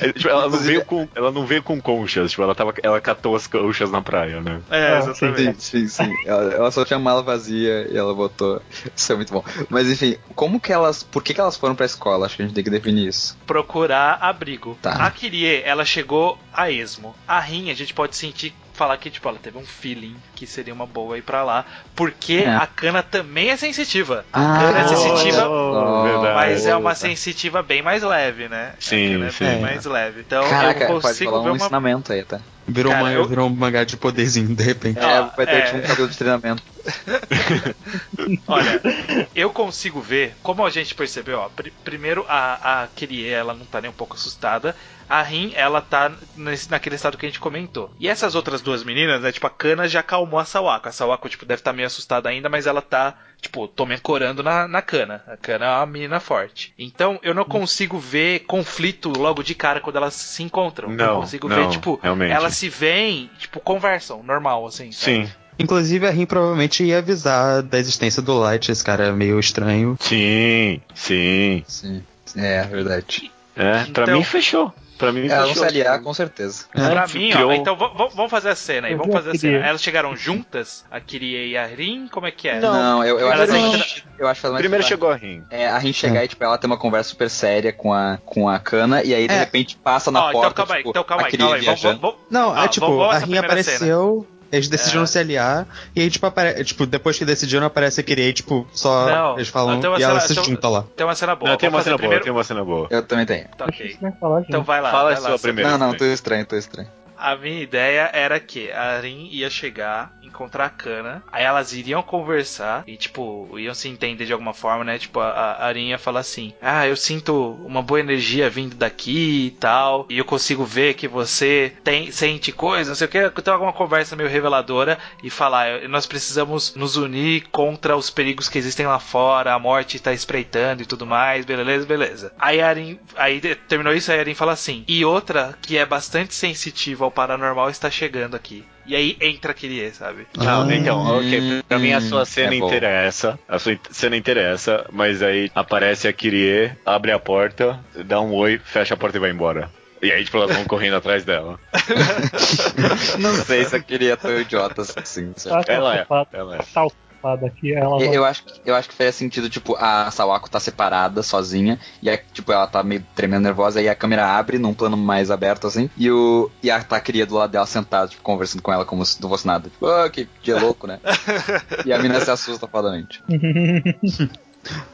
[SPEAKER 1] É, tipo, ela, não veio com, ela não veio com conchas, tipo, ela, tava, ela catou as conchas na praia, né?
[SPEAKER 4] É,
[SPEAKER 2] Ah,
[SPEAKER 4] exatamente.
[SPEAKER 3] Sim, sim, sim. Ela, ela só tinha mala vazia e ela botou. Isso é muito bom. Mas enfim, como que elas. Por que, que elas foram pra escola? Acho que a gente tem que definir isso.
[SPEAKER 4] Procurar abrigo.
[SPEAKER 3] Tá.
[SPEAKER 4] A Kirie, ela chegou a esmo. A Rin, a gente pode sentir falar que tipo ela teve um feeling que seria uma boa ir pra lá, porque
[SPEAKER 3] É.
[SPEAKER 4] a Kana também é sensitiva.
[SPEAKER 3] Ah,
[SPEAKER 4] Ela é sensitiva,
[SPEAKER 1] Oh, verdade.
[SPEAKER 4] Mas é uma
[SPEAKER 3] Opa.
[SPEAKER 4] sensitiva bem mais leve, né?
[SPEAKER 1] Sim,
[SPEAKER 4] Aquela é
[SPEAKER 1] sim.
[SPEAKER 4] bem mais leve. Então
[SPEAKER 3] Caraca,
[SPEAKER 4] eu
[SPEAKER 3] pode
[SPEAKER 4] consigo
[SPEAKER 3] falar
[SPEAKER 4] ver
[SPEAKER 3] um
[SPEAKER 4] uma.
[SPEAKER 3] ensinamento aí, tá?
[SPEAKER 5] Virou,
[SPEAKER 4] Cara,
[SPEAKER 5] uma-
[SPEAKER 4] eu-
[SPEAKER 5] virou um mangá de poderzinho, de repente.
[SPEAKER 3] É,
[SPEAKER 4] Ah,
[SPEAKER 3] vai ter
[SPEAKER 4] é.
[SPEAKER 3] tipo um cabelo de treinamento.
[SPEAKER 4] Olha, eu consigo ver, como a gente percebeu, ó. pri- primeiro a, a Kyrie, ela não tá nem um pouco assustada. A Rin, ela tá nesse- naquele estado que a gente comentou. E essas outras duas meninas, né? Tipo, a Kana já calmou a Sawako. A Sawako, tipo, deve estar meio assustada ainda, mas ela tá, tipo, tô me ancorando na, na Kana. A Kana é uma menina forte. Então, eu não
[SPEAKER 1] Hum.
[SPEAKER 4] consigo ver conflito logo de cara quando elas se encontram. eu
[SPEAKER 1] Não,
[SPEAKER 4] consigo
[SPEAKER 1] não,
[SPEAKER 4] ver, tipo,
[SPEAKER 1] realmente.
[SPEAKER 4] elas se veem, tipo, conversam, normal, assim. sabe?
[SPEAKER 1] Sim,
[SPEAKER 5] Inclusive, a Rin provavelmente ia avisar da existência do Light, esse cara é meio estranho.
[SPEAKER 1] sim, sim.
[SPEAKER 3] Sim. É, verdade. É,
[SPEAKER 1] É, pra
[SPEAKER 4] Então-
[SPEAKER 1] mim fechou. Pra mim
[SPEAKER 3] Ela não se
[SPEAKER 1] fechou.
[SPEAKER 3] aliar, com certeza.
[SPEAKER 5] É,
[SPEAKER 4] Pra
[SPEAKER 1] tipo,
[SPEAKER 4] mim,
[SPEAKER 1] criou-
[SPEAKER 4] ó, então v- v- vamos fazer a cena aí,
[SPEAKER 2] Eu
[SPEAKER 4] vamos
[SPEAKER 2] vi
[SPEAKER 4] fazer
[SPEAKER 2] a
[SPEAKER 4] a cena.
[SPEAKER 2] Kyrie.
[SPEAKER 4] Elas chegaram juntas, a Kyrie e a Rin, como é que é?
[SPEAKER 3] Não, eu, eu,
[SPEAKER 4] Elas
[SPEAKER 3] acho, assim,
[SPEAKER 4] ainda-
[SPEAKER 3] eu acho que faz mais
[SPEAKER 1] Primeiro
[SPEAKER 3] sentido.
[SPEAKER 1] chegou a Rin.
[SPEAKER 3] É, a gente chegar e, tipo, ela tem uma conversa super séria com a, com a cana, e aí, de
[SPEAKER 5] É.
[SPEAKER 3] repente, passa na
[SPEAKER 4] Ó, então
[SPEAKER 3] porta,
[SPEAKER 4] calma aí,
[SPEAKER 3] tipo,
[SPEAKER 4] então calma
[SPEAKER 3] a
[SPEAKER 4] aí,
[SPEAKER 3] Cris
[SPEAKER 4] calma aí, vamos,
[SPEAKER 3] viajando.
[SPEAKER 4] vamos, vamos.
[SPEAKER 5] Não,
[SPEAKER 4] Ah,
[SPEAKER 5] é tipo,
[SPEAKER 4] vamos- vamos
[SPEAKER 5] a
[SPEAKER 4] essa
[SPEAKER 5] Rin
[SPEAKER 4] primeira
[SPEAKER 5] apareceu, eles decidiram
[SPEAKER 4] É.
[SPEAKER 5] se aliar, e aí, tipo, apare- tipo, depois que decidiram, aparece que ele, tipo, só
[SPEAKER 4] Não,
[SPEAKER 5] eles falam
[SPEAKER 4] então,
[SPEAKER 5] e
[SPEAKER 4] sei
[SPEAKER 5] ela
[SPEAKER 4] lá,
[SPEAKER 5] se
[SPEAKER 4] então-
[SPEAKER 5] junta lá.
[SPEAKER 4] Tem uma cena boa.
[SPEAKER 1] Não, tem uma
[SPEAKER 4] vamos
[SPEAKER 1] cena
[SPEAKER 4] fazer primeiro...
[SPEAKER 1] boa, tem uma cena boa.
[SPEAKER 3] Eu também tenho.
[SPEAKER 4] Tá,
[SPEAKER 2] Acho que
[SPEAKER 4] ok.
[SPEAKER 2] isso vai falar, gente.
[SPEAKER 4] Então vai lá.
[SPEAKER 1] Fala
[SPEAKER 4] vai
[SPEAKER 1] a
[SPEAKER 4] lá,
[SPEAKER 1] sua
[SPEAKER 4] Sam.
[SPEAKER 1] primeira.
[SPEAKER 3] Não, não, tô estranho, tô estranho.
[SPEAKER 4] A minha ideia era que a Rin ia chegar, encontrar a Kana, aí elas iriam conversar e, tipo, iam se entender de alguma forma, né? Tipo, a- a, a Rin ia falar assim: Ah, eu sinto uma boa energia vindo daqui e tal, e eu consigo ver que você tem, sente coisas, não sei o que. Então, alguma conversa meio reveladora e falar: "Eu- Nós precisamos nos unir contra os perigos que existem lá fora, a morte tá espreitando e tudo mais, beleza, beleza. Aí a Arin, aí de- terminou isso, aí a Arin fala assim: "E outra que é bastante sensitiva ao paranormal está chegando aqui". E aí entra aquele, sabe?
[SPEAKER 1] Não,
[SPEAKER 5] Ah.
[SPEAKER 1] então, ok. Pra mim a sua cena
[SPEAKER 3] hum, É boa.
[SPEAKER 1] interessa. A sua in- cena interessa, mas aí aparece a Kyrie, abre a porta, dá um oi, fecha a porta e vai embora. E aí, tipo, elas vão correndo atrás dela.
[SPEAKER 3] Não sei se eu queria tão idiota assim. sabe?
[SPEAKER 2] Tá, tá
[SPEAKER 1] Ela é,
[SPEAKER 2] ocupada,
[SPEAKER 1] ela é.
[SPEAKER 2] tá ocupada aqui, ela
[SPEAKER 3] Eu,
[SPEAKER 2] vai-
[SPEAKER 3] eu acho, que- eu acho que faz sentido, tipo, a Sawako tá separada, sozinha, e a, tipo, ela tá meio tremendo nervosa, aí a câmera abre num plano mais aberto, assim, e o e a Taqueria do lado dela sentada, tipo, conversando com ela como se não fosse nada. Tipo, ah, que dia louco, né? e a mina se assusta fadamente.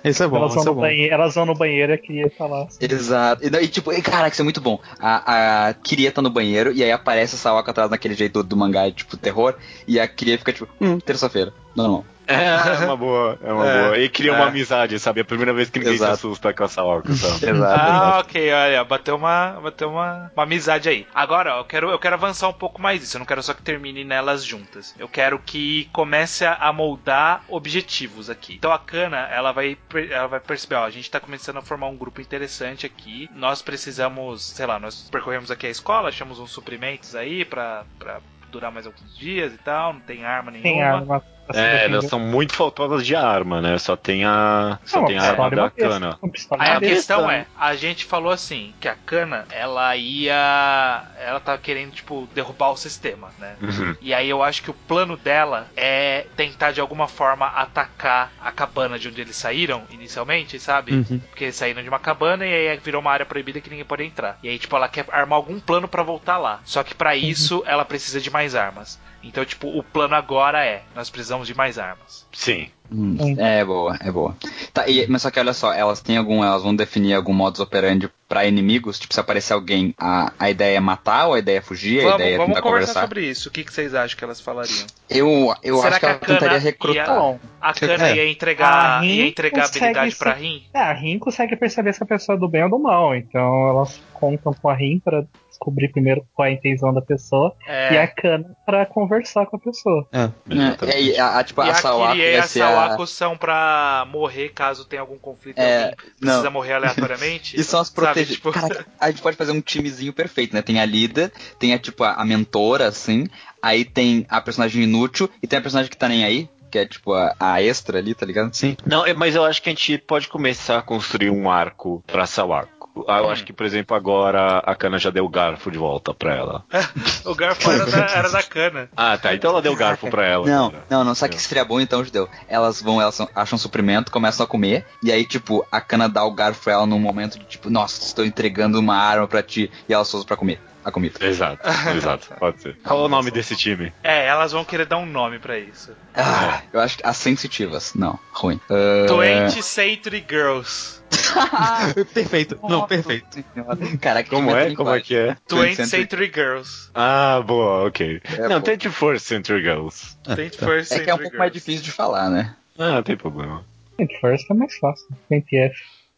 [SPEAKER 5] Isso é bom,
[SPEAKER 2] elas, vão
[SPEAKER 5] isso é
[SPEAKER 2] no
[SPEAKER 5] bom.
[SPEAKER 2] banheiro, elas vão no banheiro, eu queria falar assim.
[SPEAKER 3] Exato. E, daí, tipo, e, caraca, isso é muito bom. A, a Kiria tá no banheiro e aí aparece a Sawako atrás daquele jeito do, do mangá, tipo, terror, e a Kiria fica tipo, hum, terça-feira, normal.
[SPEAKER 1] É, é uma boa, é uma
[SPEAKER 4] É,
[SPEAKER 1] boa. E cria
[SPEAKER 4] é.
[SPEAKER 1] uma amizade, sabe? É a primeira vez que ninguém
[SPEAKER 3] Exato.
[SPEAKER 1] se assusta com essa óculos, sabe?
[SPEAKER 4] Ah, ok, olha, bateu uma, bateu uma, uma amizade aí. Agora, ó, eu quero, eu quero avançar um pouco mais isso. Eu não quero só que termine nelas juntas. Eu quero que comece a- a moldar objetivos aqui. Então a Kana, ela vai, per- ela vai perceber, ó, a gente tá começando a formar um grupo interessante aqui. Nós precisamos, sei lá, nós percorremos aqui a escola, achamos uns suprimentos aí pra. pra durar mais alguns dias e tal, não tem arma nenhuma.
[SPEAKER 2] Tem arma. tá pra se
[SPEAKER 1] É,
[SPEAKER 2] defender.
[SPEAKER 1] elas são muito faltosas de arma, né? Só tem a. Só
[SPEAKER 2] Não,
[SPEAKER 1] tem a
[SPEAKER 2] É uma
[SPEAKER 1] arma
[SPEAKER 2] pistola e uma
[SPEAKER 1] da
[SPEAKER 2] besta.
[SPEAKER 1] cana.
[SPEAKER 2] Uma pistola e
[SPEAKER 4] Aí
[SPEAKER 2] uma
[SPEAKER 4] a
[SPEAKER 2] besta.
[SPEAKER 4] questão é, a gente falou assim, que a Kana, ela ia. Ela tá querendo, tipo, derrubar o sistema, né?
[SPEAKER 1] Uhum.
[SPEAKER 4] E aí eu acho que o plano dela é tentar de alguma forma atacar a cabana de onde eles saíram inicialmente, sabe?
[SPEAKER 5] Uhum.
[SPEAKER 4] Porque eles saíram de uma cabana e aí virou uma área proibida que ninguém pode entrar. E aí, tipo, ela quer armar algum plano pra voltar lá. Só que pra isso ela precisa de mais armas. Então, tipo, o plano agora é: nós precisamos de mais armas.
[SPEAKER 1] Sim.
[SPEAKER 2] Hum.
[SPEAKER 3] É boa, é boa. Tá, e- mas só que olha só, elas têm algum. Elas vão definir algum modus operandi pra inimigos? Tipo, se aparecer alguém, a, a ideia é matar ou a ideia é fugir? a
[SPEAKER 4] Vamos,
[SPEAKER 3] ideia é
[SPEAKER 4] vamos
[SPEAKER 3] tentar
[SPEAKER 4] conversar, sobre isso. O que, que vocês acham que elas falariam?
[SPEAKER 3] Eu, eu
[SPEAKER 4] Será
[SPEAKER 3] acho que
[SPEAKER 4] que a
[SPEAKER 3] ela tentaria
[SPEAKER 4] Kana
[SPEAKER 3] recrutar.
[SPEAKER 2] Bom,
[SPEAKER 4] A Kana
[SPEAKER 5] É.
[SPEAKER 4] ia entregar,
[SPEAKER 2] A Rin
[SPEAKER 4] ia entregar
[SPEAKER 2] consegue
[SPEAKER 4] habilidade
[SPEAKER 2] se-
[SPEAKER 4] pra Rin?
[SPEAKER 2] é, a Rin consegue perceber se a pessoa é do bem ou do mal. Então elas contam com a Rin pra descobrir primeiro qual é a intenção da pessoa
[SPEAKER 4] É.
[SPEAKER 2] e a Cana pra conversar com a pessoa.
[SPEAKER 3] É, e a, a- tipo,
[SPEAKER 4] e
[SPEAKER 3] a Sawako
[SPEAKER 4] Kyrie e
[SPEAKER 3] vai
[SPEAKER 4] a
[SPEAKER 3] ser a...
[SPEAKER 4] Sawako são pra morrer caso tenha algum conflito. e
[SPEAKER 3] É,
[SPEAKER 4] alguém precisa
[SPEAKER 3] não.
[SPEAKER 4] morrer aleatoriamente.
[SPEAKER 3] E são as
[SPEAKER 4] Sabe,
[SPEAKER 3] protegidas.
[SPEAKER 4] tipo-
[SPEAKER 3] Caraca, a gente pode fazer um timezinho perfeito, né? Tem a líder, tem a, tipo, a, a mentora, assim. Aí tem a personagem inútil e tem a personagem que tá nem aí, que é, tipo, a, a extra ali, tá ligado?
[SPEAKER 5] Sim.
[SPEAKER 1] Não, é- mas eu acho que a gente pode começar a construir um arco pra Sawako. Ah, Eu
[SPEAKER 4] Hum.
[SPEAKER 1] acho que, por exemplo, agora a Kana já deu o garfo de volta pra ela.
[SPEAKER 4] o garfo era da, era da cana.
[SPEAKER 1] Ah, tá. Então ela deu o garfo pra ela.
[SPEAKER 3] Não,
[SPEAKER 1] cara.
[SPEAKER 3] não, não, só que
[SPEAKER 1] Não. né?
[SPEAKER 3] seria bom então, judeu. Elas vão, elas são- acham suprimento, começam a comer, e aí, tipo, a cana dá o garfo a ela num momento de tipo, nossa, estou entregando uma arma pra ti, e elas usam pra comer a comida.
[SPEAKER 1] Exato, exato. Pode ser. Qual é o nome desse time?
[SPEAKER 4] É, elas vão querer dar um nome pra isso.
[SPEAKER 3] Ah, eu acho que as sensitivas. Não, ruim.
[SPEAKER 4] Twenty Century Girls.
[SPEAKER 5] perfeito. Não, perfeito.
[SPEAKER 3] Caraca,
[SPEAKER 1] Como é? Como é que é?
[SPEAKER 4] Twenty
[SPEAKER 3] 20
[SPEAKER 4] Century Girls.
[SPEAKER 1] Ah, boa, ok.
[SPEAKER 3] É,
[SPEAKER 1] não,
[SPEAKER 3] pô.
[SPEAKER 1] tente Force Century Girls.
[SPEAKER 4] Twenty First
[SPEAKER 3] É
[SPEAKER 4] Century
[SPEAKER 3] que é um pouco mais
[SPEAKER 4] Girls.
[SPEAKER 3] difícil de falar, né?
[SPEAKER 1] Ah, não tem problema.
[SPEAKER 2] Gente, first é mais fácil. 20F.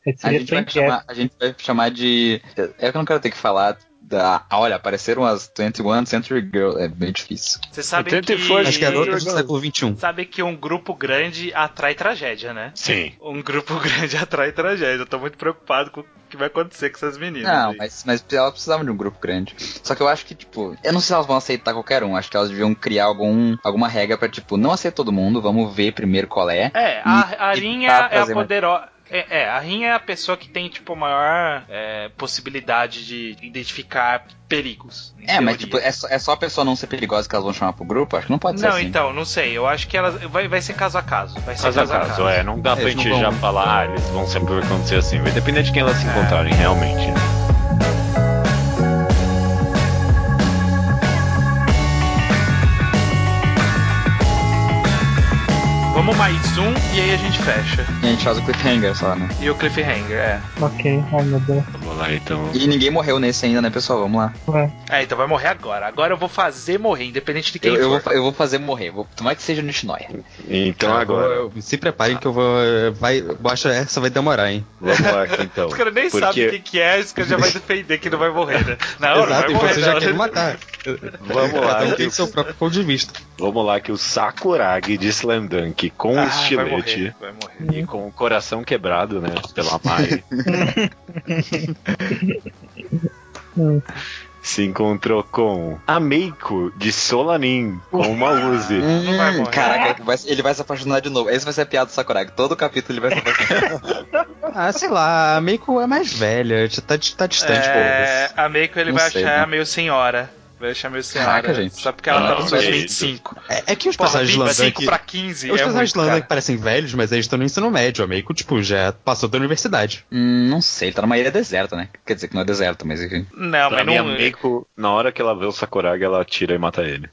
[SPEAKER 3] A
[SPEAKER 2] Seria
[SPEAKER 3] gente, vai
[SPEAKER 2] 20F.
[SPEAKER 3] chamar, a gente vai chamar de. É que eu não quero ter que falar da. Ah, olha, apareceram as 21 Century Girls. É bem difícil.
[SPEAKER 4] Vocês sabem
[SPEAKER 1] Twenty
[SPEAKER 4] que,
[SPEAKER 1] First
[SPEAKER 5] Acho que
[SPEAKER 1] é
[SPEAKER 5] adultas do século XXI.
[SPEAKER 4] sabe que um grupo grande atrai tragédia, né?
[SPEAKER 1] Sim.
[SPEAKER 4] Um grupo grande atrai tragédia. Eu tô muito preocupado com o que vai acontecer com essas meninas.
[SPEAKER 3] Não,
[SPEAKER 4] aí.
[SPEAKER 3] mas, mas elas precisavam de um grupo grande. Só que eu acho que, tipo, eu não sei se elas vão aceitar qualquer um. Acho que elas deviam criar algum, alguma regra pra, tipo, não aceita todo mundo, vamos ver primeiro qual é.
[SPEAKER 4] É,
[SPEAKER 3] E-
[SPEAKER 4] a, a
[SPEAKER 3] e tá
[SPEAKER 4] Rin é,
[SPEAKER 3] tentar
[SPEAKER 4] é a
[SPEAKER 3] fazer mais-
[SPEAKER 4] poderosa. É, é, a Rin é a pessoa que tem, tipo, maior é, possibilidade de identificar perigos. em
[SPEAKER 3] É, mas,
[SPEAKER 4] teoria.
[SPEAKER 3] tipo, é só, é só a pessoa não ser perigosa que elas vão chamar pro grupo? Acho que não pode ser
[SPEAKER 4] Não,
[SPEAKER 3] assim.
[SPEAKER 4] então, não sei. Eu acho que ela vai, vai ser caso a caso. Vai ser
[SPEAKER 1] Caso a caso, é. Não dá pra
[SPEAKER 5] Eles
[SPEAKER 1] gente
[SPEAKER 5] não
[SPEAKER 1] já
[SPEAKER 5] vão-
[SPEAKER 1] falar, ah, eles vão sempre acontecer assim. Vai depender de quem elas se encontrarem, realmente. né?
[SPEAKER 4] Vamos mais um e aí a gente fecha.
[SPEAKER 3] E a gente faz o cliffhanger só, né?
[SPEAKER 4] E o cliffhanger, é.
[SPEAKER 2] Ok, ai meu Deus.
[SPEAKER 1] Vamos lá, então.
[SPEAKER 3] E ninguém morreu nesse ainda, né, pessoal? Vamos lá.
[SPEAKER 2] Ué,
[SPEAKER 4] É, então vai morrer agora. Agora eu vou fazer morrer, independente de quem
[SPEAKER 3] Eu, eu vou,
[SPEAKER 4] for.
[SPEAKER 3] fa- eu vou fazer morrer. Vou, tomar que seja no Nishinoya.
[SPEAKER 1] Então agora,
[SPEAKER 5] Eu- eu- se preparem que eu vou. Vai, eu acho que essa vai demorar, hein?
[SPEAKER 1] vamos lá aqui, então.
[SPEAKER 4] Os caras nem sabem o que, que é, os caras já vai defender que não vai morrer, né? Não, não vai
[SPEAKER 5] Exato, e
[SPEAKER 4] morrer.
[SPEAKER 5] você já
[SPEAKER 4] não.
[SPEAKER 5] quer me matar.
[SPEAKER 1] Vamos lá,
[SPEAKER 5] Cada um
[SPEAKER 1] que-
[SPEAKER 5] tem seu próprio ponto de vista.
[SPEAKER 1] Vamos lá que o Sakuragi de Slam Dunk com o
[SPEAKER 4] Ah, vai
[SPEAKER 1] estilete
[SPEAKER 4] morrer, vai morrer.
[SPEAKER 1] e com o coração quebrado, né, pela Mai, se encontrou com a Meiko de Solanin com uma Uzi.
[SPEAKER 4] Não vai morrer.
[SPEAKER 3] Caraca, vai- ele vai se apaixonar de novo. Esse vai ser a piada do Sakuragi. Todo capítulo ele vai se apaixonar.
[SPEAKER 5] Ah, sei lá, a Meiko é mais velha, já tá, tá distante,
[SPEAKER 4] É,
[SPEAKER 5] pô.
[SPEAKER 4] a Meiko ele
[SPEAKER 3] Não
[SPEAKER 4] vai
[SPEAKER 3] sei,
[SPEAKER 4] achar
[SPEAKER 3] né?
[SPEAKER 4] meio senhora. Vai achar meio senhora.
[SPEAKER 3] Caraca, gente.
[SPEAKER 4] Só porque ela tá
[SPEAKER 1] Ah,
[SPEAKER 4] nos seus
[SPEAKER 1] que
[SPEAKER 4] 25.
[SPEAKER 5] É, é que os
[SPEAKER 4] Porra,
[SPEAKER 5] personagens de
[SPEAKER 4] 25
[SPEAKER 5] Landank.
[SPEAKER 4] pra 15
[SPEAKER 5] Os
[SPEAKER 4] é
[SPEAKER 5] personagens
[SPEAKER 4] muito,
[SPEAKER 5] de Landank
[SPEAKER 4] cara.
[SPEAKER 5] parecem velhos, mas eles estão no ensino médio. A Meiko, tipo, já passou da universidade.
[SPEAKER 3] Hum, não sei, ele tá numa ilha deserta, né? Quer dizer que não é deserto, mas enfim.
[SPEAKER 4] Não,
[SPEAKER 1] Pra
[SPEAKER 4] mas
[SPEAKER 1] mim, a
[SPEAKER 4] não...
[SPEAKER 1] Meiko, na hora que ela vê o Sakuragi, ela atira e mata ele.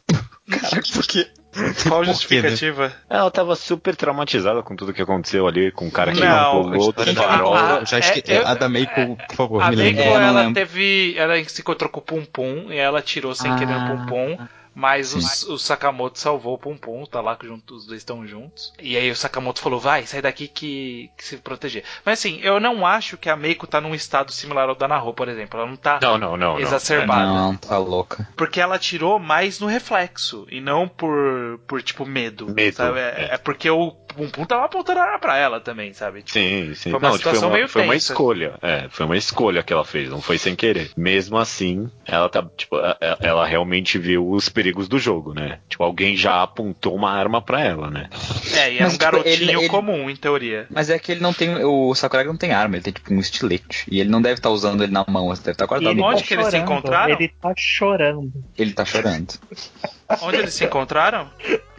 [SPEAKER 3] Caraca, por quê?
[SPEAKER 4] Qual
[SPEAKER 5] Por quê, né?
[SPEAKER 4] justificativa?
[SPEAKER 1] Ela tava super traumatizada com tudo que aconteceu ali, com o cara que
[SPEAKER 4] Não,
[SPEAKER 1] matou o outro
[SPEAKER 4] então,
[SPEAKER 1] farol.
[SPEAKER 4] Ah,
[SPEAKER 5] Eu já
[SPEAKER 4] é,
[SPEAKER 5] esque...
[SPEAKER 4] eu- é,
[SPEAKER 5] a da Meiko, por favor,
[SPEAKER 4] A
[SPEAKER 5] me
[SPEAKER 4] Meiko,
[SPEAKER 5] lembra.
[SPEAKER 3] É, não
[SPEAKER 4] ela
[SPEAKER 3] lembro.
[SPEAKER 4] teve... Ela se encontrou com o Pum Pum e ela atirou sem querer no Pum Pum. Mas os- o Sakamoto salvou o Pum Pum, tá lá que junto- os dois estão juntos. E aí o Sakamoto falou: vai, sai daqui que, que se proteger. Mas assim, eu não acho que a Meiko tá num estado similar ao da Naho, por exemplo. Ela não tá
[SPEAKER 1] Não, não, não. não.
[SPEAKER 4] exacerbada.
[SPEAKER 3] Não, tá louca.
[SPEAKER 4] Porque ela tirou mais no reflexo e não por, por tipo, medo.
[SPEAKER 1] Medo,
[SPEAKER 4] sabe? É, é porque o Pum Pum tava apontando a arma pra ela também, sabe? Tipo,
[SPEAKER 1] Sim, sim.
[SPEAKER 4] Foi uma
[SPEAKER 1] não, tipo,
[SPEAKER 4] situação
[SPEAKER 1] uma,
[SPEAKER 4] meio
[SPEAKER 1] foi uma
[SPEAKER 4] tensa.
[SPEAKER 1] escolha. É, foi uma escolha que ela fez, não foi sem querer. Mesmo assim, ela tá, tipo, a- a- ela realmente viu os perigos do jogo, né? Tipo, alguém já apontou uma arma pra ela, né?
[SPEAKER 4] É, e era
[SPEAKER 3] Mas,
[SPEAKER 4] um
[SPEAKER 3] tipo, ele-
[SPEAKER 4] garotinho
[SPEAKER 3] ele-
[SPEAKER 4] comum, em teoria.
[SPEAKER 3] Mas é que ele não tem. O Sakuragi não tem arma, ele tem tipo um estilete. E ele não deve estar usando ele na mão, ele deve estar
[SPEAKER 2] E
[SPEAKER 3] guardado
[SPEAKER 4] ele
[SPEAKER 3] no
[SPEAKER 4] onde
[SPEAKER 3] bolso.
[SPEAKER 2] tá
[SPEAKER 4] que eles se
[SPEAKER 2] chorando,
[SPEAKER 4] encontraram?
[SPEAKER 2] Ele tá chorando.
[SPEAKER 3] Ele tá chorando.
[SPEAKER 4] Onde eles se encontraram?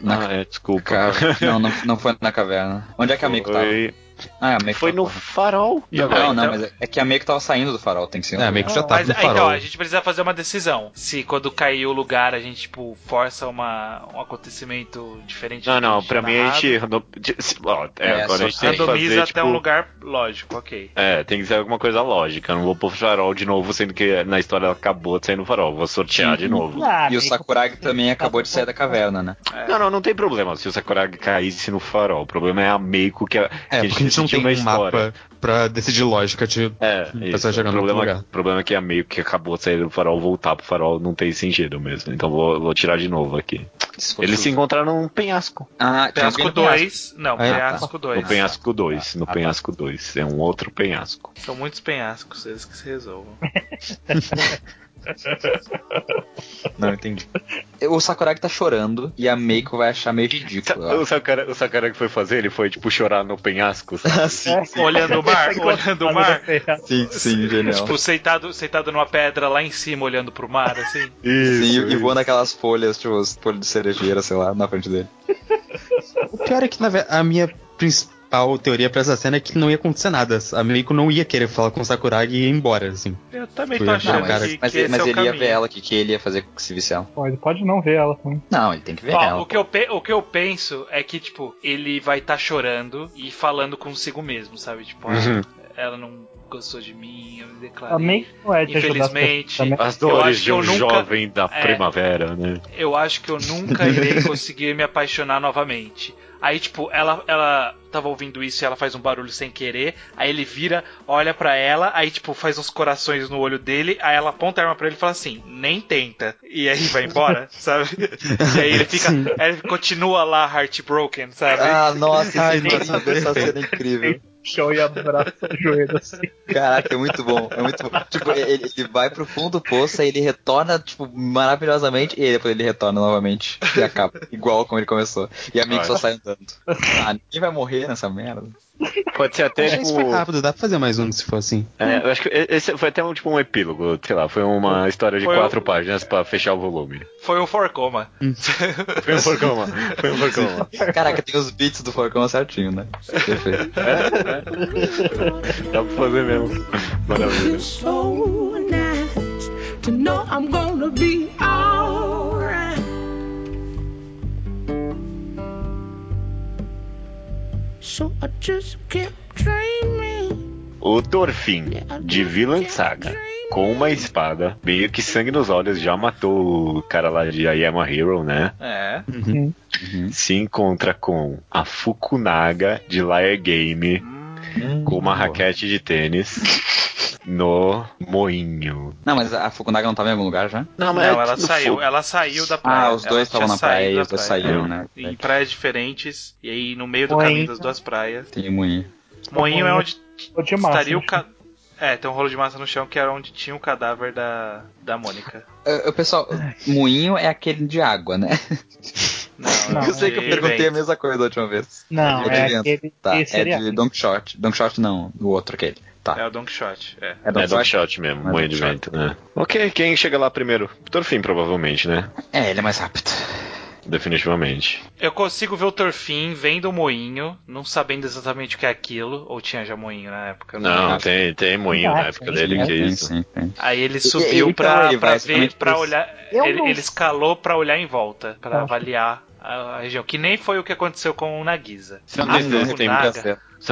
[SPEAKER 3] Na
[SPEAKER 1] Ah, é, desculpa.
[SPEAKER 3] Cara, não, não, não foi na caverna. Onde é que a Meiko tava?
[SPEAKER 1] foi,
[SPEAKER 3] Ah, a Meiko
[SPEAKER 1] foi
[SPEAKER 3] tava-
[SPEAKER 1] no farol.
[SPEAKER 3] Não,
[SPEAKER 4] Ah,
[SPEAKER 3] não,
[SPEAKER 4] então-
[SPEAKER 3] mas é- é que a Meiko tava saindo do farol, tem que ser. um
[SPEAKER 5] É, meio que já tá
[SPEAKER 4] Mas,
[SPEAKER 5] no
[SPEAKER 4] ah, então,
[SPEAKER 5] farol.
[SPEAKER 4] a gente precisa fazer uma decisão. Se quando cair o lugar a gente, tipo, força uma, um acontecimento diferente.
[SPEAKER 1] Não,
[SPEAKER 4] do que
[SPEAKER 1] não,
[SPEAKER 4] gente
[SPEAKER 1] pra mim a
[SPEAKER 4] narrado.
[SPEAKER 1] gente. random- de- se- ó, é,
[SPEAKER 3] É,
[SPEAKER 1] agora
[SPEAKER 3] só
[SPEAKER 1] a gente tem que
[SPEAKER 4] randomiza
[SPEAKER 1] fazer.
[SPEAKER 4] até
[SPEAKER 1] Tipo,
[SPEAKER 4] um lugar lógico, ok.
[SPEAKER 1] É, tem que ser alguma coisa lógica. Eu não vou pro farol de novo, sendo que na história ela acabou de sair no farol. Vou sortear de novo.
[SPEAKER 2] Ah,
[SPEAKER 3] E o
[SPEAKER 2] meio
[SPEAKER 3] Sakuragi também acabou de sair da caverna, né?
[SPEAKER 1] É. Não, não, não tem problema se o Sakuragi caísse no farol. O problema é a Meiko que, é, que
[SPEAKER 5] É, porque a gente não
[SPEAKER 1] decidiu
[SPEAKER 5] tem
[SPEAKER 1] na
[SPEAKER 5] um
[SPEAKER 1] história.
[SPEAKER 5] mapa pra decidir lógica de
[SPEAKER 1] É,
[SPEAKER 5] Hum,
[SPEAKER 1] isso.
[SPEAKER 5] pessoa
[SPEAKER 1] O
[SPEAKER 5] jogando no outro
[SPEAKER 1] problema,
[SPEAKER 5] lugar.
[SPEAKER 1] o problema é que a meio que acabou de sair do farol, voltar pro farol não tem sentido mesmo. Então vou, vou tirar de novo aqui.
[SPEAKER 3] Isso foi
[SPEAKER 1] Eles se
[SPEAKER 3] tudo.
[SPEAKER 1] encontraram num penhasco.
[SPEAKER 3] Ah, tinha alguém
[SPEAKER 4] Penhasco
[SPEAKER 3] no penhasco.
[SPEAKER 4] 2. Não,
[SPEAKER 5] Ah, tá.
[SPEAKER 4] penhasco
[SPEAKER 1] No
[SPEAKER 4] 2.
[SPEAKER 1] penhasco 2. No penhasco 2. É um outro penhasco.
[SPEAKER 4] São muitos penhascos, eles que se resolvam.
[SPEAKER 3] Não, entendi. O Sakuragi tá chorando e a Meiko vai achar meio ridículo. eu
[SPEAKER 1] O
[SPEAKER 3] acho.
[SPEAKER 1] Sakara, o Sakara que foi fazer, ele foi tipo chorar no penhasco. Sabe?
[SPEAKER 4] Olhando o mar,
[SPEAKER 3] tá
[SPEAKER 4] olhando o mar.
[SPEAKER 3] Sim, sim, genial.
[SPEAKER 4] Tipo, sentado, sentado numa pedra lá em cima, olhando pro mar, assim.
[SPEAKER 1] Isso,
[SPEAKER 3] Sim, e
[SPEAKER 1] isso.
[SPEAKER 3] voando aquelas folhas, tipo, as folhas de cerejeira, sei lá, na frente dele.
[SPEAKER 5] O pior é que na ve- a minha principal teoria pra essa cena é que não ia acontecer nada. A Meiko não ia querer falar com o Sakuragi e ir embora, assim.
[SPEAKER 4] Eu também
[SPEAKER 5] Não,
[SPEAKER 4] tô achando
[SPEAKER 3] Não,
[SPEAKER 5] Cara,
[SPEAKER 3] mas,
[SPEAKER 4] que,
[SPEAKER 3] mas,
[SPEAKER 4] que esse
[SPEAKER 3] mas
[SPEAKER 4] é o
[SPEAKER 3] ele ia
[SPEAKER 4] caminho.
[SPEAKER 3] ver ela, o que, que ele ia fazer com se visse ela?
[SPEAKER 2] Pode, pode não ver ela também.
[SPEAKER 3] Não, ele tem que ver
[SPEAKER 4] Ó,
[SPEAKER 3] ela.
[SPEAKER 4] o, que eu pe- o que eu penso é que, tipo, ele vai estar chorando e falando consigo mesmo, sabe? Tipo, ah,
[SPEAKER 1] Uhum.
[SPEAKER 4] ela não gostou de mim, eu me declarei.
[SPEAKER 2] A meio que não é de ajudar as
[SPEAKER 4] Infelizmente,
[SPEAKER 2] pessoas também.
[SPEAKER 1] As
[SPEAKER 4] Eu
[SPEAKER 1] dores
[SPEAKER 4] acho que
[SPEAKER 1] de um
[SPEAKER 4] eu nunca-
[SPEAKER 1] jovem da
[SPEAKER 4] É.
[SPEAKER 1] primavera, né?
[SPEAKER 4] eu acho que eu nunca irei conseguir me apaixonar novamente. Aí, tipo, ela, ela tava ouvindo isso e ela faz um barulho sem querer. Aí ele vira, olha pra ela, aí, tipo, faz uns corações no olho dele. Aí ela aponta a arma pra ele e fala assim: nem tenta. E aí vai embora, sabe? E aí ele fica, aí ele continua lá, heartbroken, sabe?
[SPEAKER 3] Ah, nossa,
[SPEAKER 5] Ai,
[SPEAKER 3] esse
[SPEAKER 5] nossa,
[SPEAKER 3] vídeo dessa cena é incrível.
[SPEAKER 2] Show e abraça o joelho assim.
[SPEAKER 3] Caraca, é muito bom, é muito bom. Tipo, ele, ele vai pro fundo do poço, aí ele retorna, tipo, maravilhosamente, e aí depois ele retorna novamente e acaba. Igual como ele começou. E a Mick só sai andando. Ah, ninguém vai morrer nessa merda.
[SPEAKER 1] Pode ser até
[SPEAKER 5] Acho que isso foi
[SPEAKER 1] tipo.
[SPEAKER 5] rápido, dá pra fazer mais um se for assim.
[SPEAKER 1] É, eu acho que esse foi até um, tipo um epílogo, sei lá, foi um- uma história de
[SPEAKER 4] Foi
[SPEAKER 1] quatro
[SPEAKER 4] o-
[SPEAKER 1] páginas pra fechar o volume.
[SPEAKER 4] Foi o Forcoma.
[SPEAKER 1] Foi um porcão, mano. Foi um porcão. mano.
[SPEAKER 3] Caraca, tem os beats do Forcão certinho, né? Perfeito.
[SPEAKER 1] É,
[SPEAKER 4] É?
[SPEAKER 1] Dá pra fazer mesmo. Maravilha.
[SPEAKER 6] It's so nice to know I'm gonna be alright. So I just kept dreaming.
[SPEAKER 1] O Dorfin, de Villain Saga, com uma espada, meio que sangue nos olhos, já matou o cara lá de I Am a Hero, né?
[SPEAKER 4] É.
[SPEAKER 1] Se encontra com a Fukunaga, de Liar Game, com uma raquete de tênis. No moinho.
[SPEAKER 3] Não, mas a Fukunaga não é tava em algum lugar já?
[SPEAKER 1] Não,
[SPEAKER 4] Não, ela saiu, ela saiu da praia.
[SPEAKER 3] Ah, os dois
[SPEAKER 4] É, Ela tinha
[SPEAKER 3] estavam na praia
[SPEAKER 4] saído
[SPEAKER 3] e
[SPEAKER 4] da
[SPEAKER 3] os dois
[SPEAKER 4] praia.
[SPEAKER 3] saíram, né?
[SPEAKER 4] Em praias diferentes, e aí no meio do
[SPEAKER 2] Moinho.
[SPEAKER 4] caminho das duas praias.
[SPEAKER 3] Tem moinho.
[SPEAKER 4] Moinho é
[SPEAKER 2] Moinho.
[SPEAKER 4] onde
[SPEAKER 2] Tô de massa.
[SPEAKER 4] estaria o ca... É, tem um rolo de massa no chão que era onde tinha o cadáver da, da Mônica.
[SPEAKER 3] Ah, pessoal, moinho é aquele de água, né?
[SPEAKER 4] Não, é
[SPEAKER 2] Não.
[SPEAKER 3] Eu sei que eu
[SPEAKER 4] de
[SPEAKER 3] perguntei a
[SPEAKER 4] vento.
[SPEAKER 3] mesma coisa da última vez.
[SPEAKER 2] Não,
[SPEAKER 3] é
[SPEAKER 2] é
[SPEAKER 3] de
[SPEAKER 2] aquele
[SPEAKER 3] Tá,
[SPEAKER 2] que
[SPEAKER 3] é
[SPEAKER 2] seria.
[SPEAKER 3] de Don Quixote. Don Quixote não, o outro aquele.
[SPEAKER 4] É
[SPEAKER 3] Tá.
[SPEAKER 4] o Don Quixote, é.
[SPEAKER 3] É Don
[SPEAKER 1] É do
[SPEAKER 3] Quixote?
[SPEAKER 1] shot mesmo,
[SPEAKER 3] É
[SPEAKER 1] moinho
[SPEAKER 3] do
[SPEAKER 1] de
[SPEAKER 3] shot.
[SPEAKER 1] vento, né? Ok, quem chega lá primeiro? Dorfin, provavelmente, né?
[SPEAKER 3] É, ele é mais rápido.
[SPEAKER 1] Definitivamente.
[SPEAKER 4] Eu consigo ver o Torfin vendo o moinho, não sabendo exatamente o que é aquilo, ou tinha já moinho na época. né? eu
[SPEAKER 1] Não,
[SPEAKER 4] lembro.
[SPEAKER 1] tem, tem moinho na época dele, que é isso.
[SPEAKER 3] né? Sim, sim.
[SPEAKER 4] Aí ele
[SPEAKER 3] E-
[SPEAKER 4] subiu
[SPEAKER 3] e- então
[SPEAKER 4] pra,
[SPEAKER 3] ele
[SPEAKER 4] pra
[SPEAKER 3] vai
[SPEAKER 4] ver,
[SPEAKER 3] exatamente
[SPEAKER 4] pra
[SPEAKER 3] por isso.
[SPEAKER 4] olhar.
[SPEAKER 2] Eu
[SPEAKER 4] Ele,
[SPEAKER 2] não-
[SPEAKER 4] ele escalou pra olhar em volta, pra
[SPEAKER 2] Ah.
[SPEAKER 4] avaliar a, a região. Que nem foi o que aconteceu com o Nagisa.
[SPEAKER 1] Você não tem certeza se tem,
[SPEAKER 4] Naga.
[SPEAKER 1] você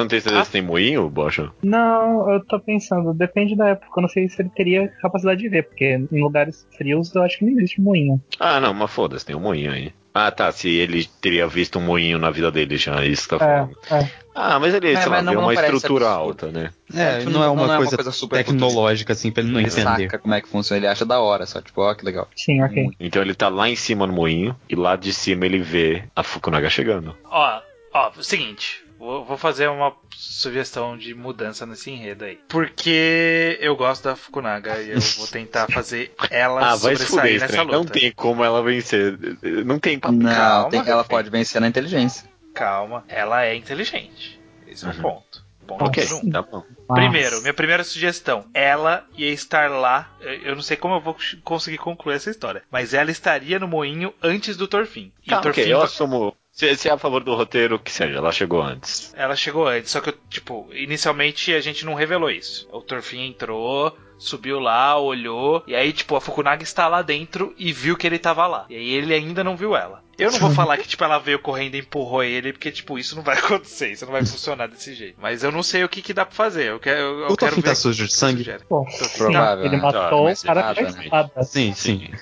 [SPEAKER 1] não tem
[SPEAKER 4] Ah.
[SPEAKER 1] certeza se tem moinho, Bocha?
[SPEAKER 2] Não, eu tô pensando, depende da época. Eu não sei se ele teria capacidade de ver, porque em lugares frios eu acho que não existe moinho.
[SPEAKER 1] Ah, não, mas foda-se, tem um moinho aí. Ah, tá, se ele teria visto um moinho na vida dele já, isso que tá
[SPEAKER 2] É,
[SPEAKER 1] falando.
[SPEAKER 2] é.
[SPEAKER 1] Ah, mas ele,
[SPEAKER 3] É,
[SPEAKER 1] sei lá,
[SPEAKER 3] mas não-
[SPEAKER 1] vê
[SPEAKER 3] não
[SPEAKER 1] uma
[SPEAKER 3] parece
[SPEAKER 1] estrutura
[SPEAKER 3] absurdo.
[SPEAKER 1] alta, né?
[SPEAKER 5] É,
[SPEAKER 3] tipo,
[SPEAKER 5] não, é uma coisa,
[SPEAKER 3] super
[SPEAKER 5] tecnológica, assim, pra ele não
[SPEAKER 3] Ele
[SPEAKER 5] entender.
[SPEAKER 3] saca como é que funciona, ele acha da hora, só tipo, ó, que legal.
[SPEAKER 2] Sim, ok.
[SPEAKER 3] Muito.
[SPEAKER 1] Então ele tá lá em cima no moinho e lá de cima ele vê a Fukunaga chegando.
[SPEAKER 4] Ó, ó, seguinte. Vou vou fazer uma sugestão de mudança nesse enredo aí. Porque eu gosto da Fukunaga e eu vou tentar fazer ela
[SPEAKER 1] ah, vai se fuder,
[SPEAKER 4] sobressair nessa
[SPEAKER 1] estranho. Não
[SPEAKER 4] luta.
[SPEAKER 1] tem como ela vencer. Não tem papo.
[SPEAKER 3] Não, é
[SPEAKER 4] Calma,
[SPEAKER 3] tem- ela pode vencer na inteligência.
[SPEAKER 4] Calma, ela é inteligente. Esse é
[SPEAKER 1] Uhum.
[SPEAKER 4] o ponto. Ponto
[SPEAKER 1] Ok,
[SPEAKER 4] número um.
[SPEAKER 1] tá bom.
[SPEAKER 4] Primeiro, minha primeira sugestão. Ela ia estar lá. eu- Eu não sei como eu vou conseguir concluir essa história. Mas ela estaria no moinho antes do Torfin. E
[SPEAKER 1] Tá,
[SPEAKER 4] o Torfin
[SPEAKER 1] ok, eu assumo. Se, se é a favor do roteiro, que seja, ela chegou antes.
[SPEAKER 4] Ela chegou antes, só que, tipo, inicialmente a gente não revelou isso. O Torfin entrou, subiu lá, olhou, e aí, tipo, a Fukunaga está lá dentro e viu que ele tava lá. E aí ele ainda não viu ela. Eu não vou falar que, tipo, ela veio correndo e empurrou ele, porque, tipo, isso não vai acontecer, isso não vai funcionar desse jeito. Mas eu não sei o que, que dá pra fazer. Eu quero, eu, eu
[SPEAKER 5] O
[SPEAKER 4] quero
[SPEAKER 5] Tofim
[SPEAKER 4] ver.
[SPEAKER 5] tá sujo de sangue?
[SPEAKER 4] Sugere.
[SPEAKER 2] Pô,
[SPEAKER 3] Provável,
[SPEAKER 2] ele
[SPEAKER 3] né?
[SPEAKER 2] matou
[SPEAKER 1] Tá,
[SPEAKER 2] o cara com a
[SPEAKER 3] mas errado,
[SPEAKER 2] espada.
[SPEAKER 5] Assim, Sim, sim.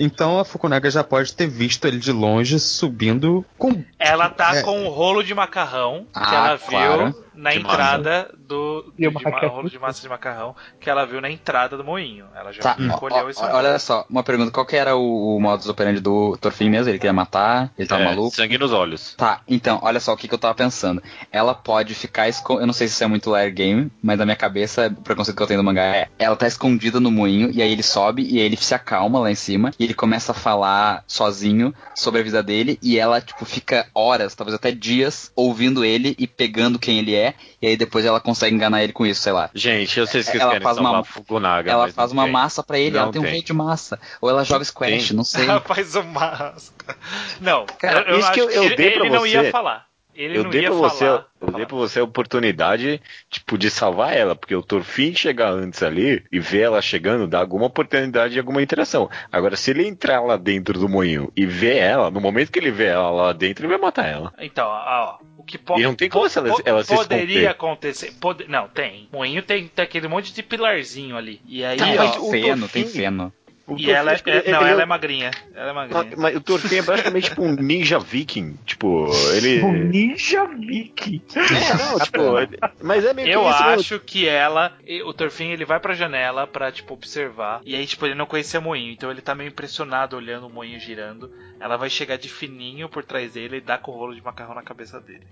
[SPEAKER 5] Então a Fukunaga já pode ter visto ele de longe subindo com.
[SPEAKER 4] Ela tá
[SPEAKER 5] É.
[SPEAKER 4] com o rolo de macarrão que
[SPEAKER 3] Ah,
[SPEAKER 4] ela
[SPEAKER 3] claro.
[SPEAKER 4] viu na
[SPEAKER 1] De
[SPEAKER 4] entrada do,
[SPEAKER 2] E o
[SPEAKER 4] do de
[SPEAKER 2] macarrão.
[SPEAKER 4] ma- rolo de massa de macarrão que ela viu na entrada do moinho. Ela já
[SPEAKER 3] Tá, ó,
[SPEAKER 4] colheu
[SPEAKER 3] ó,
[SPEAKER 4] isso.
[SPEAKER 3] olha só, uma pergunta, qual que era o, o modus operandi do Torfin mesmo? Ele queria matar, ele tava
[SPEAKER 1] É,
[SPEAKER 3] maluco?
[SPEAKER 1] Sangue nos olhos.
[SPEAKER 3] Tá, então, olha só o que, que eu tava pensando. Ela pode ficar escondida. Eu não sei se isso é muito lair game, mas na minha cabeça, o preconceito que eu tenho do mangá é. Ela tá escondida no moinho, e aí ele sobe, e aí ele se acalma lá em cima, e ele começa a falar sozinho sobre a vida dele, e ela, tipo, fica horas, talvez até dias, ouvindo ele e pegando quem ele é, e aí depois ela consegue enganar ele com isso, sei lá.
[SPEAKER 1] Gente, eu sei que vocês
[SPEAKER 3] Ela
[SPEAKER 1] querem
[SPEAKER 3] faz
[SPEAKER 1] salvar
[SPEAKER 3] uma-
[SPEAKER 1] a Fukunaga.
[SPEAKER 3] Ela
[SPEAKER 1] mas
[SPEAKER 3] faz
[SPEAKER 1] não
[SPEAKER 3] uma
[SPEAKER 1] tem.
[SPEAKER 3] massa pra ele,
[SPEAKER 1] Não
[SPEAKER 3] ela tem, um
[SPEAKER 1] tem.
[SPEAKER 3] jeito de massa. Ou ela joga squash,
[SPEAKER 1] Tem.
[SPEAKER 3] não sei.
[SPEAKER 4] Ela faz o máscara. Não,
[SPEAKER 1] Cara,
[SPEAKER 4] eu, eu
[SPEAKER 1] isso que
[SPEAKER 4] acho
[SPEAKER 1] eu-
[SPEAKER 4] que
[SPEAKER 1] eu
[SPEAKER 4] ele,
[SPEAKER 1] dei pra
[SPEAKER 4] ele não
[SPEAKER 1] você.
[SPEAKER 4] ia falar. Ele
[SPEAKER 1] Eu
[SPEAKER 4] não
[SPEAKER 1] dei,
[SPEAKER 4] ia
[SPEAKER 1] pra você,
[SPEAKER 4] falar.
[SPEAKER 1] eu dei pra você a oportunidade, tipo, de salvar ela, porque o Torfin chegar antes ali e ver ela chegando dá alguma oportunidade de alguma interação. Agora, se ele entrar lá dentro do moinho e ver ela, no momento que ele vê ela lá dentro, ele vai matar ela.
[SPEAKER 4] Então, ó, ó, o que pode.
[SPEAKER 1] E não tem como se ela- ela se
[SPEAKER 4] Poderia
[SPEAKER 1] esconder.
[SPEAKER 4] acontecer. pode- não, tem. Moinho tem, tem aquele monte de pilarzinho ali. E aí,
[SPEAKER 1] Tá,
[SPEAKER 3] E,
[SPEAKER 4] ó,
[SPEAKER 1] mas
[SPEAKER 3] ó,
[SPEAKER 1] o
[SPEAKER 3] feno, tem
[SPEAKER 1] Torfin-
[SPEAKER 3] feno.
[SPEAKER 1] O
[SPEAKER 4] E
[SPEAKER 1] Thorfinn,
[SPEAKER 4] ela,
[SPEAKER 1] tipo,
[SPEAKER 4] é,
[SPEAKER 1] ele-
[SPEAKER 4] não,
[SPEAKER 1] ele-
[SPEAKER 4] ela é magrinha. Ela é magrinha.
[SPEAKER 1] Mas o Torfin é praticamente tipo um ninja viking. Tipo, ele.
[SPEAKER 2] O um Ninja Viking.
[SPEAKER 1] É, não, tipo. ele- Mas é meio que
[SPEAKER 4] Eu
[SPEAKER 1] isso, né?
[SPEAKER 4] acho que ela, e- o Torfin, ele vai pra janela pra, tipo, observar. E aí, tipo, ele não conhecia o moinho, então ele tá meio impressionado olhando o moinho girando. Ela vai chegar de fininho por trás dele e dar com o rolo de macarrão na cabeça dele.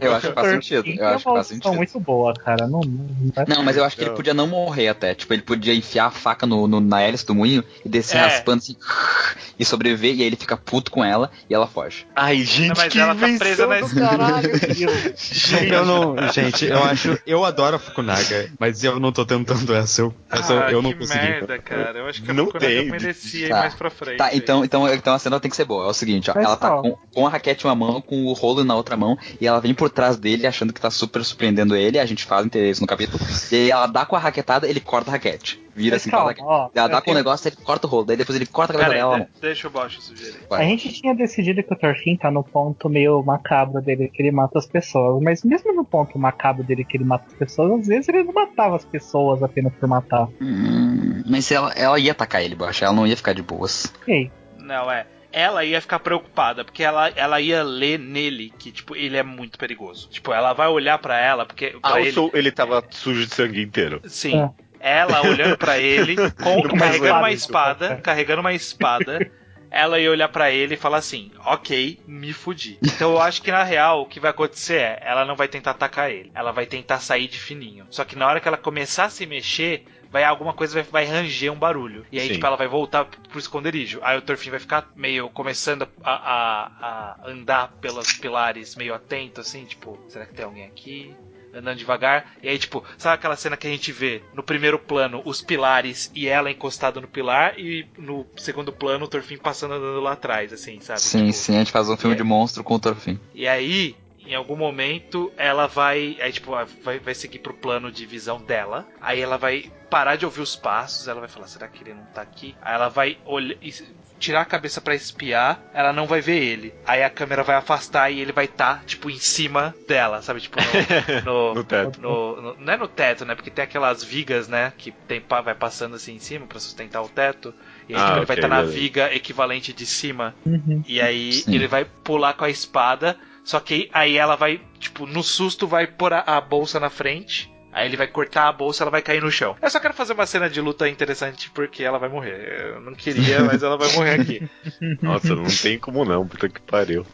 [SPEAKER 3] Eu acho que faz
[SPEAKER 2] Thorfinn
[SPEAKER 3] sentido. Eu
[SPEAKER 2] é
[SPEAKER 3] acho que
[SPEAKER 2] uma opção
[SPEAKER 3] faz sentido.
[SPEAKER 2] muito boa, cara. Não, não, não vai-
[SPEAKER 3] Não, mas eu acho que ele
[SPEAKER 1] Não.
[SPEAKER 3] podia não morrer até. Tipo, ele podia enfiar a faca no, no- na hélice do moinho e descer
[SPEAKER 4] É.
[SPEAKER 3] raspando assim e sobreviver. E aí ele fica puto com ela e ela foge.
[SPEAKER 1] Ai, gente,
[SPEAKER 4] Não, mas
[SPEAKER 1] que
[SPEAKER 4] ela tá
[SPEAKER 1] invenção
[SPEAKER 4] presa na
[SPEAKER 1] do caralho.
[SPEAKER 5] Eu não. Gente, eu acho. Eu adoro a Fukunaga, mas eu não tô tentando essa. Eu, essa,
[SPEAKER 4] ah,
[SPEAKER 5] eu não
[SPEAKER 4] que
[SPEAKER 5] consegui.
[SPEAKER 4] merda, cara. Eu acho que a
[SPEAKER 1] Não
[SPEAKER 4] Fukunaga
[SPEAKER 1] tem.
[SPEAKER 4] merecia ir
[SPEAKER 3] Tá.
[SPEAKER 4] mais pra frente.
[SPEAKER 3] Tá, então, então, então a cena tem que ser boa. É o seguinte, ó.
[SPEAKER 2] Mas
[SPEAKER 3] ela tá
[SPEAKER 2] qual?
[SPEAKER 3] com, com a raquete em uma mão, com o rolo na outra mão, e ela vem por trás dele achando que tá super surpreendendo ele. A gente faz interesse no capítulo. E aí ela dá com a raquetada, ele corta a raquete. Vira
[SPEAKER 2] Mas
[SPEAKER 3] assim,
[SPEAKER 2] calma,
[SPEAKER 3] corta a
[SPEAKER 2] ó,
[SPEAKER 3] raquete. Ela
[SPEAKER 2] eu
[SPEAKER 3] dá com o
[SPEAKER 2] tenho-
[SPEAKER 3] negócio, ele corta o rolo. Daí depois ele corta a
[SPEAKER 4] Cara, é.
[SPEAKER 3] cabeça dela.
[SPEAKER 4] de-
[SPEAKER 3] mano.
[SPEAKER 4] deixa o Bosch sugerir.
[SPEAKER 2] A gente tinha decidido que o Thorfinn tá no ponto meio macabro dele, que ele mata as pessoas. Mas mesmo no ponto macabro dele, que ele mata as pessoas, às vezes ele não matava as pessoas apenas por matar.
[SPEAKER 3] Hum, mas ela, ela ia atacar ele, Bocha. Ela não ia ficar de boas.
[SPEAKER 2] Ok.
[SPEAKER 4] Não, é. Ela ia ficar preocupada, porque ela, ela ia ler nele que, tipo, ele é muito perigoso. Tipo, ela vai olhar pra ela, porque. Pra
[SPEAKER 1] Ah,
[SPEAKER 4] ele,
[SPEAKER 1] ele... ele tava sujo de sangue inteiro.
[SPEAKER 4] Sim. Ela olhando pra ele, com-
[SPEAKER 1] Nunca
[SPEAKER 4] carregando
[SPEAKER 1] mais
[SPEAKER 4] uma
[SPEAKER 2] olhei.
[SPEAKER 4] espada, carregando uma espada. Ela ia olhar pra ele e falar assim: "OK, me fudi". Então eu acho que na real o que vai acontecer é, ela não vai tentar atacar ele, ela vai tentar sair de fininho. Só que na hora que ela começar a se mexer, vai alguma coisa vai, vai ranger um barulho. E aí
[SPEAKER 1] Sim.
[SPEAKER 4] tipo ela vai voltar pro esconderijo. Aí o Torfin vai ficar meio começando a, a- a andar pelos pilares, meio atento assim, tipo, será que tem alguém aqui? andando devagar. E aí, tipo, sabe aquela cena que a gente vê no primeiro plano os pilares e ela encostada no pilar, e no segundo plano o Torfin passando andando lá atrás, assim, sabe?
[SPEAKER 3] Sim,
[SPEAKER 4] Tipo,
[SPEAKER 3] sim, a gente faz um filme
[SPEAKER 4] é.
[SPEAKER 3] de monstro com o Torfin.
[SPEAKER 4] E aí. em algum momento ela vai. Aí, tipo, vai, vai seguir pro plano de visão dela. Aí ela vai parar de ouvir os passos. Ela vai falar: será que ele não tá aqui? Aí ela vai olhar. Tirar a cabeça pra espiar, ela não vai ver ele. Aí a câmera vai afastar e ele vai estar, tá, tipo, em cima dela, sabe? Tipo, no, no,
[SPEAKER 1] No teto.
[SPEAKER 4] no- no- não é no teto, né? Porque tem aquelas vigas, né? Que tem, pa- vai passando assim em cima pra sustentar o teto. E aí
[SPEAKER 1] Ah,
[SPEAKER 4] ele vai
[SPEAKER 1] ok,
[SPEAKER 4] estar na
[SPEAKER 1] beleza.
[SPEAKER 4] viga equivalente de cima.
[SPEAKER 2] Uhum.
[SPEAKER 4] E aí
[SPEAKER 7] Sim.
[SPEAKER 4] ele vai pular com a espada. Só que aí ela vai, tipo, no susto, vai pôr a, a bolsa na frente. Aí ele vai cortar a bolsa, ela vai cair no chão. Eu só quero fazer uma cena de luta interessante porque ela vai morrer. Eu não queria, mas ela vai morrer aqui.
[SPEAKER 1] Nossa, não tem como não, puta que pariu.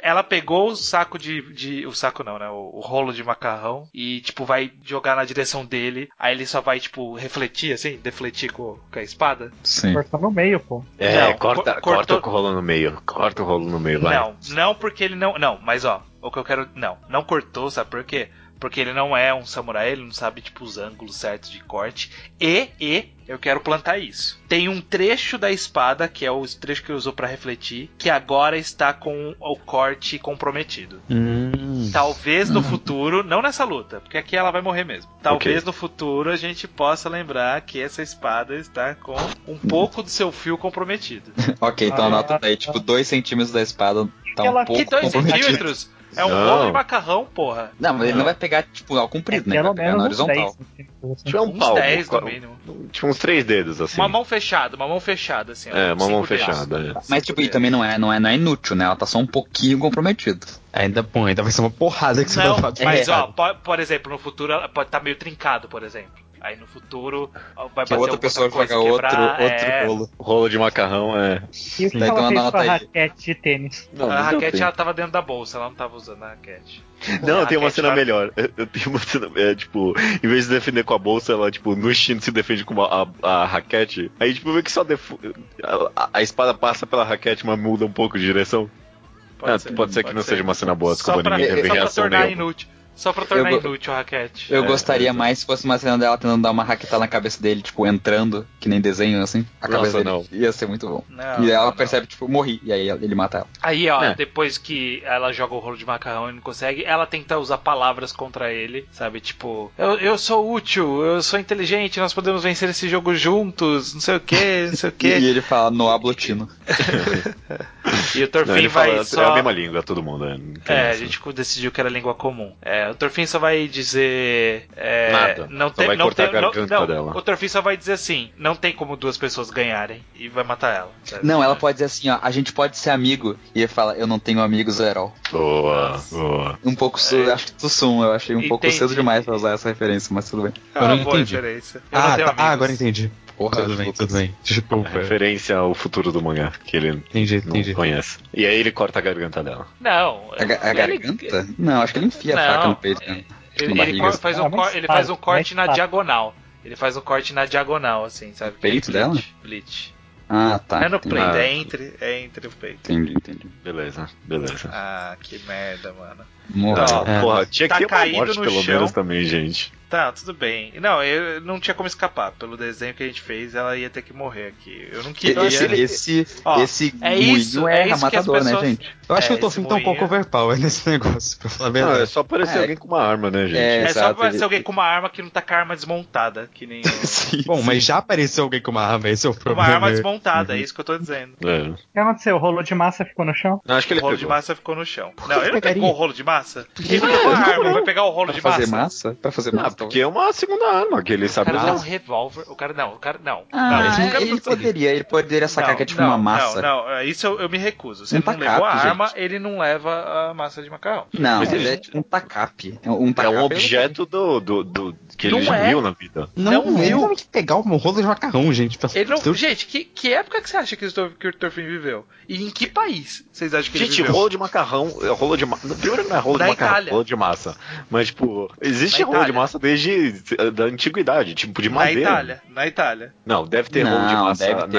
[SPEAKER 4] Ela pegou o saco de, de- O saco não, né? O, o rolo de macarrão. E, tipo, vai jogar na direção dele. Aí ele só vai, tipo, refletir, assim, defletir com, com a espada.
[SPEAKER 7] Sim.
[SPEAKER 2] Cortar no meio, pô.
[SPEAKER 1] É,
[SPEAKER 4] Não,
[SPEAKER 1] corta,
[SPEAKER 4] co-
[SPEAKER 1] corta
[SPEAKER 4] cortou-
[SPEAKER 1] o rolo no meio. Corta o rolo no meio, vai.
[SPEAKER 4] Não, não porque ele não. Não, mas ó, o que eu quero. Não, não cortou, sabe por quê? Porque ele não é um samurai, ele não sabe, tipo, os ângulos certos de corte. E, e, eu quero plantar isso. Tem um trecho da espada, que é o trecho que ele usou pra refletir, que agora está com o corte comprometido.
[SPEAKER 5] Hum.
[SPEAKER 4] Talvez no futuro, não nessa luta, porque aqui ela vai morrer mesmo. Talvez
[SPEAKER 1] Ok.
[SPEAKER 4] no futuro a gente possa lembrar que essa espada está com
[SPEAKER 7] Hum.
[SPEAKER 4] um pouco do seu fio comprometido.
[SPEAKER 7] Ok, então
[SPEAKER 2] Ah,
[SPEAKER 7] anota aí,
[SPEAKER 2] ah.
[SPEAKER 7] tipo, dois centímetros da espada tá
[SPEAKER 2] Aquela
[SPEAKER 7] um
[SPEAKER 2] que
[SPEAKER 7] pouco
[SPEAKER 4] é. Que dois
[SPEAKER 7] comprometida.
[SPEAKER 4] centímetros? É um
[SPEAKER 1] Não.
[SPEAKER 4] rolo de macarrão, porra.
[SPEAKER 7] Não, mas ele não
[SPEAKER 1] Não.
[SPEAKER 7] vai pegar, tipo, ao comprido, né? Ele
[SPEAKER 2] Pelo
[SPEAKER 7] vai pegar
[SPEAKER 2] menos
[SPEAKER 7] na
[SPEAKER 2] uns
[SPEAKER 7] horizontal.
[SPEAKER 2] 10 centímetros, assim.
[SPEAKER 1] Tipo, é um
[SPEAKER 4] Uns
[SPEAKER 1] pau.
[SPEAKER 4] 10
[SPEAKER 1] co-
[SPEAKER 4] no mínimo.
[SPEAKER 1] Tipo uns três dedos, assim.
[SPEAKER 4] Uma mão fechada, uma mão fechada, assim. ó.
[SPEAKER 1] É, uma mão
[SPEAKER 4] Cinco dedos.
[SPEAKER 1] fechada. é.
[SPEAKER 7] Mas, tipo, e também não é, não, é, não é inútil, né? Ela tá só um pouquinho comprometida.
[SPEAKER 5] Ainda, pô, ainda vai ser uma porrada que você
[SPEAKER 4] Não,
[SPEAKER 5] vai falar.
[SPEAKER 4] mas
[SPEAKER 7] É.
[SPEAKER 4] ó, po- por exemplo, no futuro ela pode estar meio trincado, por exemplo. Aí no futuro ó, vai
[SPEAKER 7] Que
[SPEAKER 4] bater
[SPEAKER 7] outra
[SPEAKER 4] outra
[SPEAKER 7] pessoa
[SPEAKER 4] coisa,
[SPEAKER 7] joga outro,
[SPEAKER 4] quebrar, é.
[SPEAKER 7] outro rolo.
[SPEAKER 1] Rolo de macarrão é.
[SPEAKER 2] E o que
[SPEAKER 7] Então
[SPEAKER 2] ela fez com
[SPEAKER 7] anota
[SPEAKER 2] a
[SPEAKER 7] aí.
[SPEAKER 2] raquete de tênis?
[SPEAKER 1] Não,
[SPEAKER 4] a
[SPEAKER 1] não deu
[SPEAKER 4] raquete
[SPEAKER 1] tempo.
[SPEAKER 4] ela tava dentro da bolsa, ela não tava usando a raquete.
[SPEAKER 1] Não,
[SPEAKER 4] A
[SPEAKER 1] eu tenho uma
[SPEAKER 4] raquete
[SPEAKER 1] cena
[SPEAKER 4] vai-
[SPEAKER 1] melhor. Eu- Eu tenho uma cena. É, tipo, em vez de defender com a bolsa, ela, tipo, no instinto se defende com uma- a, a raquete. Aí, tipo, meio que só. defu- A, a- a espada passa pela raquete, mas muda um pouco de direção. Ah, Pode, ser, que não seja uma cena boa,
[SPEAKER 4] Só
[SPEAKER 1] desculpa,
[SPEAKER 4] pra,
[SPEAKER 1] ninguém teve
[SPEAKER 4] só pra
[SPEAKER 1] reação
[SPEAKER 4] tornar
[SPEAKER 1] nenhuma.
[SPEAKER 4] inútil. Só pra tornar
[SPEAKER 7] Eu go-
[SPEAKER 4] inútil a raquete.
[SPEAKER 7] Eu
[SPEAKER 1] É,
[SPEAKER 7] gostaria
[SPEAKER 1] é.
[SPEAKER 7] mais se fosse uma cena dela tentando dar uma raquetada na cabeça dele, tipo, entrando, que nem desenho, assim. A
[SPEAKER 1] Nossa,
[SPEAKER 7] cabeça dele
[SPEAKER 1] não.
[SPEAKER 7] ia ser muito bom.
[SPEAKER 4] Não,
[SPEAKER 7] e ela
[SPEAKER 4] Ah, não, não.
[SPEAKER 7] percebe, tipo, morri. E aí ele mata ela.
[SPEAKER 4] Aí, ó,
[SPEAKER 1] É.
[SPEAKER 4] depois que ela joga o rolo de macarrão e não consegue, ela tenta usar palavras contra ele, sabe? Tipo, eu, eu sou útil, eu sou inteligente, nós podemos vencer esse jogo juntos, não sei o que, não sei o
[SPEAKER 7] E, e
[SPEAKER 4] que.
[SPEAKER 7] ele fala, no ablutino.
[SPEAKER 4] e o
[SPEAKER 1] Não,
[SPEAKER 4] Torfin
[SPEAKER 1] ele
[SPEAKER 4] vai
[SPEAKER 1] fala,
[SPEAKER 4] só.
[SPEAKER 1] É a mesma língua, todo mundo. É, não tem
[SPEAKER 4] É, a
[SPEAKER 1] essa.
[SPEAKER 4] gente decidiu que era língua comum. É, o Torfin só vai dizer. é,
[SPEAKER 1] Nada.
[SPEAKER 4] Não
[SPEAKER 1] Só
[SPEAKER 4] tem,
[SPEAKER 1] vai
[SPEAKER 4] não
[SPEAKER 1] cortar
[SPEAKER 4] tem,
[SPEAKER 1] a
[SPEAKER 4] não-
[SPEAKER 1] garganta
[SPEAKER 4] não,
[SPEAKER 1] dela.
[SPEAKER 4] O Torfin só vai dizer assim: não tem como duas pessoas ganharem. E vai matar ela. sabe?
[SPEAKER 7] Não, ela pode dizer assim, ó, a gente pode ser amigo. E ele fala, eu não tenho amigos, Herol.
[SPEAKER 1] Boa, boa.
[SPEAKER 7] Um pouco, su- acho que Tussum, eu achei um pouco
[SPEAKER 4] É. Entendi.
[SPEAKER 7] cedo demais pra usar essa referência, mas tudo bem.
[SPEAKER 4] É uma
[SPEAKER 5] Agora eu
[SPEAKER 4] boa
[SPEAKER 5] entendi.
[SPEAKER 4] referência. Eu não
[SPEAKER 5] Ah,
[SPEAKER 4] tenho
[SPEAKER 5] tá, ah,
[SPEAKER 4] amigos.
[SPEAKER 5] agora entendi.
[SPEAKER 7] Porra,
[SPEAKER 5] tudo bem,
[SPEAKER 7] Lucas.
[SPEAKER 5] tudo bem.
[SPEAKER 4] É.
[SPEAKER 5] É, Desculpa.
[SPEAKER 1] Referência ao futuro do mangá, que ele
[SPEAKER 5] Entendi,
[SPEAKER 1] não
[SPEAKER 5] entendi.
[SPEAKER 1] conhece. E aí ele corta a garganta dela.
[SPEAKER 4] Não.
[SPEAKER 7] A, ga- a
[SPEAKER 4] ele-
[SPEAKER 7] garganta? Não, acho que ele enfia a
[SPEAKER 4] Não, é.
[SPEAKER 7] faca no peito. né?
[SPEAKER 4] Ele,
[SPEAKER 7] Na
[SPEAKER 4] ele
[SPEAKER 7] barriga,
[SPEAKER 4] co- faz
[SPEAKER 2] assim.
[SPEAKER 4] um
[SPEAKER 2] Ah, mas
[SPEAKER 4] cor- ele
[SPEAKER 2] claro,
[SPEAKER 4] faz um corte
[SPEAKER 2] mas
[SPEAKER 4] na
[SPEAKER 2] claro.
[SPEAKER 4] diagonal. Ele faz um corte na diagonal, assim, sabe?
[SPEAKER 7] peito
[SPEAKER 4] Bleach,
[SPEAKER 7] dela?
[SPEAKER 4] Bleach.
[SPEAKER 7] Ah, tá.
[SPEAKER 4] Não é no
[SPEAKER 7] entendi. Ah,
[SPEAKER 4] peito,
[SPEAKER 1] Ah.
[SPEAKER 4] é entre, é entre o peito.
[SPEAKER 7] Entendi, entendi.
[SPEAKER 1] Beleza, beleza.
[SPEAKER 4] Ah, que merda, mano.
[SPEAKER 7] Morra.
[SPEAKER 1] Ah, porra, tinha
[SPEAKER 4] Tá
[SPEAKER 1] que ter uma
[SPEAKER 4] caído
[SPEAKER 1] morte
[SPEAKER 4] no
[SPEAKER 1] pelo
[SPEAKER 4] chão.
[SPEAKER 1] menos também, gente.
[SPEAKER 4] Tá, tudo bem. Não, eu não tinha como escapar. Pelo desenho que a gente fez, ela ia ter que morrer aqui. Eu não queria.
[SPEAKER 7] Esse,
[SPEAKER 1] ele-
[SPEAKER 7] esse,
[SPEAKER 4] Ó,
[SPEAKER 7] esse
[SPEAKER 4] é
[SPEAKER 7] moinho
[SPEAKER 4] isso,
[SPEAKER 7] é,
[SPEAKER 4] é isso que as
[SPEAKER 7] matador, né,
[SPEAKER 4] pessoas-
[SPEAKER 7] gente?
[SPEAKER 5] Eu acho
[SPEAKER 4] É,
[SPEAKER 5] que o
[SPEAKER 4] esse
[SPEAKER 5] Torfin tá um pouco
[SPEAKER 4] moinho-
[SPEAKER 5] overpower nesse negócio, pra falar
[SPEAKER 1] Não,
[SPEAKER 5] a verdade.
[SPEAKER 1] é só aparecer
[SPEAKER 7] É.
[SPEAKER 1] alguém com uma arma, né, gente?
[SPEAKER 7] É.
[SPEAKER 4] É só
[SPEAKER 7] Exato,
[SPEAKER 4] pra
[SPEAKER 7] ele-
[SPEAKER 4] ser alguém com uma arma que não tá com a arma desmontada, que nem. o-
[SPEAKER 7] Sim.
[SPEAKER 5] Bom, mas já apareceu alguém com uma arma, esse é o
[SPEAKER 4] Uma
[SPEAKER 5] problema.
[SPEAKER 7] Uhum.
[SPEAKER 4] arma desmontada, é isso que eu tô dizendo.
[SPEAKER 1] É.
[SPEAKER 2] O que aconteceu? O rolo de massa ficou no chão?
[SPEAKER 1] Não, acho que
[SPEAKER 4] O
[SPEAKER 1] ele
[SPEAKER 4] rolo
[SPEAKER 1] pegou.
[SPEAKER 4] de massa ficou no chão. Não, ele não
[SPEAKER 5] pegaria?
[SPEAKER 4] pegou o rolo de massa? Ele não pegou a arma, vai pegar o rolo
[SPEAKER 7] Pra
[SPEAKER 4] de
[SPEAKER 7] fazer
[SPEAKER 4] massa.
[SPEAKER 7] massa? Pra fazer
[SPEAKER 1] Ah,
[SPEAKER 7] massa. tá?
[SPEAKER 1] porque é uma segunda arma que ele
[SPEAKER 4] O
[SPEAKER 1] sabe
[SPEAKER 4] cara usar um
[SPEAKER 1] usar.
[SPEAKER 4] revólver. O cara não, o cara não.
[SPEAKER 7] Ah,
[SPEAKER 4] não,
[SPEAKER 7] ele- ele poderia, ele poderia sacar que é tipo uma massa.
[SPEAKER 4] Não, não, é, isso eu, eu me recuso. Se
[SPEAKER 7] Um
[SPEAKER 4] ele não levou a
[SPEAKER 7] tacape,
[SPEAKER 4] arma, ele não leva a massa de macarrão.
[SPEAKER 7] Não,
[SPEAKER 1] Mas
[SPEAKER 7] ele
[SPEAKER 1] ele-
[SPEAKER 7] é tipo um tacape. É Um
[SPEAKER 1] É
[SPEAKER 7] tacape
[SPEAKER 1] um objeto do, do, do- que ele
[SPEAKER 4] Não
[SPEAKER 1] já
[SPEAKER 4] é.
[SPEAKER 1] viu na vida.
[SPEAKER 5] Não,
[SPEAKER 4] Não,
[SPEAKER 5] ele
[SPEAKER 4] eu-
[SPEAKER 5] teve que pegar um rolo de macarrão, gente. pelo
[SPEAKER 4] Ele não,
[SPEAKER 5] Deus.
[SPEAKER 4] gente, que, que época que você acha que, o Stor- que o Thorfinn viveu? E em que país vocês acham que
[SPEAKER 1] Gente,
[SPEAKER 4] ele viveu?
[SPEAKER 1] rolo de macarrão, é, rolo de massa. Primeiro não é rolo
[SPEAKER 4] Na
[SPEAKER 1] de macarrão,
[SPEAKER 4] Itália.
[SPEAKER 1] rolo de massa. Mas, tipo, existe
[SPEAKER 4] Na
[SPEAKER 1] rolo de
[SPEAKER 4] Itália.
[SPEAKER 1] massa desde eh, da antiguidade, tipo, de
[SPEAKER 4] Na
[SPEAKER 1] madeira.
[SPEAKER 4] Itália, na Itália.
[SPEAKER 1] Não, deve ter rolo de
[SPEAKER 7] Não,
[SPEAKER 1] massa
[SPEAKER 7] deve ter
[SPEAKER 1] na
[SPEAKER 7] rolo de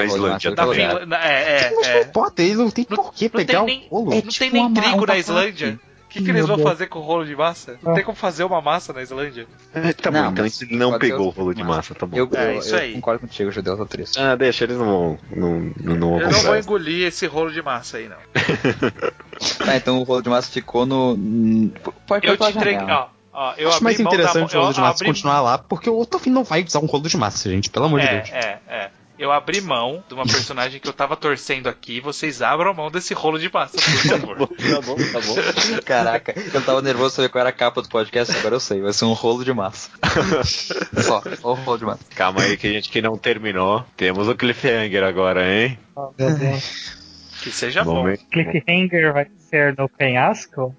[SPEAKER 7] massa.
[SPEAKER 1] Islândia.
[SPEAKER 4] Na
[SPEAKER 7] Tá
[SPEAKER 1] também.
[SPEAKER 7] ligado?
[SPEAKER 4] Finlândia. É, é,
[SPEAKER 5] Mas não
[SPEAKER 4] é.
[SPEAKER 5] importa, ele não tem
[SPEAKER 4] Não-
[SPEAKER 5] por que
[SPEAKER 4] não tem
[SPEAKER 5] pegar
[SPEAKER 4] nem-
[SPEAKER 5] o rolo.
[SPEAKER 4] Não
[SPEAKER 5] É
[SPEAKER 4] tem
[SPEAKER 5] tipo
[SPEAKER 4] nem
[SPEAKER 5] uma-
[SPEAKER 4] trigo
[SPEAKER 5] um
[SPEAKER 4] na
[SPEAKER 5] tacape.
[SPEAKER 4] Islândia? O que, que
[SPEAKER 2] Meu
[SPEAKER 4] eles vão
[SPEAKER 2] Deus.
[SPEAKER 4] fazer com o rolo de massa? Não tem como fazer uma massa na Islândia.
[SPEAKER 1] É, tá
[SPEAKER 7] Não,
[SPEAKER 1] bom, então
[SPEAKER 7] mas
[SPEAKER 1] ele não
[SPEAKER 7] pode ser
[SPEAKER 1] pegou o
[SPEAKER 7] os-
[SPEAKER 1] rolo de massa, tá bom.
[SPEAKER 7] Eu,
[SPEAKER 4] É,
[SPEAKER 7] eu-
[SPEAKER 4] isso
[SPEAKER 7] eu
[SPEAKER 4] aí.
[SPEAKER 7] concordo contigo, judeu, tá triste.
[SPEAKER 1] Ah, deixa, eles não vão. Não, não, não vão
[SPEAKER 4] Eu não
[SPEAKER 1] comprar.
[SPEAKER 4] vou engolir esse rolo de massa aí, não.
[SPEAKER 3] Ah, então o rolo de massa ficou no. n- Pode
[SPEAKER 4] Eu
[SPEAKER 3] pela
[SPEAKER 4] te entreguei.
[SPEAKER 3] janela.
[SPEAKER 4] Ó, ó, eu
[SPEAKER 5] Acho
[SPEAKER 4] abri
[SPEAKER 5] mais
[SPEAKER 4] mão da
[SPEAKER 5] interessante
[SPEAKER 4] mão-
[SPEAKER 5] o rolo de
[SPEAKER 4] eu
[SPEAKER 5] massa
[SPEAKER 4] abri-
[SPEAKER 5] continuar lá, porque o Tofim não vai usar um rolo de massa, gente, pelo amor de Deus.
[SPEAKER 4] É, é, é. Eu abri mão de uma personagem que eu tava torcendo aqui. Vocês abram mão desse rolo de massa, por favor.
[SPEAKER 3] Tá bom, tá bom. Caraca, eu tava nervoso de saber qual era a capa do podcast, agora eu sei. Vai ser um rolo de massa. Só, só um rolo de massa.
[SPEAKER 1] Calma aí que a gente que não terminou. Temos o cliffhanger agora, hein?
[SPEAKER 2] Oh, meu Deus.
[SPEAKER 4] Que seja bom.
[SPEAKER 1] Momento-
[SPEAKER 2] Cliffhanger vai ser no penhasco?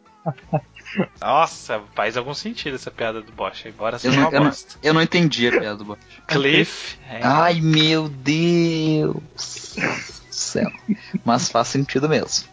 [SPEAKER 4] Nossa, faz algum sentido essa piada do Bosch, embora
[SPEAKER 3] Eu
[SPEAKER 4] seja
[SPEAKER 3] não,
[SPEAKER 4] uma
[SPEAKER 3] eu não-
[SPEAKER 4] bosta.
[SPEAKER 3] eu não entendi a piada do Bosch.
[SPEAKER 4] Cliff. é.
[SPEAKER 5] Ah,
[SPEAKER 3] Ai, meu Deus do céu. Mas faz sentido mesmo.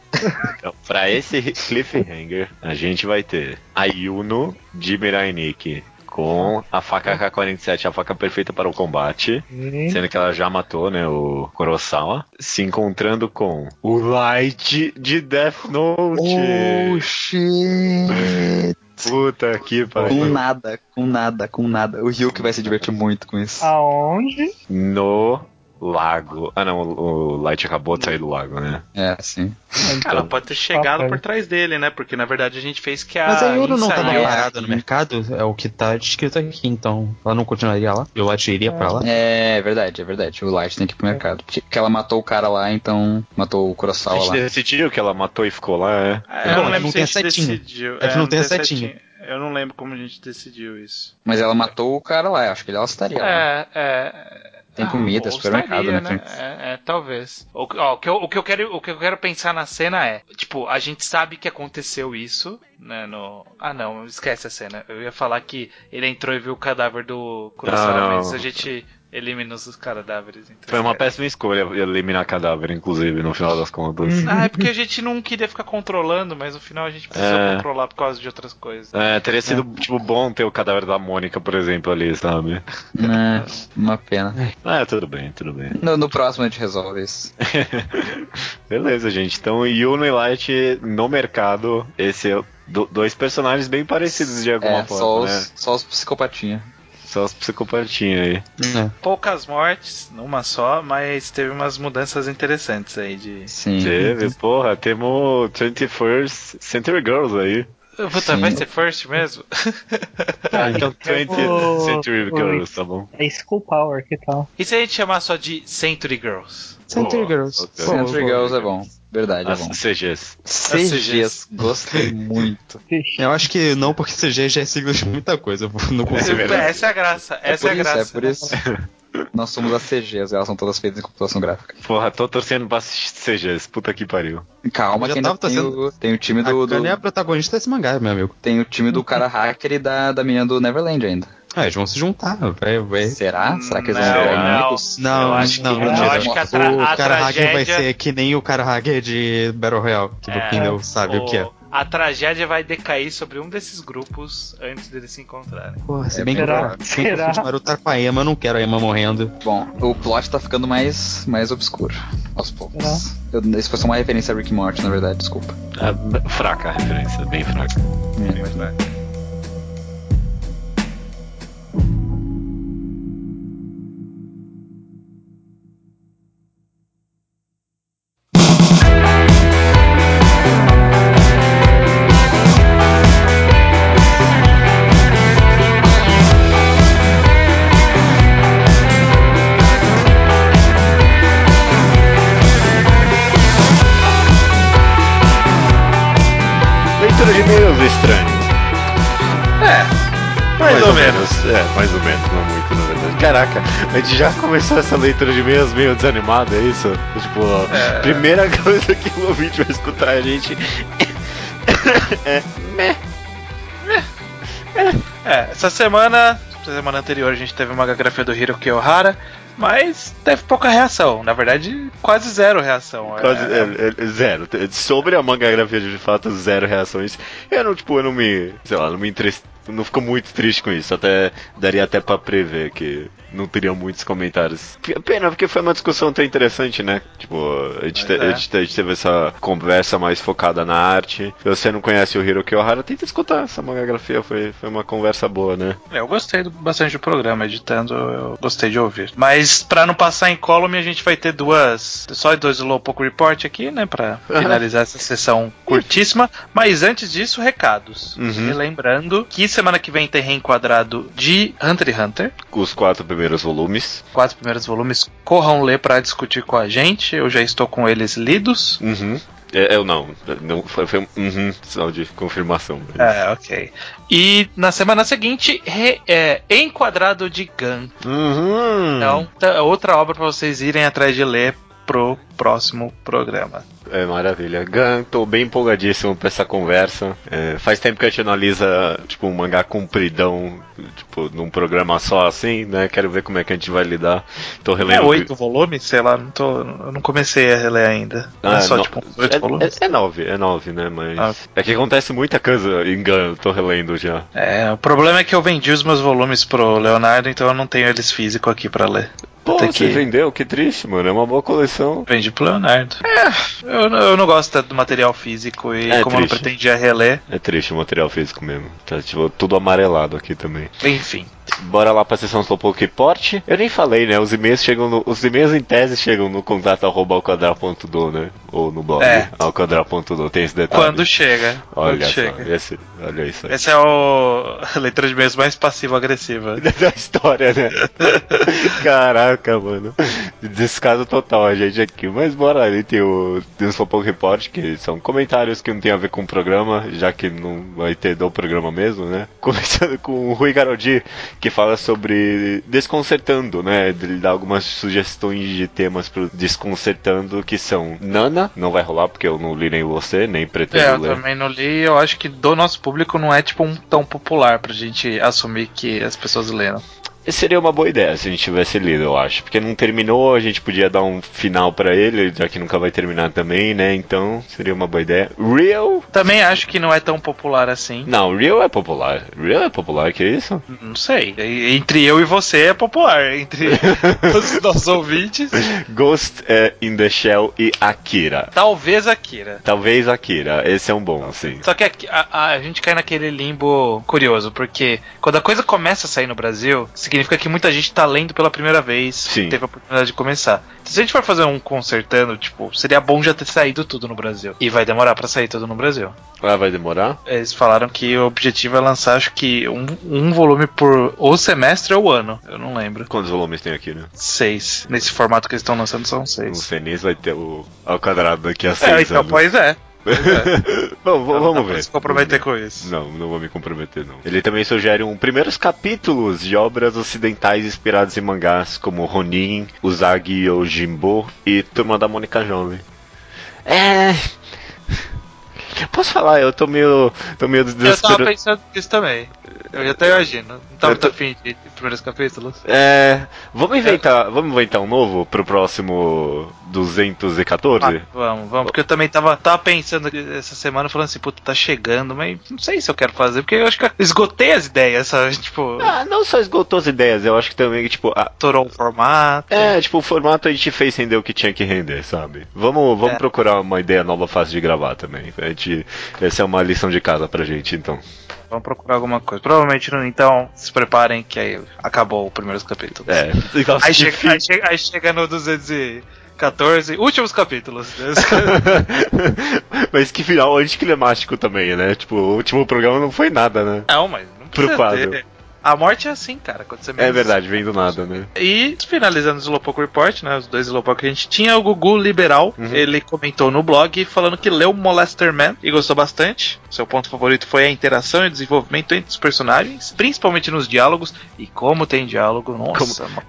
[SPEAKER 1] Então, pra esse cliffhanger, a gente vai ter a Yuno de Mirai Nikki com a faca K-47, a faca perfeita para o combate.
[SPEAKER 2] E-
[SPEAKER 1] Sendo que ela já matou, né, o Kurosawa. Se encontrando com o Light de Death Note.
[SPEAKER 3] shit.
[SPEAKER 1] Puta que
[SPEAKER 3] Com
[SPEAKER 1] pariu.
[SPEAKER 3] nada, com nada, com nada. O Ryuk vai se divertir muito com isso.
[SPEAKER 2] Aonde?
[SPEAKER 1] No lago. Ah, não, o Light acabou de sair do lago, né?
[SPEAKER 3] É, sim.
[SPEAKER 4] Cara,
[SPEAKER 1] Então,
[SPEAKER 4] pode ter chegado
[SPEAKER 2] Papai.
[SPEAKER 4] por trás dele, né? Porque na verdade a gente fez que a.
[SPEAKER 5] Mas a Yoro não tava
[SPEAKER 4] ensaiou-
[SPEAKER 5] parada no mercado, é o que tá escrito aqui, então ela não continuaria lá, eu atiria pra lá. né?
[SPEAKER 3] É, é verdade, é verdade. O Light tem que ir pro mercado. Porque porque ela matou o cara lá, então matou o
[SPEAKER 1] a
[SPEAKER 3] Kurosawa
[SPEAKER 1] gente
[SPEAKER 3] lá.
[SPEAKER 1] decidiu que ela matou e ficou lá, é?
[SPEAKER 4] Ah, Eu
[SPEAKER 5] Não,
[SPEAKER 4] não
[SPEAKER 5] é que
[SPEAKER 4] lembro
[SPEAKER 5] não
[SPEAKER 4] se a
[SPEAKER 5] tem a
[SPEAKER 4] gente
[SPEAKER 5] setinha.
[SPEAKER 4] decidiu.
[SPEAKER 5] É que não tem a setinha.
[SPEAKER 4] Eu não lembro como a gente decidiu isso.
[SPEAKER 3] Mas ela matou o cara lá, eu acho que ele ela estaria lá.
[SPEAKER 4] É, é.
[SPEAKER 3] Tem
[SPEAKER 4] ah,
[SPEAKER 3] comida,
[SPEAKER 4] ou
[SPEAKER 3] supermercado,
[SPEAKER 4] estaria,
[SPEAKER 3] né,
[SPEAKER 4] É, é, talvez. O, que- ó, o que eu, o, que eu quero, o que eu quero pensar na cena é: tipo, a gente sabe que aconteceu isso, né? No... Ah, não, esquece a cena. Eu ia falar que ele entrou e viu o cadáver do Kurosawa,
[SPEAKER 1] Não, não.
[SPEAKER 4] mas a gente eliminou os cadáveres. então
[SPEAKER 1] Foi uma
[SPEAKER 4] esquece.
[SPEAKER 1] péssima escolha eliminar cadáver, inclusive, no final das contas.
[SPEAKER 4] Ah, é porque a gente não queria ficar controlando, mas no final a gente precisou
[SPEAKER 1] É.
[SPEAKER 4] controlar por causa de outras coisas.
[SPEAKER 1] É, teria sido, tipo, bom ter o cadáver da Mônica, por exemplo, ali, sabe?
[SPEAKER 3] Né, uma pena.
[SPEAKER 1] Ah, tudo bem, tudo bem.
[SPEAKER 3] No, no próximo a gente resolve isso.
[SPEAKER 1] Beleza, gente. Então, Yuno e Light no mercado. Esse é do- dois personagens bem parecidos de alguma
[SPEAKER 3] É,
[SPEAKER 1] forma,
[SPEAKER 3] só os,
[SPEAKER 1] né?
[SPEAKER 3] só os psicopatinha.
[SPEAKER 1] Só os psicopatinhos aí.
[SPEAKER 5] É.
[SPEAKER 4] Poucas mortes, numa só, mas teve umas mudanças interessantes aí de.
[SPEAKER 3] Sim.
[SPEAKER 1] Teve, porra, temos 21st Century Girls aí.
[SPEAKER 4] Puta,
[SPEAKER 3] Sim.
[SPEAKER 4] vai ser first mesmo?
[SPEAKER 1] Ah, então 20th Century
[SPEAKER 2] o-
[SPEAKER 1] Girls, tá bom?
[SPEAKER 2] É School Power, que tal?
[SPEAKER 4] E se a gente chamar só de Century Girls?
[SPEAKER 5] Century
[SPEAKER 1] Boa,
[SPEAKER 5] Girls.
[SPEAKER 1] ok.
[SPEAKER 5] Pô,
[SPEAKER 3] Century
[SPEAKER 5] pô.
[SPEAKER 3] Girls é bom. Verdade, é
[SPEAKER 1] As
[SPEAKER 3] bom.
[SPEAKER 1] CGs.
[SPEAKER 3] CGs, gostei muito.
[SPEAKER 2] Vixe.
[SPEAKER 5] Eu acho que não, porque CG já é sigla de muita coisa, eu não consigo.
[SPEAKER 1] verdade.
[SPEAKER 4] essa é a graça, essa
[SPEAKER 3] é
[SPEAKER 4] é,
[SPEAKER 3] por
[SPEAKER 4] a graça.
[SPEAKER 3] isso, é por isso. Nós somos as CGs, elas são todas feitas em computação gráfica.
[SPEAKER 1] Porra, tô torcendo pra CGs. Puta que pariu.
[SPEAKER 3] Calma,
[SPEAKER 5] Já
[SPEAKER 3] que ainda
[SPEAKER 5] tava
[SPEAKER 3] tem,
[SPEAKER 5] torcendo.
[SPEAKER 3] o, tem o time
[SPEAKER 5] A
[SPEAKER 3] do, do-
[SPEAKER 5] Kanye é a protagonista desse mangá, meu amigo.
[SPEAKER 3] tem o time do cara hacker e da, da menina do Neverland ainda.
[SPEAKER 5] Ah, eles vão se juntar, vai, vai.
[SPEAKER 3] Será? Será que eles
[SPEAKER 4] Não,
[SPEAKER 3] vão
[SPEAKER 4] não.
[SPEAKER 3] virar amigos?
[SPEAKER 5] Não,
[SPEAKER 4] Eu acho
[SPEAKER 5] não,
[SPEAKER 4] que,
[SPEAKER 5] mentira.
[SPEAKER 4] eu acho que a, tra-
[SPEAKER 5] O
[SPEAKER 4] a
[SPEAKER 5] cara hacker vai
[SPEAKER 4] tragédia.
[SPEAKER 5] ser que nem o cara hacker de Battle Royale, que
[SPEAKER 4] É,
[SPEAKER 5] no fim não sabe o, que é.
[SPEAKER 4] o- A tragédia vai decair sobre um desses grupos antes deles se encontrarem.
[SPEAKER 5] Porra, se
[SPEAKER 3] É
[SPEAKER 5] bem que
[SPEAKER 2] provável.
[SPEAKER 5] eu- se bem que eu
[SPEAKER 2] Será?
[SPEAKER 5] continuar o Tapaema, eu não quero a Ema morrendo.
[SPEAKER 3] Bom, o plot tá ficando mais, mais obscuro aos poucos. Eu, isso foi só uma referência a Rick e Morty, na verdade, desculpa.
[SPEAKER 1] É, fraca a referência, bem fraca. Leitura de e-mails estranhos. É. Mais, ou, menos. É, mais ou menos, não muito, na verdade. Caraca, a gente já começou essa leitura de e-mails meio desanimada, é isso? Tipo, a primeira coisa que o ouvinte vai escutar a gente é. Meh.
[SPEAKER 4] É, essa semana, essa semana anterior, a gente teve uma grafia do Hiroki Ohara, mas teve pouca reação. Na verdade, quase zero reação.
[SPEAKER 1] Quase, é, é, zero. Sobre a manga grafia de fato, zero reações. Eu não, tipo, eu não me. Sei lá, não me entristeci não fico muito triste com isso. Até daria até para prever que não teria muitos comentários. P- Pena, porque foi uma discussão até interessante, né? Tipo, a gente, te-
[SPEAKER 4] Pois é.
[SPEAKER 1] a gente- a gente teve essa conversa mais focada na arte. Se você não conhece o Hiroki Ohara, tenta escutar essa mangagrafia. Foi, foi uma conversa boa, né?
[SPEAKER 4] É, Eu gostei do- bastante do programa, editando, eu gostei de ouvir. Mas pra não passar em column, a gente vai ter duas. Só dois Lowpoke Report aqui, né? Pra finalizar essa sessão curtíssima. Mas antes disso, recados.
[SPEAKER 1] Uhum.
[SPEAKER 4] E lembrando que semana que vem tem reenquadrado de Hunter x Hunter.
[SPEAKER 1] Os quatro primeiros volumes.
[SPEAKER 4] Quatro primeiros volumes, corram ler pra discutir com a gente. Eu já estou com eles lidos.
[SPEAKER 1] Uhum. É, Eu não, não foi, foi um uhum, sinal de confirmação.
[SPEAKER 4] É, ok. E na semana seguinte, re- é, enquadrado de Gun.
[SPEAKER 1] Uhum.
[SPEAKER 4] Então, tá- outra obra pra vocês irem atrás de ler pro próximo programa.
[SPEAKER 1] É maravilha. Gan, tô bem empolgadíssimo pra essa conversa. É, faz tempo que a gente analisa, tipo, um mangá compridão, tipo, num programa só assim, né? Quero ver como é que a gente vai lidar. Tô
[SPEAKER 4] É
[SPEAKER 1] relendo.
[SPEAKER 4] oito volumes, sei lá, não tô, eu não comecei a reler ainda. Não é
[SPEAKER 1] Ah,
[SPEAKER 4] só
[SPEAKER 1] no-
[SPEAKER 4] tipo uns oito
[SPEAKER 1] é,
[SPEAKER 4] volumes.
[SPEAKER 1] é, é nove, é nove, né? Mas.
[SPEAKER 4] Ah.
[SPEAKER 1] É que acontece muita coisa em Gan, eu tô relendo já.
[SPEAKER 4] É, o problema é que eu vendi os meus volumes pro Leonardo, então eu não tenho eles físico aqui pra ler.
[SPEAKER 1] Pô,
[SPEAKER 4] Tem
[SPEAKER 1] você
[SPEAKER 4] que-
[SPEAKER 1] vendeu? Que triste, mano. É uma boa coleção.
[SPEAKER 4] Vendi pro Leonardo. É, eu, não- eu não gosto tanto do material físico e
[SPEAKER 1] É
[SPEAKER 4] como eu não
[SPEAKER 1] triste.
[SPEAKER 4] pretendia reler,
[SPEAKER 1] É triste o material físico mesmo. Tá, tipo, tudo amarelado aqui também.
[SPEAKER 4] enfim.
[SPEAKER 1] Bora lá pra sessão Slowpoke Porte. Eu nem falei, né? Os e-mails chegam no, Os e-mails em tese chegam no contato arroba ao quadrado.do, né? Ou no blog.
[SPEAKER 4] É.
[SPEAKER 1] Ao quadrado.do, tem esse detalhe.
[SPEAKER 4] Quando chega.
[SPEAKER 1] Olha
[SPEAKER 4] quando
[SPEAKER 1] só,
[SPEAKER 4] chega.
[SPEAKER 1] esse- olha isso aí.
[SPEAKER 4] Essa é o... a letra de meios mais passivo-agressiva.
[SPEAKER 1] Da história, né? Caraca, mano. Descaso total a gente aqui. Mas bora ali, tem o tem o Slowpoke Report, que são comentários que não tem a ver com o programa, já que não vai ter do programa mesmo, né? Começando com o Rui Garodi, que fala sobre desconcertando, né? Ele dá algumas sugestões de temas pro desconcertando, que são Nana, não vai rolar porque eu não li nem você, nem pretendo
[SPEAKER 4] É, eu
[SPEAKER 1] ler.
[SPEAKER 4] também não li. Eu acho que do nosso público não é tipo um tão popular pra gente assumir que as pessoas leram.
[SPEAKER 1] Seria uma boa ideia se a gente tivesse lido, eu acho. Porque não terminou, a gente podia dar um final pra ele, já que nunca vai terminar também, né? Então, seria uma boa ideia. Real?
[SPEAKER 4] Também acho que não é tão popular assim.
[SPEAKER 1] Não, Real é popular. Real é popular, que isso?
[SPEAKER 4] Não sei. E- Entre eu e você é popular. Entre os nossos ouvintes,
[SPEAKER 1] Ghost é, in the Shell e Akira.
[SPEAKER 4] talvez Akira.
[SPEAKER 1] Talvez Akira, esse é um bom, sim.
[SPEAKER 4] Só que aqui- a, a- a gente cai naquele limbo curioso, porque quando a coisa começa a sair no Brasil, significa que muita gente tá lendo pela primeira vez,
[SPEAKER 1] Sim.
[SPEAKER 4] teve a oportunidade de começar. Então, se a gente for fazer um consertando, tipo, seria bom já ter saído tudo no Brasil. E vai demorar pra sair tudo no Brasil.
[SPEAKER 1] Ah, vai demorar?
[SPEAKER 4] Eles falaram que o objetivo é lançar, acho que um, um volume por ou semestre ou ano. Eu não lembro.
[SPEAKER 1] Quantos volumes tem aqui, né?
[SPEAKER 4] Seis. Nesse formato que eles estão lançando são
[SPEAKER 1] Não
[SPEAKER 4] seis.
[SPEAKER 1] sei nem se vai ter o ao quadrado daqui a seis
[SPEAKER 4] É, então,
[SPEAKER 1] anos.
[SPEAKER 4] pois é.
[SPEAKER 1] Bom, v-
[SPEAKER 4] Não dá
[SPEAKER 1] vamos
[SPEAKER 4] pra
[SPEAKER 1] ver.
[SPEAKER 4] Se comprometer com isso.
[SPEAKER 1] Não, não vou me comprometer, não. Ele também sugere um primeiros capítulos de obras ocidentais inspiradas em mangás, como Ronin, Usagi Yojimbo e Turma da Mônica Jovem. É. Posso falar, eu tô meio. tô meio
[SPEAKER 4] Eu tava
[SPEAKER 1] desesperado.
[SPEAKER 4] pensando nisso também. Eu já até imagino. Não tava
[SPEAKER 1] Eu tô-
[SPEAKER 4] muito afim de de primeiros capítulos.
[SPEAKER 1] É. Vamos inventar. Vamos inventar um novo pro próximo 214?
[SPEAKER 4] Ah, vamos, vamos. Porque eu também tava, tava pensando que essa semana, falando assim, puta, tá chegando, mas não sei se eu quero fazer, porque eu acho que eu esgotei as ideias, sabe? Tipo,
[SPEAKER 1] Ah, não só esgotou as ideias, eu acho que também que, tipo, a-
[SPEAKER 4] torou o formato.
[SPEAKER 1] É, tipo, o formato a gente fez render o que tinha que render, sabe? Vamos, vamos
[SPEAKER 4] É.
[SPEAKER 1] procurar uma ideia nova fácil de gravar também. A gente, essa é uma lição de casa pra gente, então.
[SPEAKER 4] Vamos procurar alguma coisa. Provavelmente não, então se preparem que aí acabou o primeiro capítulo.
[SPEAKER 1] É.
[SPEAKER 4] Aí chega, aí, chega, aí chega no 214, últimos capítulos.
[SPEAKER 1] Mas que final anticlimático também, né? Tipo, o último programa não foi nada, né?
[SPEAKER 4] Não, mas não precisa
[SPEAKER 1] Pro quadro.
[SPEAKER 4] ter. A morte é assim, cara. Quando você
[SPEAKER 1] É
[SPEAKER 4] menos-
[SPEAKER 1] verdade, vem do nada, né?
[SPEAKER 4] E finalizando o Slowpoke Report, né? Os dois Slowpoke que a gente tinha, o Gugu Liberal,
[SPEAKER 1] Uhum.
[SPEAKER 4] ele comentou no blog falando que leu Molester Man e gostou bastante. Seu ponto favorito foi a interação e o desenvolvimento entre os personagens, principalmente nos diálogos. E como tem diálogo, nossa, mano.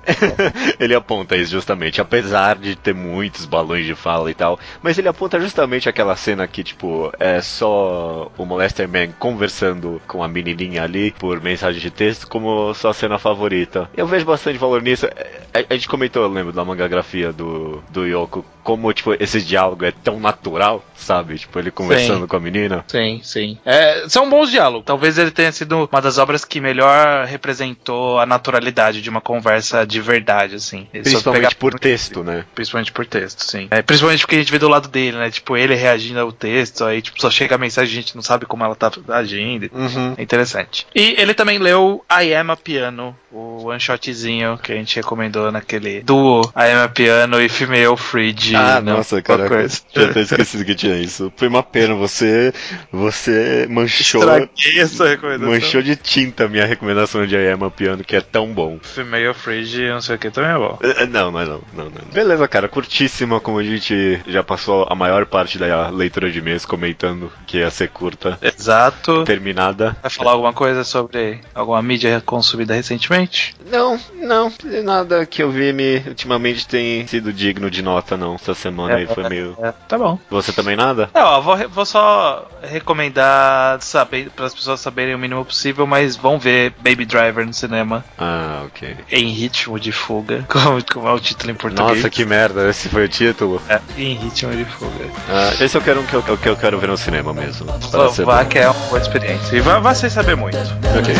[SPEAKER 1] ele aponta isso justamente, apesar de ter muitos balões de fala e tal, mas ele aponta justamente aquela cena que, tipo, é só o Molester Man conversando com a menininha ali por mensagem de texto como sua cena é, favorita. Eu vejo bastante valor nisso. É, A, a gente comentou, eu lembro, da mangagrafia do, do Yoko como, tipo, esse diálogo é tão natural, sabe? Tipo, ele conversando com a menina.
[SPEAKER 4] Sim, sim. É, são bons diálogos. Talvez ele tenha sido uma das obras que melhor representou a naturalidade de uma conversa de verdade, assim. Ele soube
[SPEAKER 1] Principalmente
[SPEAKER 4] pegar-
[SPEAKER 1] por texto, né?
[SPEAKER 4] Principalmente por texto, sim. É, principalmente porque a gente vê do lado dele, né? Tipo, ele reagindo ao texto, aí tipo, só chega a mensagem, a gente não sabe como ela tá agindo.
[SPEAKER 1] Uhum.
[SPEAKER 4] É interessante. E ele também leu I Am a Piano, o one shotzinho que a gente recomendou naquele duo I Am a Piano e Female Free de
[SPEAKER 1] Ah,
[SPEAKER 4] não,
[SPEAKER 1] nossa,
[SPEAKER 4] qualquer
[SPEAKER 1] caraca.
[SPEAKER 4] coisa.
[SPEAKER 1] Já até esquecido que tinha isso. Foi uma pena, você. Você manchou.
[SPEAKER 4] Estraguei essa é recomendação.
[SPEAKER 1] Manchou de tinta a minha recomendação de I Am a Piano, que é tão bom.
[SPEAKER 4] Female Fridge, não sei o que, também é bom.
[SPEAKER 1] Eh, eh, Não, mas não, não, não. Beleza, cara, curtíssima, como a gente já passou a maior parte da leitura de mês comentando que ia ser curta,
[SPEAKER 4] Exato.
[SPEAKER 1] terminada.
[SPEAKER 4] Vai falar alguma coisa sobre alguma mídia consumida recentemente?
[SPEAKER 1] Não, não, nada que eu vi me ultimamente tem sido digno de nota, não. Essa semana aí foi meio.
[SPEAKER 4] É, tá bom.
[SPEAKER 1] Você também nada?
[SPEAKER 4] Não, ó, vou, re- vou só recomendar saber para as pessoas saberem o mínimo possível, mas vão ver Baby Driver no cinema
[SPEAKER 1] Ah, ok.
[SPEAKER 4] em ritmo de fuga, como, como é o título em português.
[SPEAKER 1] Nossa, que merda, esse foi o título.
[SPEAKER 4] É, em ritmo de fuga.
[SPEAKER 1] Ah, esse eu quero um que eu, que eu quero ver no cinema mesmo. Para ser
[SPEAKER 4] Vá
[SPEAKER 1] bom.
[SPEAKER 4] que é uma boa experiência. E vá, vá sem saber muito.
[SPEAKER 1] Ok,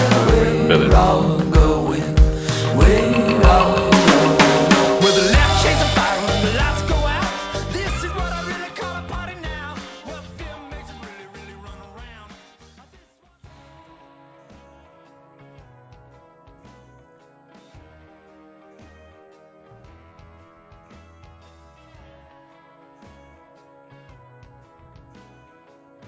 [SPEAKER 1] beleza.
[SPEAKER 6] With the left shades of fire, the lights go out. This is what I really call a party now. What film makes it really, really run around?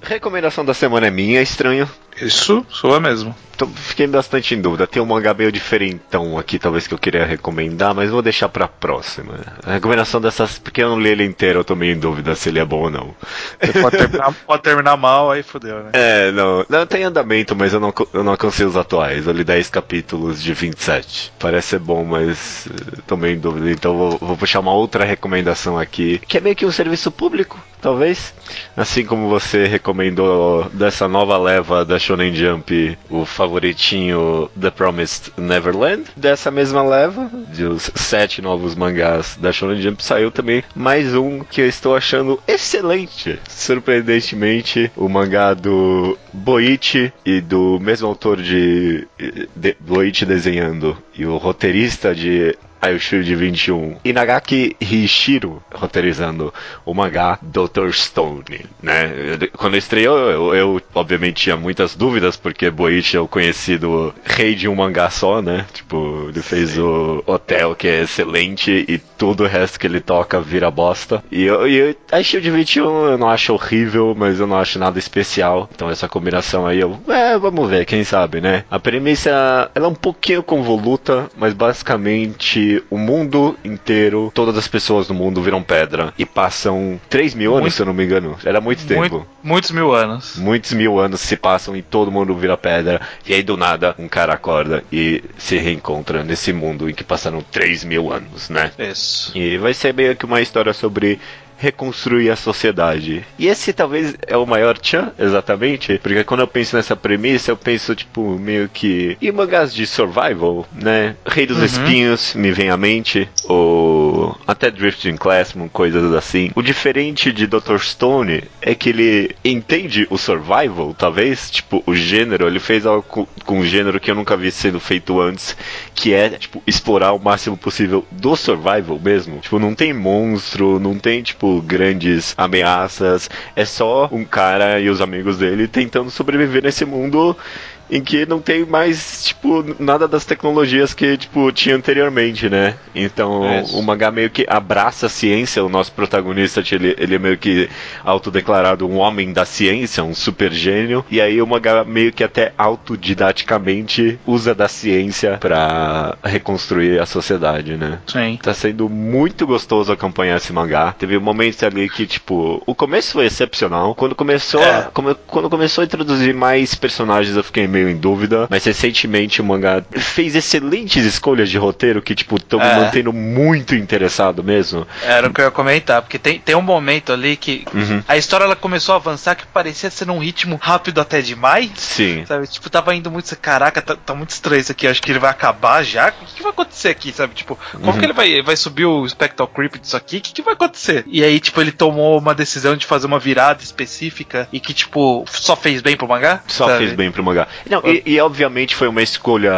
[SPEAKER 1] Recomendação da semana é minha, é estranho.
[SPEAKER 4] Isso, sua mesmo.
[SPEAKER 1] Tô- Fiquei bastante em dúvida. Tem um mangá meio diferentão aqui, talvez que eu queria recomendar, mas vou deixar pra próxima. A recomendação dessas. Porque eu não li ele inteiro, eu tô meio em dúvida se ele é bom ou não.
[SPEAKER 4] Pode terminar, pode terminar mal, aí fodeu, né?
[SPEAKER 1] É, não. Não tem andamento, mas eu não, co- eu não alcancei os atuais. Eu li 10 capítulos de 27. Parece ser bom, mas eh, tô meio em dúvida. Então vou, vou puxar uma outra recomendação aqui. Que é meio que um serviço público, talvez. Assim como você recomendou dessa nova leva da Shonen Jump, o favoritinho The Promised Neverland. Dessa mesma leva, de os sete novos mangás da Shonen Jump, saiu também mais um que eu estou achando excelente. Surpreendentemente, o mangá do Boichi e do mesmo autor de, de Boichi desenhando e o roteirista de Ayo Shield 21. Inagaki Hishiro roteirizando o mangá Dr. Stone, né? Ele- Quando estreou, eu, eu, obviamente tinha muitas dúvidas, porque Boichi é o conhecido rei de um mangá só, né? Tipo, ele fez o Hotel, que é excelente, e tudo o resto que ele toca vira bosta. E eu, e eu a Shield 21 eu não acho horrível, mas eu não acho nada especial. Então essa combinação aí, eu, é, vamos ver, quem sabe, né? A premissa, ela é um pouquinho convoluta, mas basicamente o mundo inteiro, todas as pessoas do mundo viram pedra. E passam 3 mil anos,
[SPEAKER 4] Muito-
[SPEAKER 1] se eu não me engano. Era muito tempo.
[SPEAKER 4] Muito- muitos mil anos.
[SPEAKER 1] Muitos mil anos se passam e todo mundo vira pedra. E aí do nada um cara acorda e se reencontra nesse mundo em que passaram 3 mil anos, né?
[SPEAKER 4] Isso.
[SPEAKER 1] E vai ser meio que uma história sobre reconstruir a sociedade. E esse talvez é o maior tchan, exatamente, porque quando eu penso nessa premissa, eu penso, tipo, meio que... E mangás de survival, né? Rei dos Espinhos, me vem à mente, ou até Drifting Classroom, coisas assim. O diferente de Dr. Stone é que ele entende o survival, talvez, tipo, o gênero, ele fez algo com- com um gênero que eu nunca vi sendo feito antes, que é, tipo, explorar o máximo possível do survival mesmo. Tipo, não tem monstro, não tem, tipo, grandes ameaças. É só um cara e os amigos dele tentando sobreviver nesse mundo em que não tem mais, tipo, nada das tecnologias que, tipo, tinha anteriormente, né? Então,
[SPEAKER 4] É isso.
[SPEAKER 1] o mangá meio que abraça a ciência, o nosso protagonista, ele, ele é meio que autodeclarado um homem da ciência, um super gênio, e aí o mangá meio que até autodidaticamente usa da ciência pra reconstruir a sociedade, né?
[SPEAKER 4] Sim.
[SPEAKER 1] Tá sendo muito gostoso acompanhar esse mangá. Teve momentos ali que, tipo, o começo foi excepcional. Quando começou, a-
[SPEAKER 4] É.
[SPEAKER 1] come- quando começou a introduzir mais personagens, eu fiquei meio meio em dúvida, mas recentemente o mangá fez excelentes escolhas de roteiro que, tipo, estão
[SPEAKER 4] É.
[SPEAKER 1] me mantendo muito interessado mesmo.
[SPEAKER 4] Era o que eu ia comentar, porque tem, tem um momento ali que
[SPEAKER 1] Uhum.
[SPEAKER 4] a história ela começou a avançar que parecia ser num ritmo rápido até demais.
[SPEAKER 1] Sim.
[SPEAKER 4] Sabe, tipo, tava indo muito. Caraca, tá, tá muito estranho isso aqui. Acho que ele vai acabar já. O que, que vai acontecer aqui, sabe? Tipo, como
[SPEAKER 1] Uhum.
[SPEAKER 4] que ele vai, ele vai subir o Spectral Creep disso aqui? O que, que vai acontecer? E aí, tipo, ele tomou uma decisão de fazer uma virada específica e que, tipo, só fez bem pro mangá?
[SPEAKER 1] Só
[SPEAKER 4] sabe?
[SPEAKER 1] fez bem pro mangá. Não, e, e obviamente foi uma escolha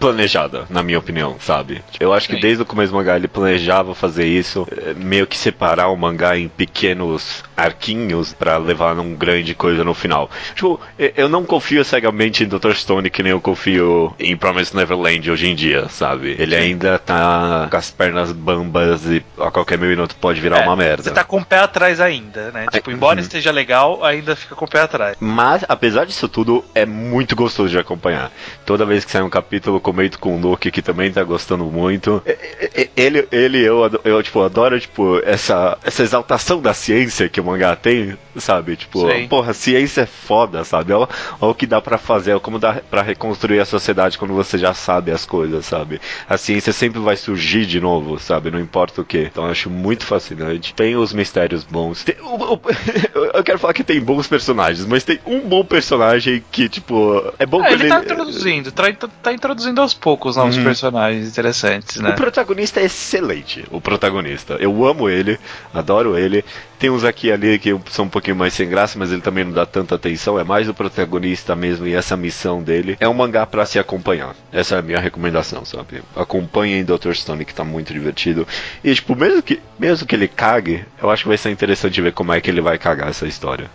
[SPEAKER 1] planejada, na minha opinião, sabe? Eu acho que
[SPEAKER 4] Sim.
[SPEAKER 1] desde o começo do mangá ele planejava fazer isso, eh, meio que separar o mangá em pequenos arquinhos pra levar num grande coisa no final. Tipo, e- eu não confio cegamente em Dr. Stone que nem eu confio em Promised Neverland hoje em dia, sabe? Ele ainda tá com as pernas bambas e a qualquer minuto pode virar
[SPEAKER 4] É,
[SPEAKER 1] uma merda.
[SPEAKER 4] Você tá com o pé atrás ainda, né? Tipo, embora
[SPEAKER 1] uhum.
[SPEAKER 4] esteja legal, ainda fica com o pé atrás.
[SPEAKER 1] Mas, apesar disso tudo, é muito gostoso de acompanhar. Toda vez que sai um capítulo, eu comento com o Luke, que também tá gostando muito. E- e- e- é, Ele, ele eu, ado- eu, tipo, adoro, tipo, essa, essa exaltação da ciência que o mangá tem, sabe? Tipo,
[SPEAKER 4] Sim.
[SPEAKER 1] porra, ciência é foda, sabe? Olha, olha o que dá pra fazer, olha como dá pra reconstruir a sociedade quando você já sabe as coisas, sabe? A ciência sempre vai surgir de novo, sabe? Não importa o que. Então eu acho muito fascinante. Tem os mistérios bons. Tem- o- o- eu quero falar que tem bons personagens, mas tem um bom personagem que, tipo, é bom
[SPEAKER 4] É,
[SPEAKER 1] quando
[SPEAKER 4] ele tá introduzindo, tá, tá introduzindo aos poucos novos
[SPEAKER 1] Uhum.
[SPEAKER 4] personagens interessantes, né?
[SPEAKER 1] O protagonista é excelente, o protagonista. Eu amo ele, adoro ele. Tem uns aqui e ali que são um pouquinho mais sem graça, mas ele também não dá tanta atenção. É mais o protagonista mesmo e essa missão dele. É um mangá pra se acompanhar. Essa é a minha recomendação, sabe? Acompanhem Dr. Stone, que tá muito divertido. E, tipo, mesmo que, mesmo que ele cague, eu acho que vai ser interessante ver como é que ele vai cagar essa história.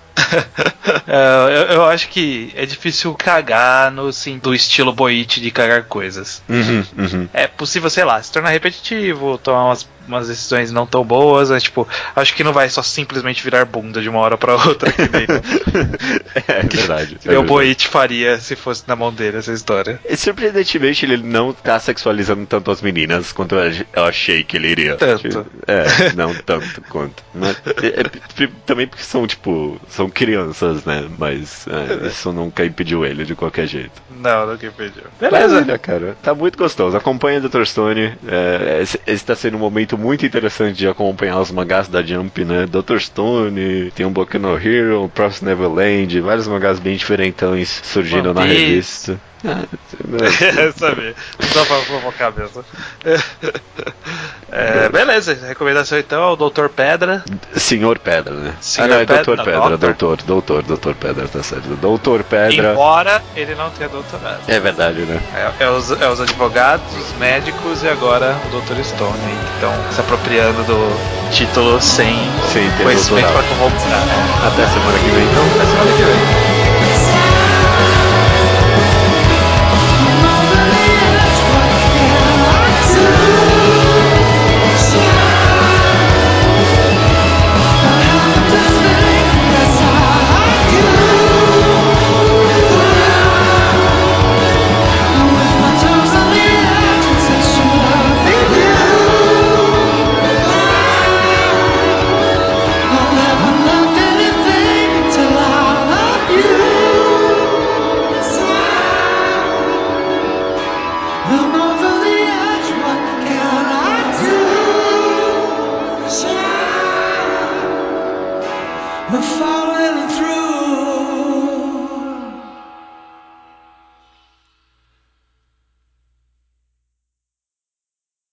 [SPEAKER 4] É, eu, eu acho que é difícil cagar no sim, do estilo boite de cagar coisas.
[SPEAKER 1] Uhum, uhum.
[SPEAKER 4] É possível, sei lá, se tornar repetitivo, tomar umas, umas decisões não tão boas, mas, tipo, acho que não vai só simplesmente virar bunda de uma hora pra outra, que nem
[SPEAKER 1] É, verdade. é
[SPEAKER 4] o
[SPEAKER 1] verdade.
[SPEAKER 4] Boit faria se fosse na mão dele essa história.
[SPEAKER 1] E, Surpreendentemente, ele não tá sexualizando tanto as meninas quanto eu eu achei que ele iria.
[SPEAKER 4] Tanto.
[SPEAKER 1] É, não tanto quanto. Mas, é, é, pri- também porque são, tipo, são crianças, né? Mas é, isso nunca impediu ele de qualquer jeito.
[SPEAKER 4] Não, não que pediu.
[SPEAKER 1] Maravilha, cara. Tá muito gostoso. Acompanha o Dr. Stone. É, esse, esse tá sendo um momento muito interessante de acompanhar os mangás da Jump, né? Dr. Stone, tem um Boku no Hero, Promised Neverland, vários mangás bem diferentões surgindo
[SPEAKER 4] One
[SPEAKER 1] na
[SPEAKER 4] Piece.
[SPEAKER 1] revista. Ah,
[SPEAKER 4] Sabe, só pra provocar mesmo. É, beleza, recomendação então ao Dr. Pedra.
[SPEAKER 1] Senhor Pedra, né?
[SPEAKER 4] Senhor
[SPEAKER 1] ah, não, é
[SPEAKER 4] Pedra,
[SPEAKER 1] Doutor
[SPEAKER 4] não,
[SPEAKER 1] Pedra,
[SPEAKER 4] Doctor.
[SPEAKER 1] Doutor, Doutor, Doutor Pedra, tá certo. Doutor Pedra.
[SPEAKER 4] Embora ele não tenha doutorado.
[SPEAKER 1] É verdade, né?
[SPEAKER 4] É, é os, é os advogados, os médicos e agora o Dr. Stone aí que estão se apropriando do título sem
[SPEAKER 1] Sem ter
[SPEAKER 4] conhecimento para
[SPEAKER 1] doutorado.
[SPEAKER 4] corroborar. né?
[SPEAKER 1] Até semana que vem, então.
[SPEAKER 4] Até semana que vem.
[SPEAKER 6] I'm over the edge, what can I do? Shall I- We're falling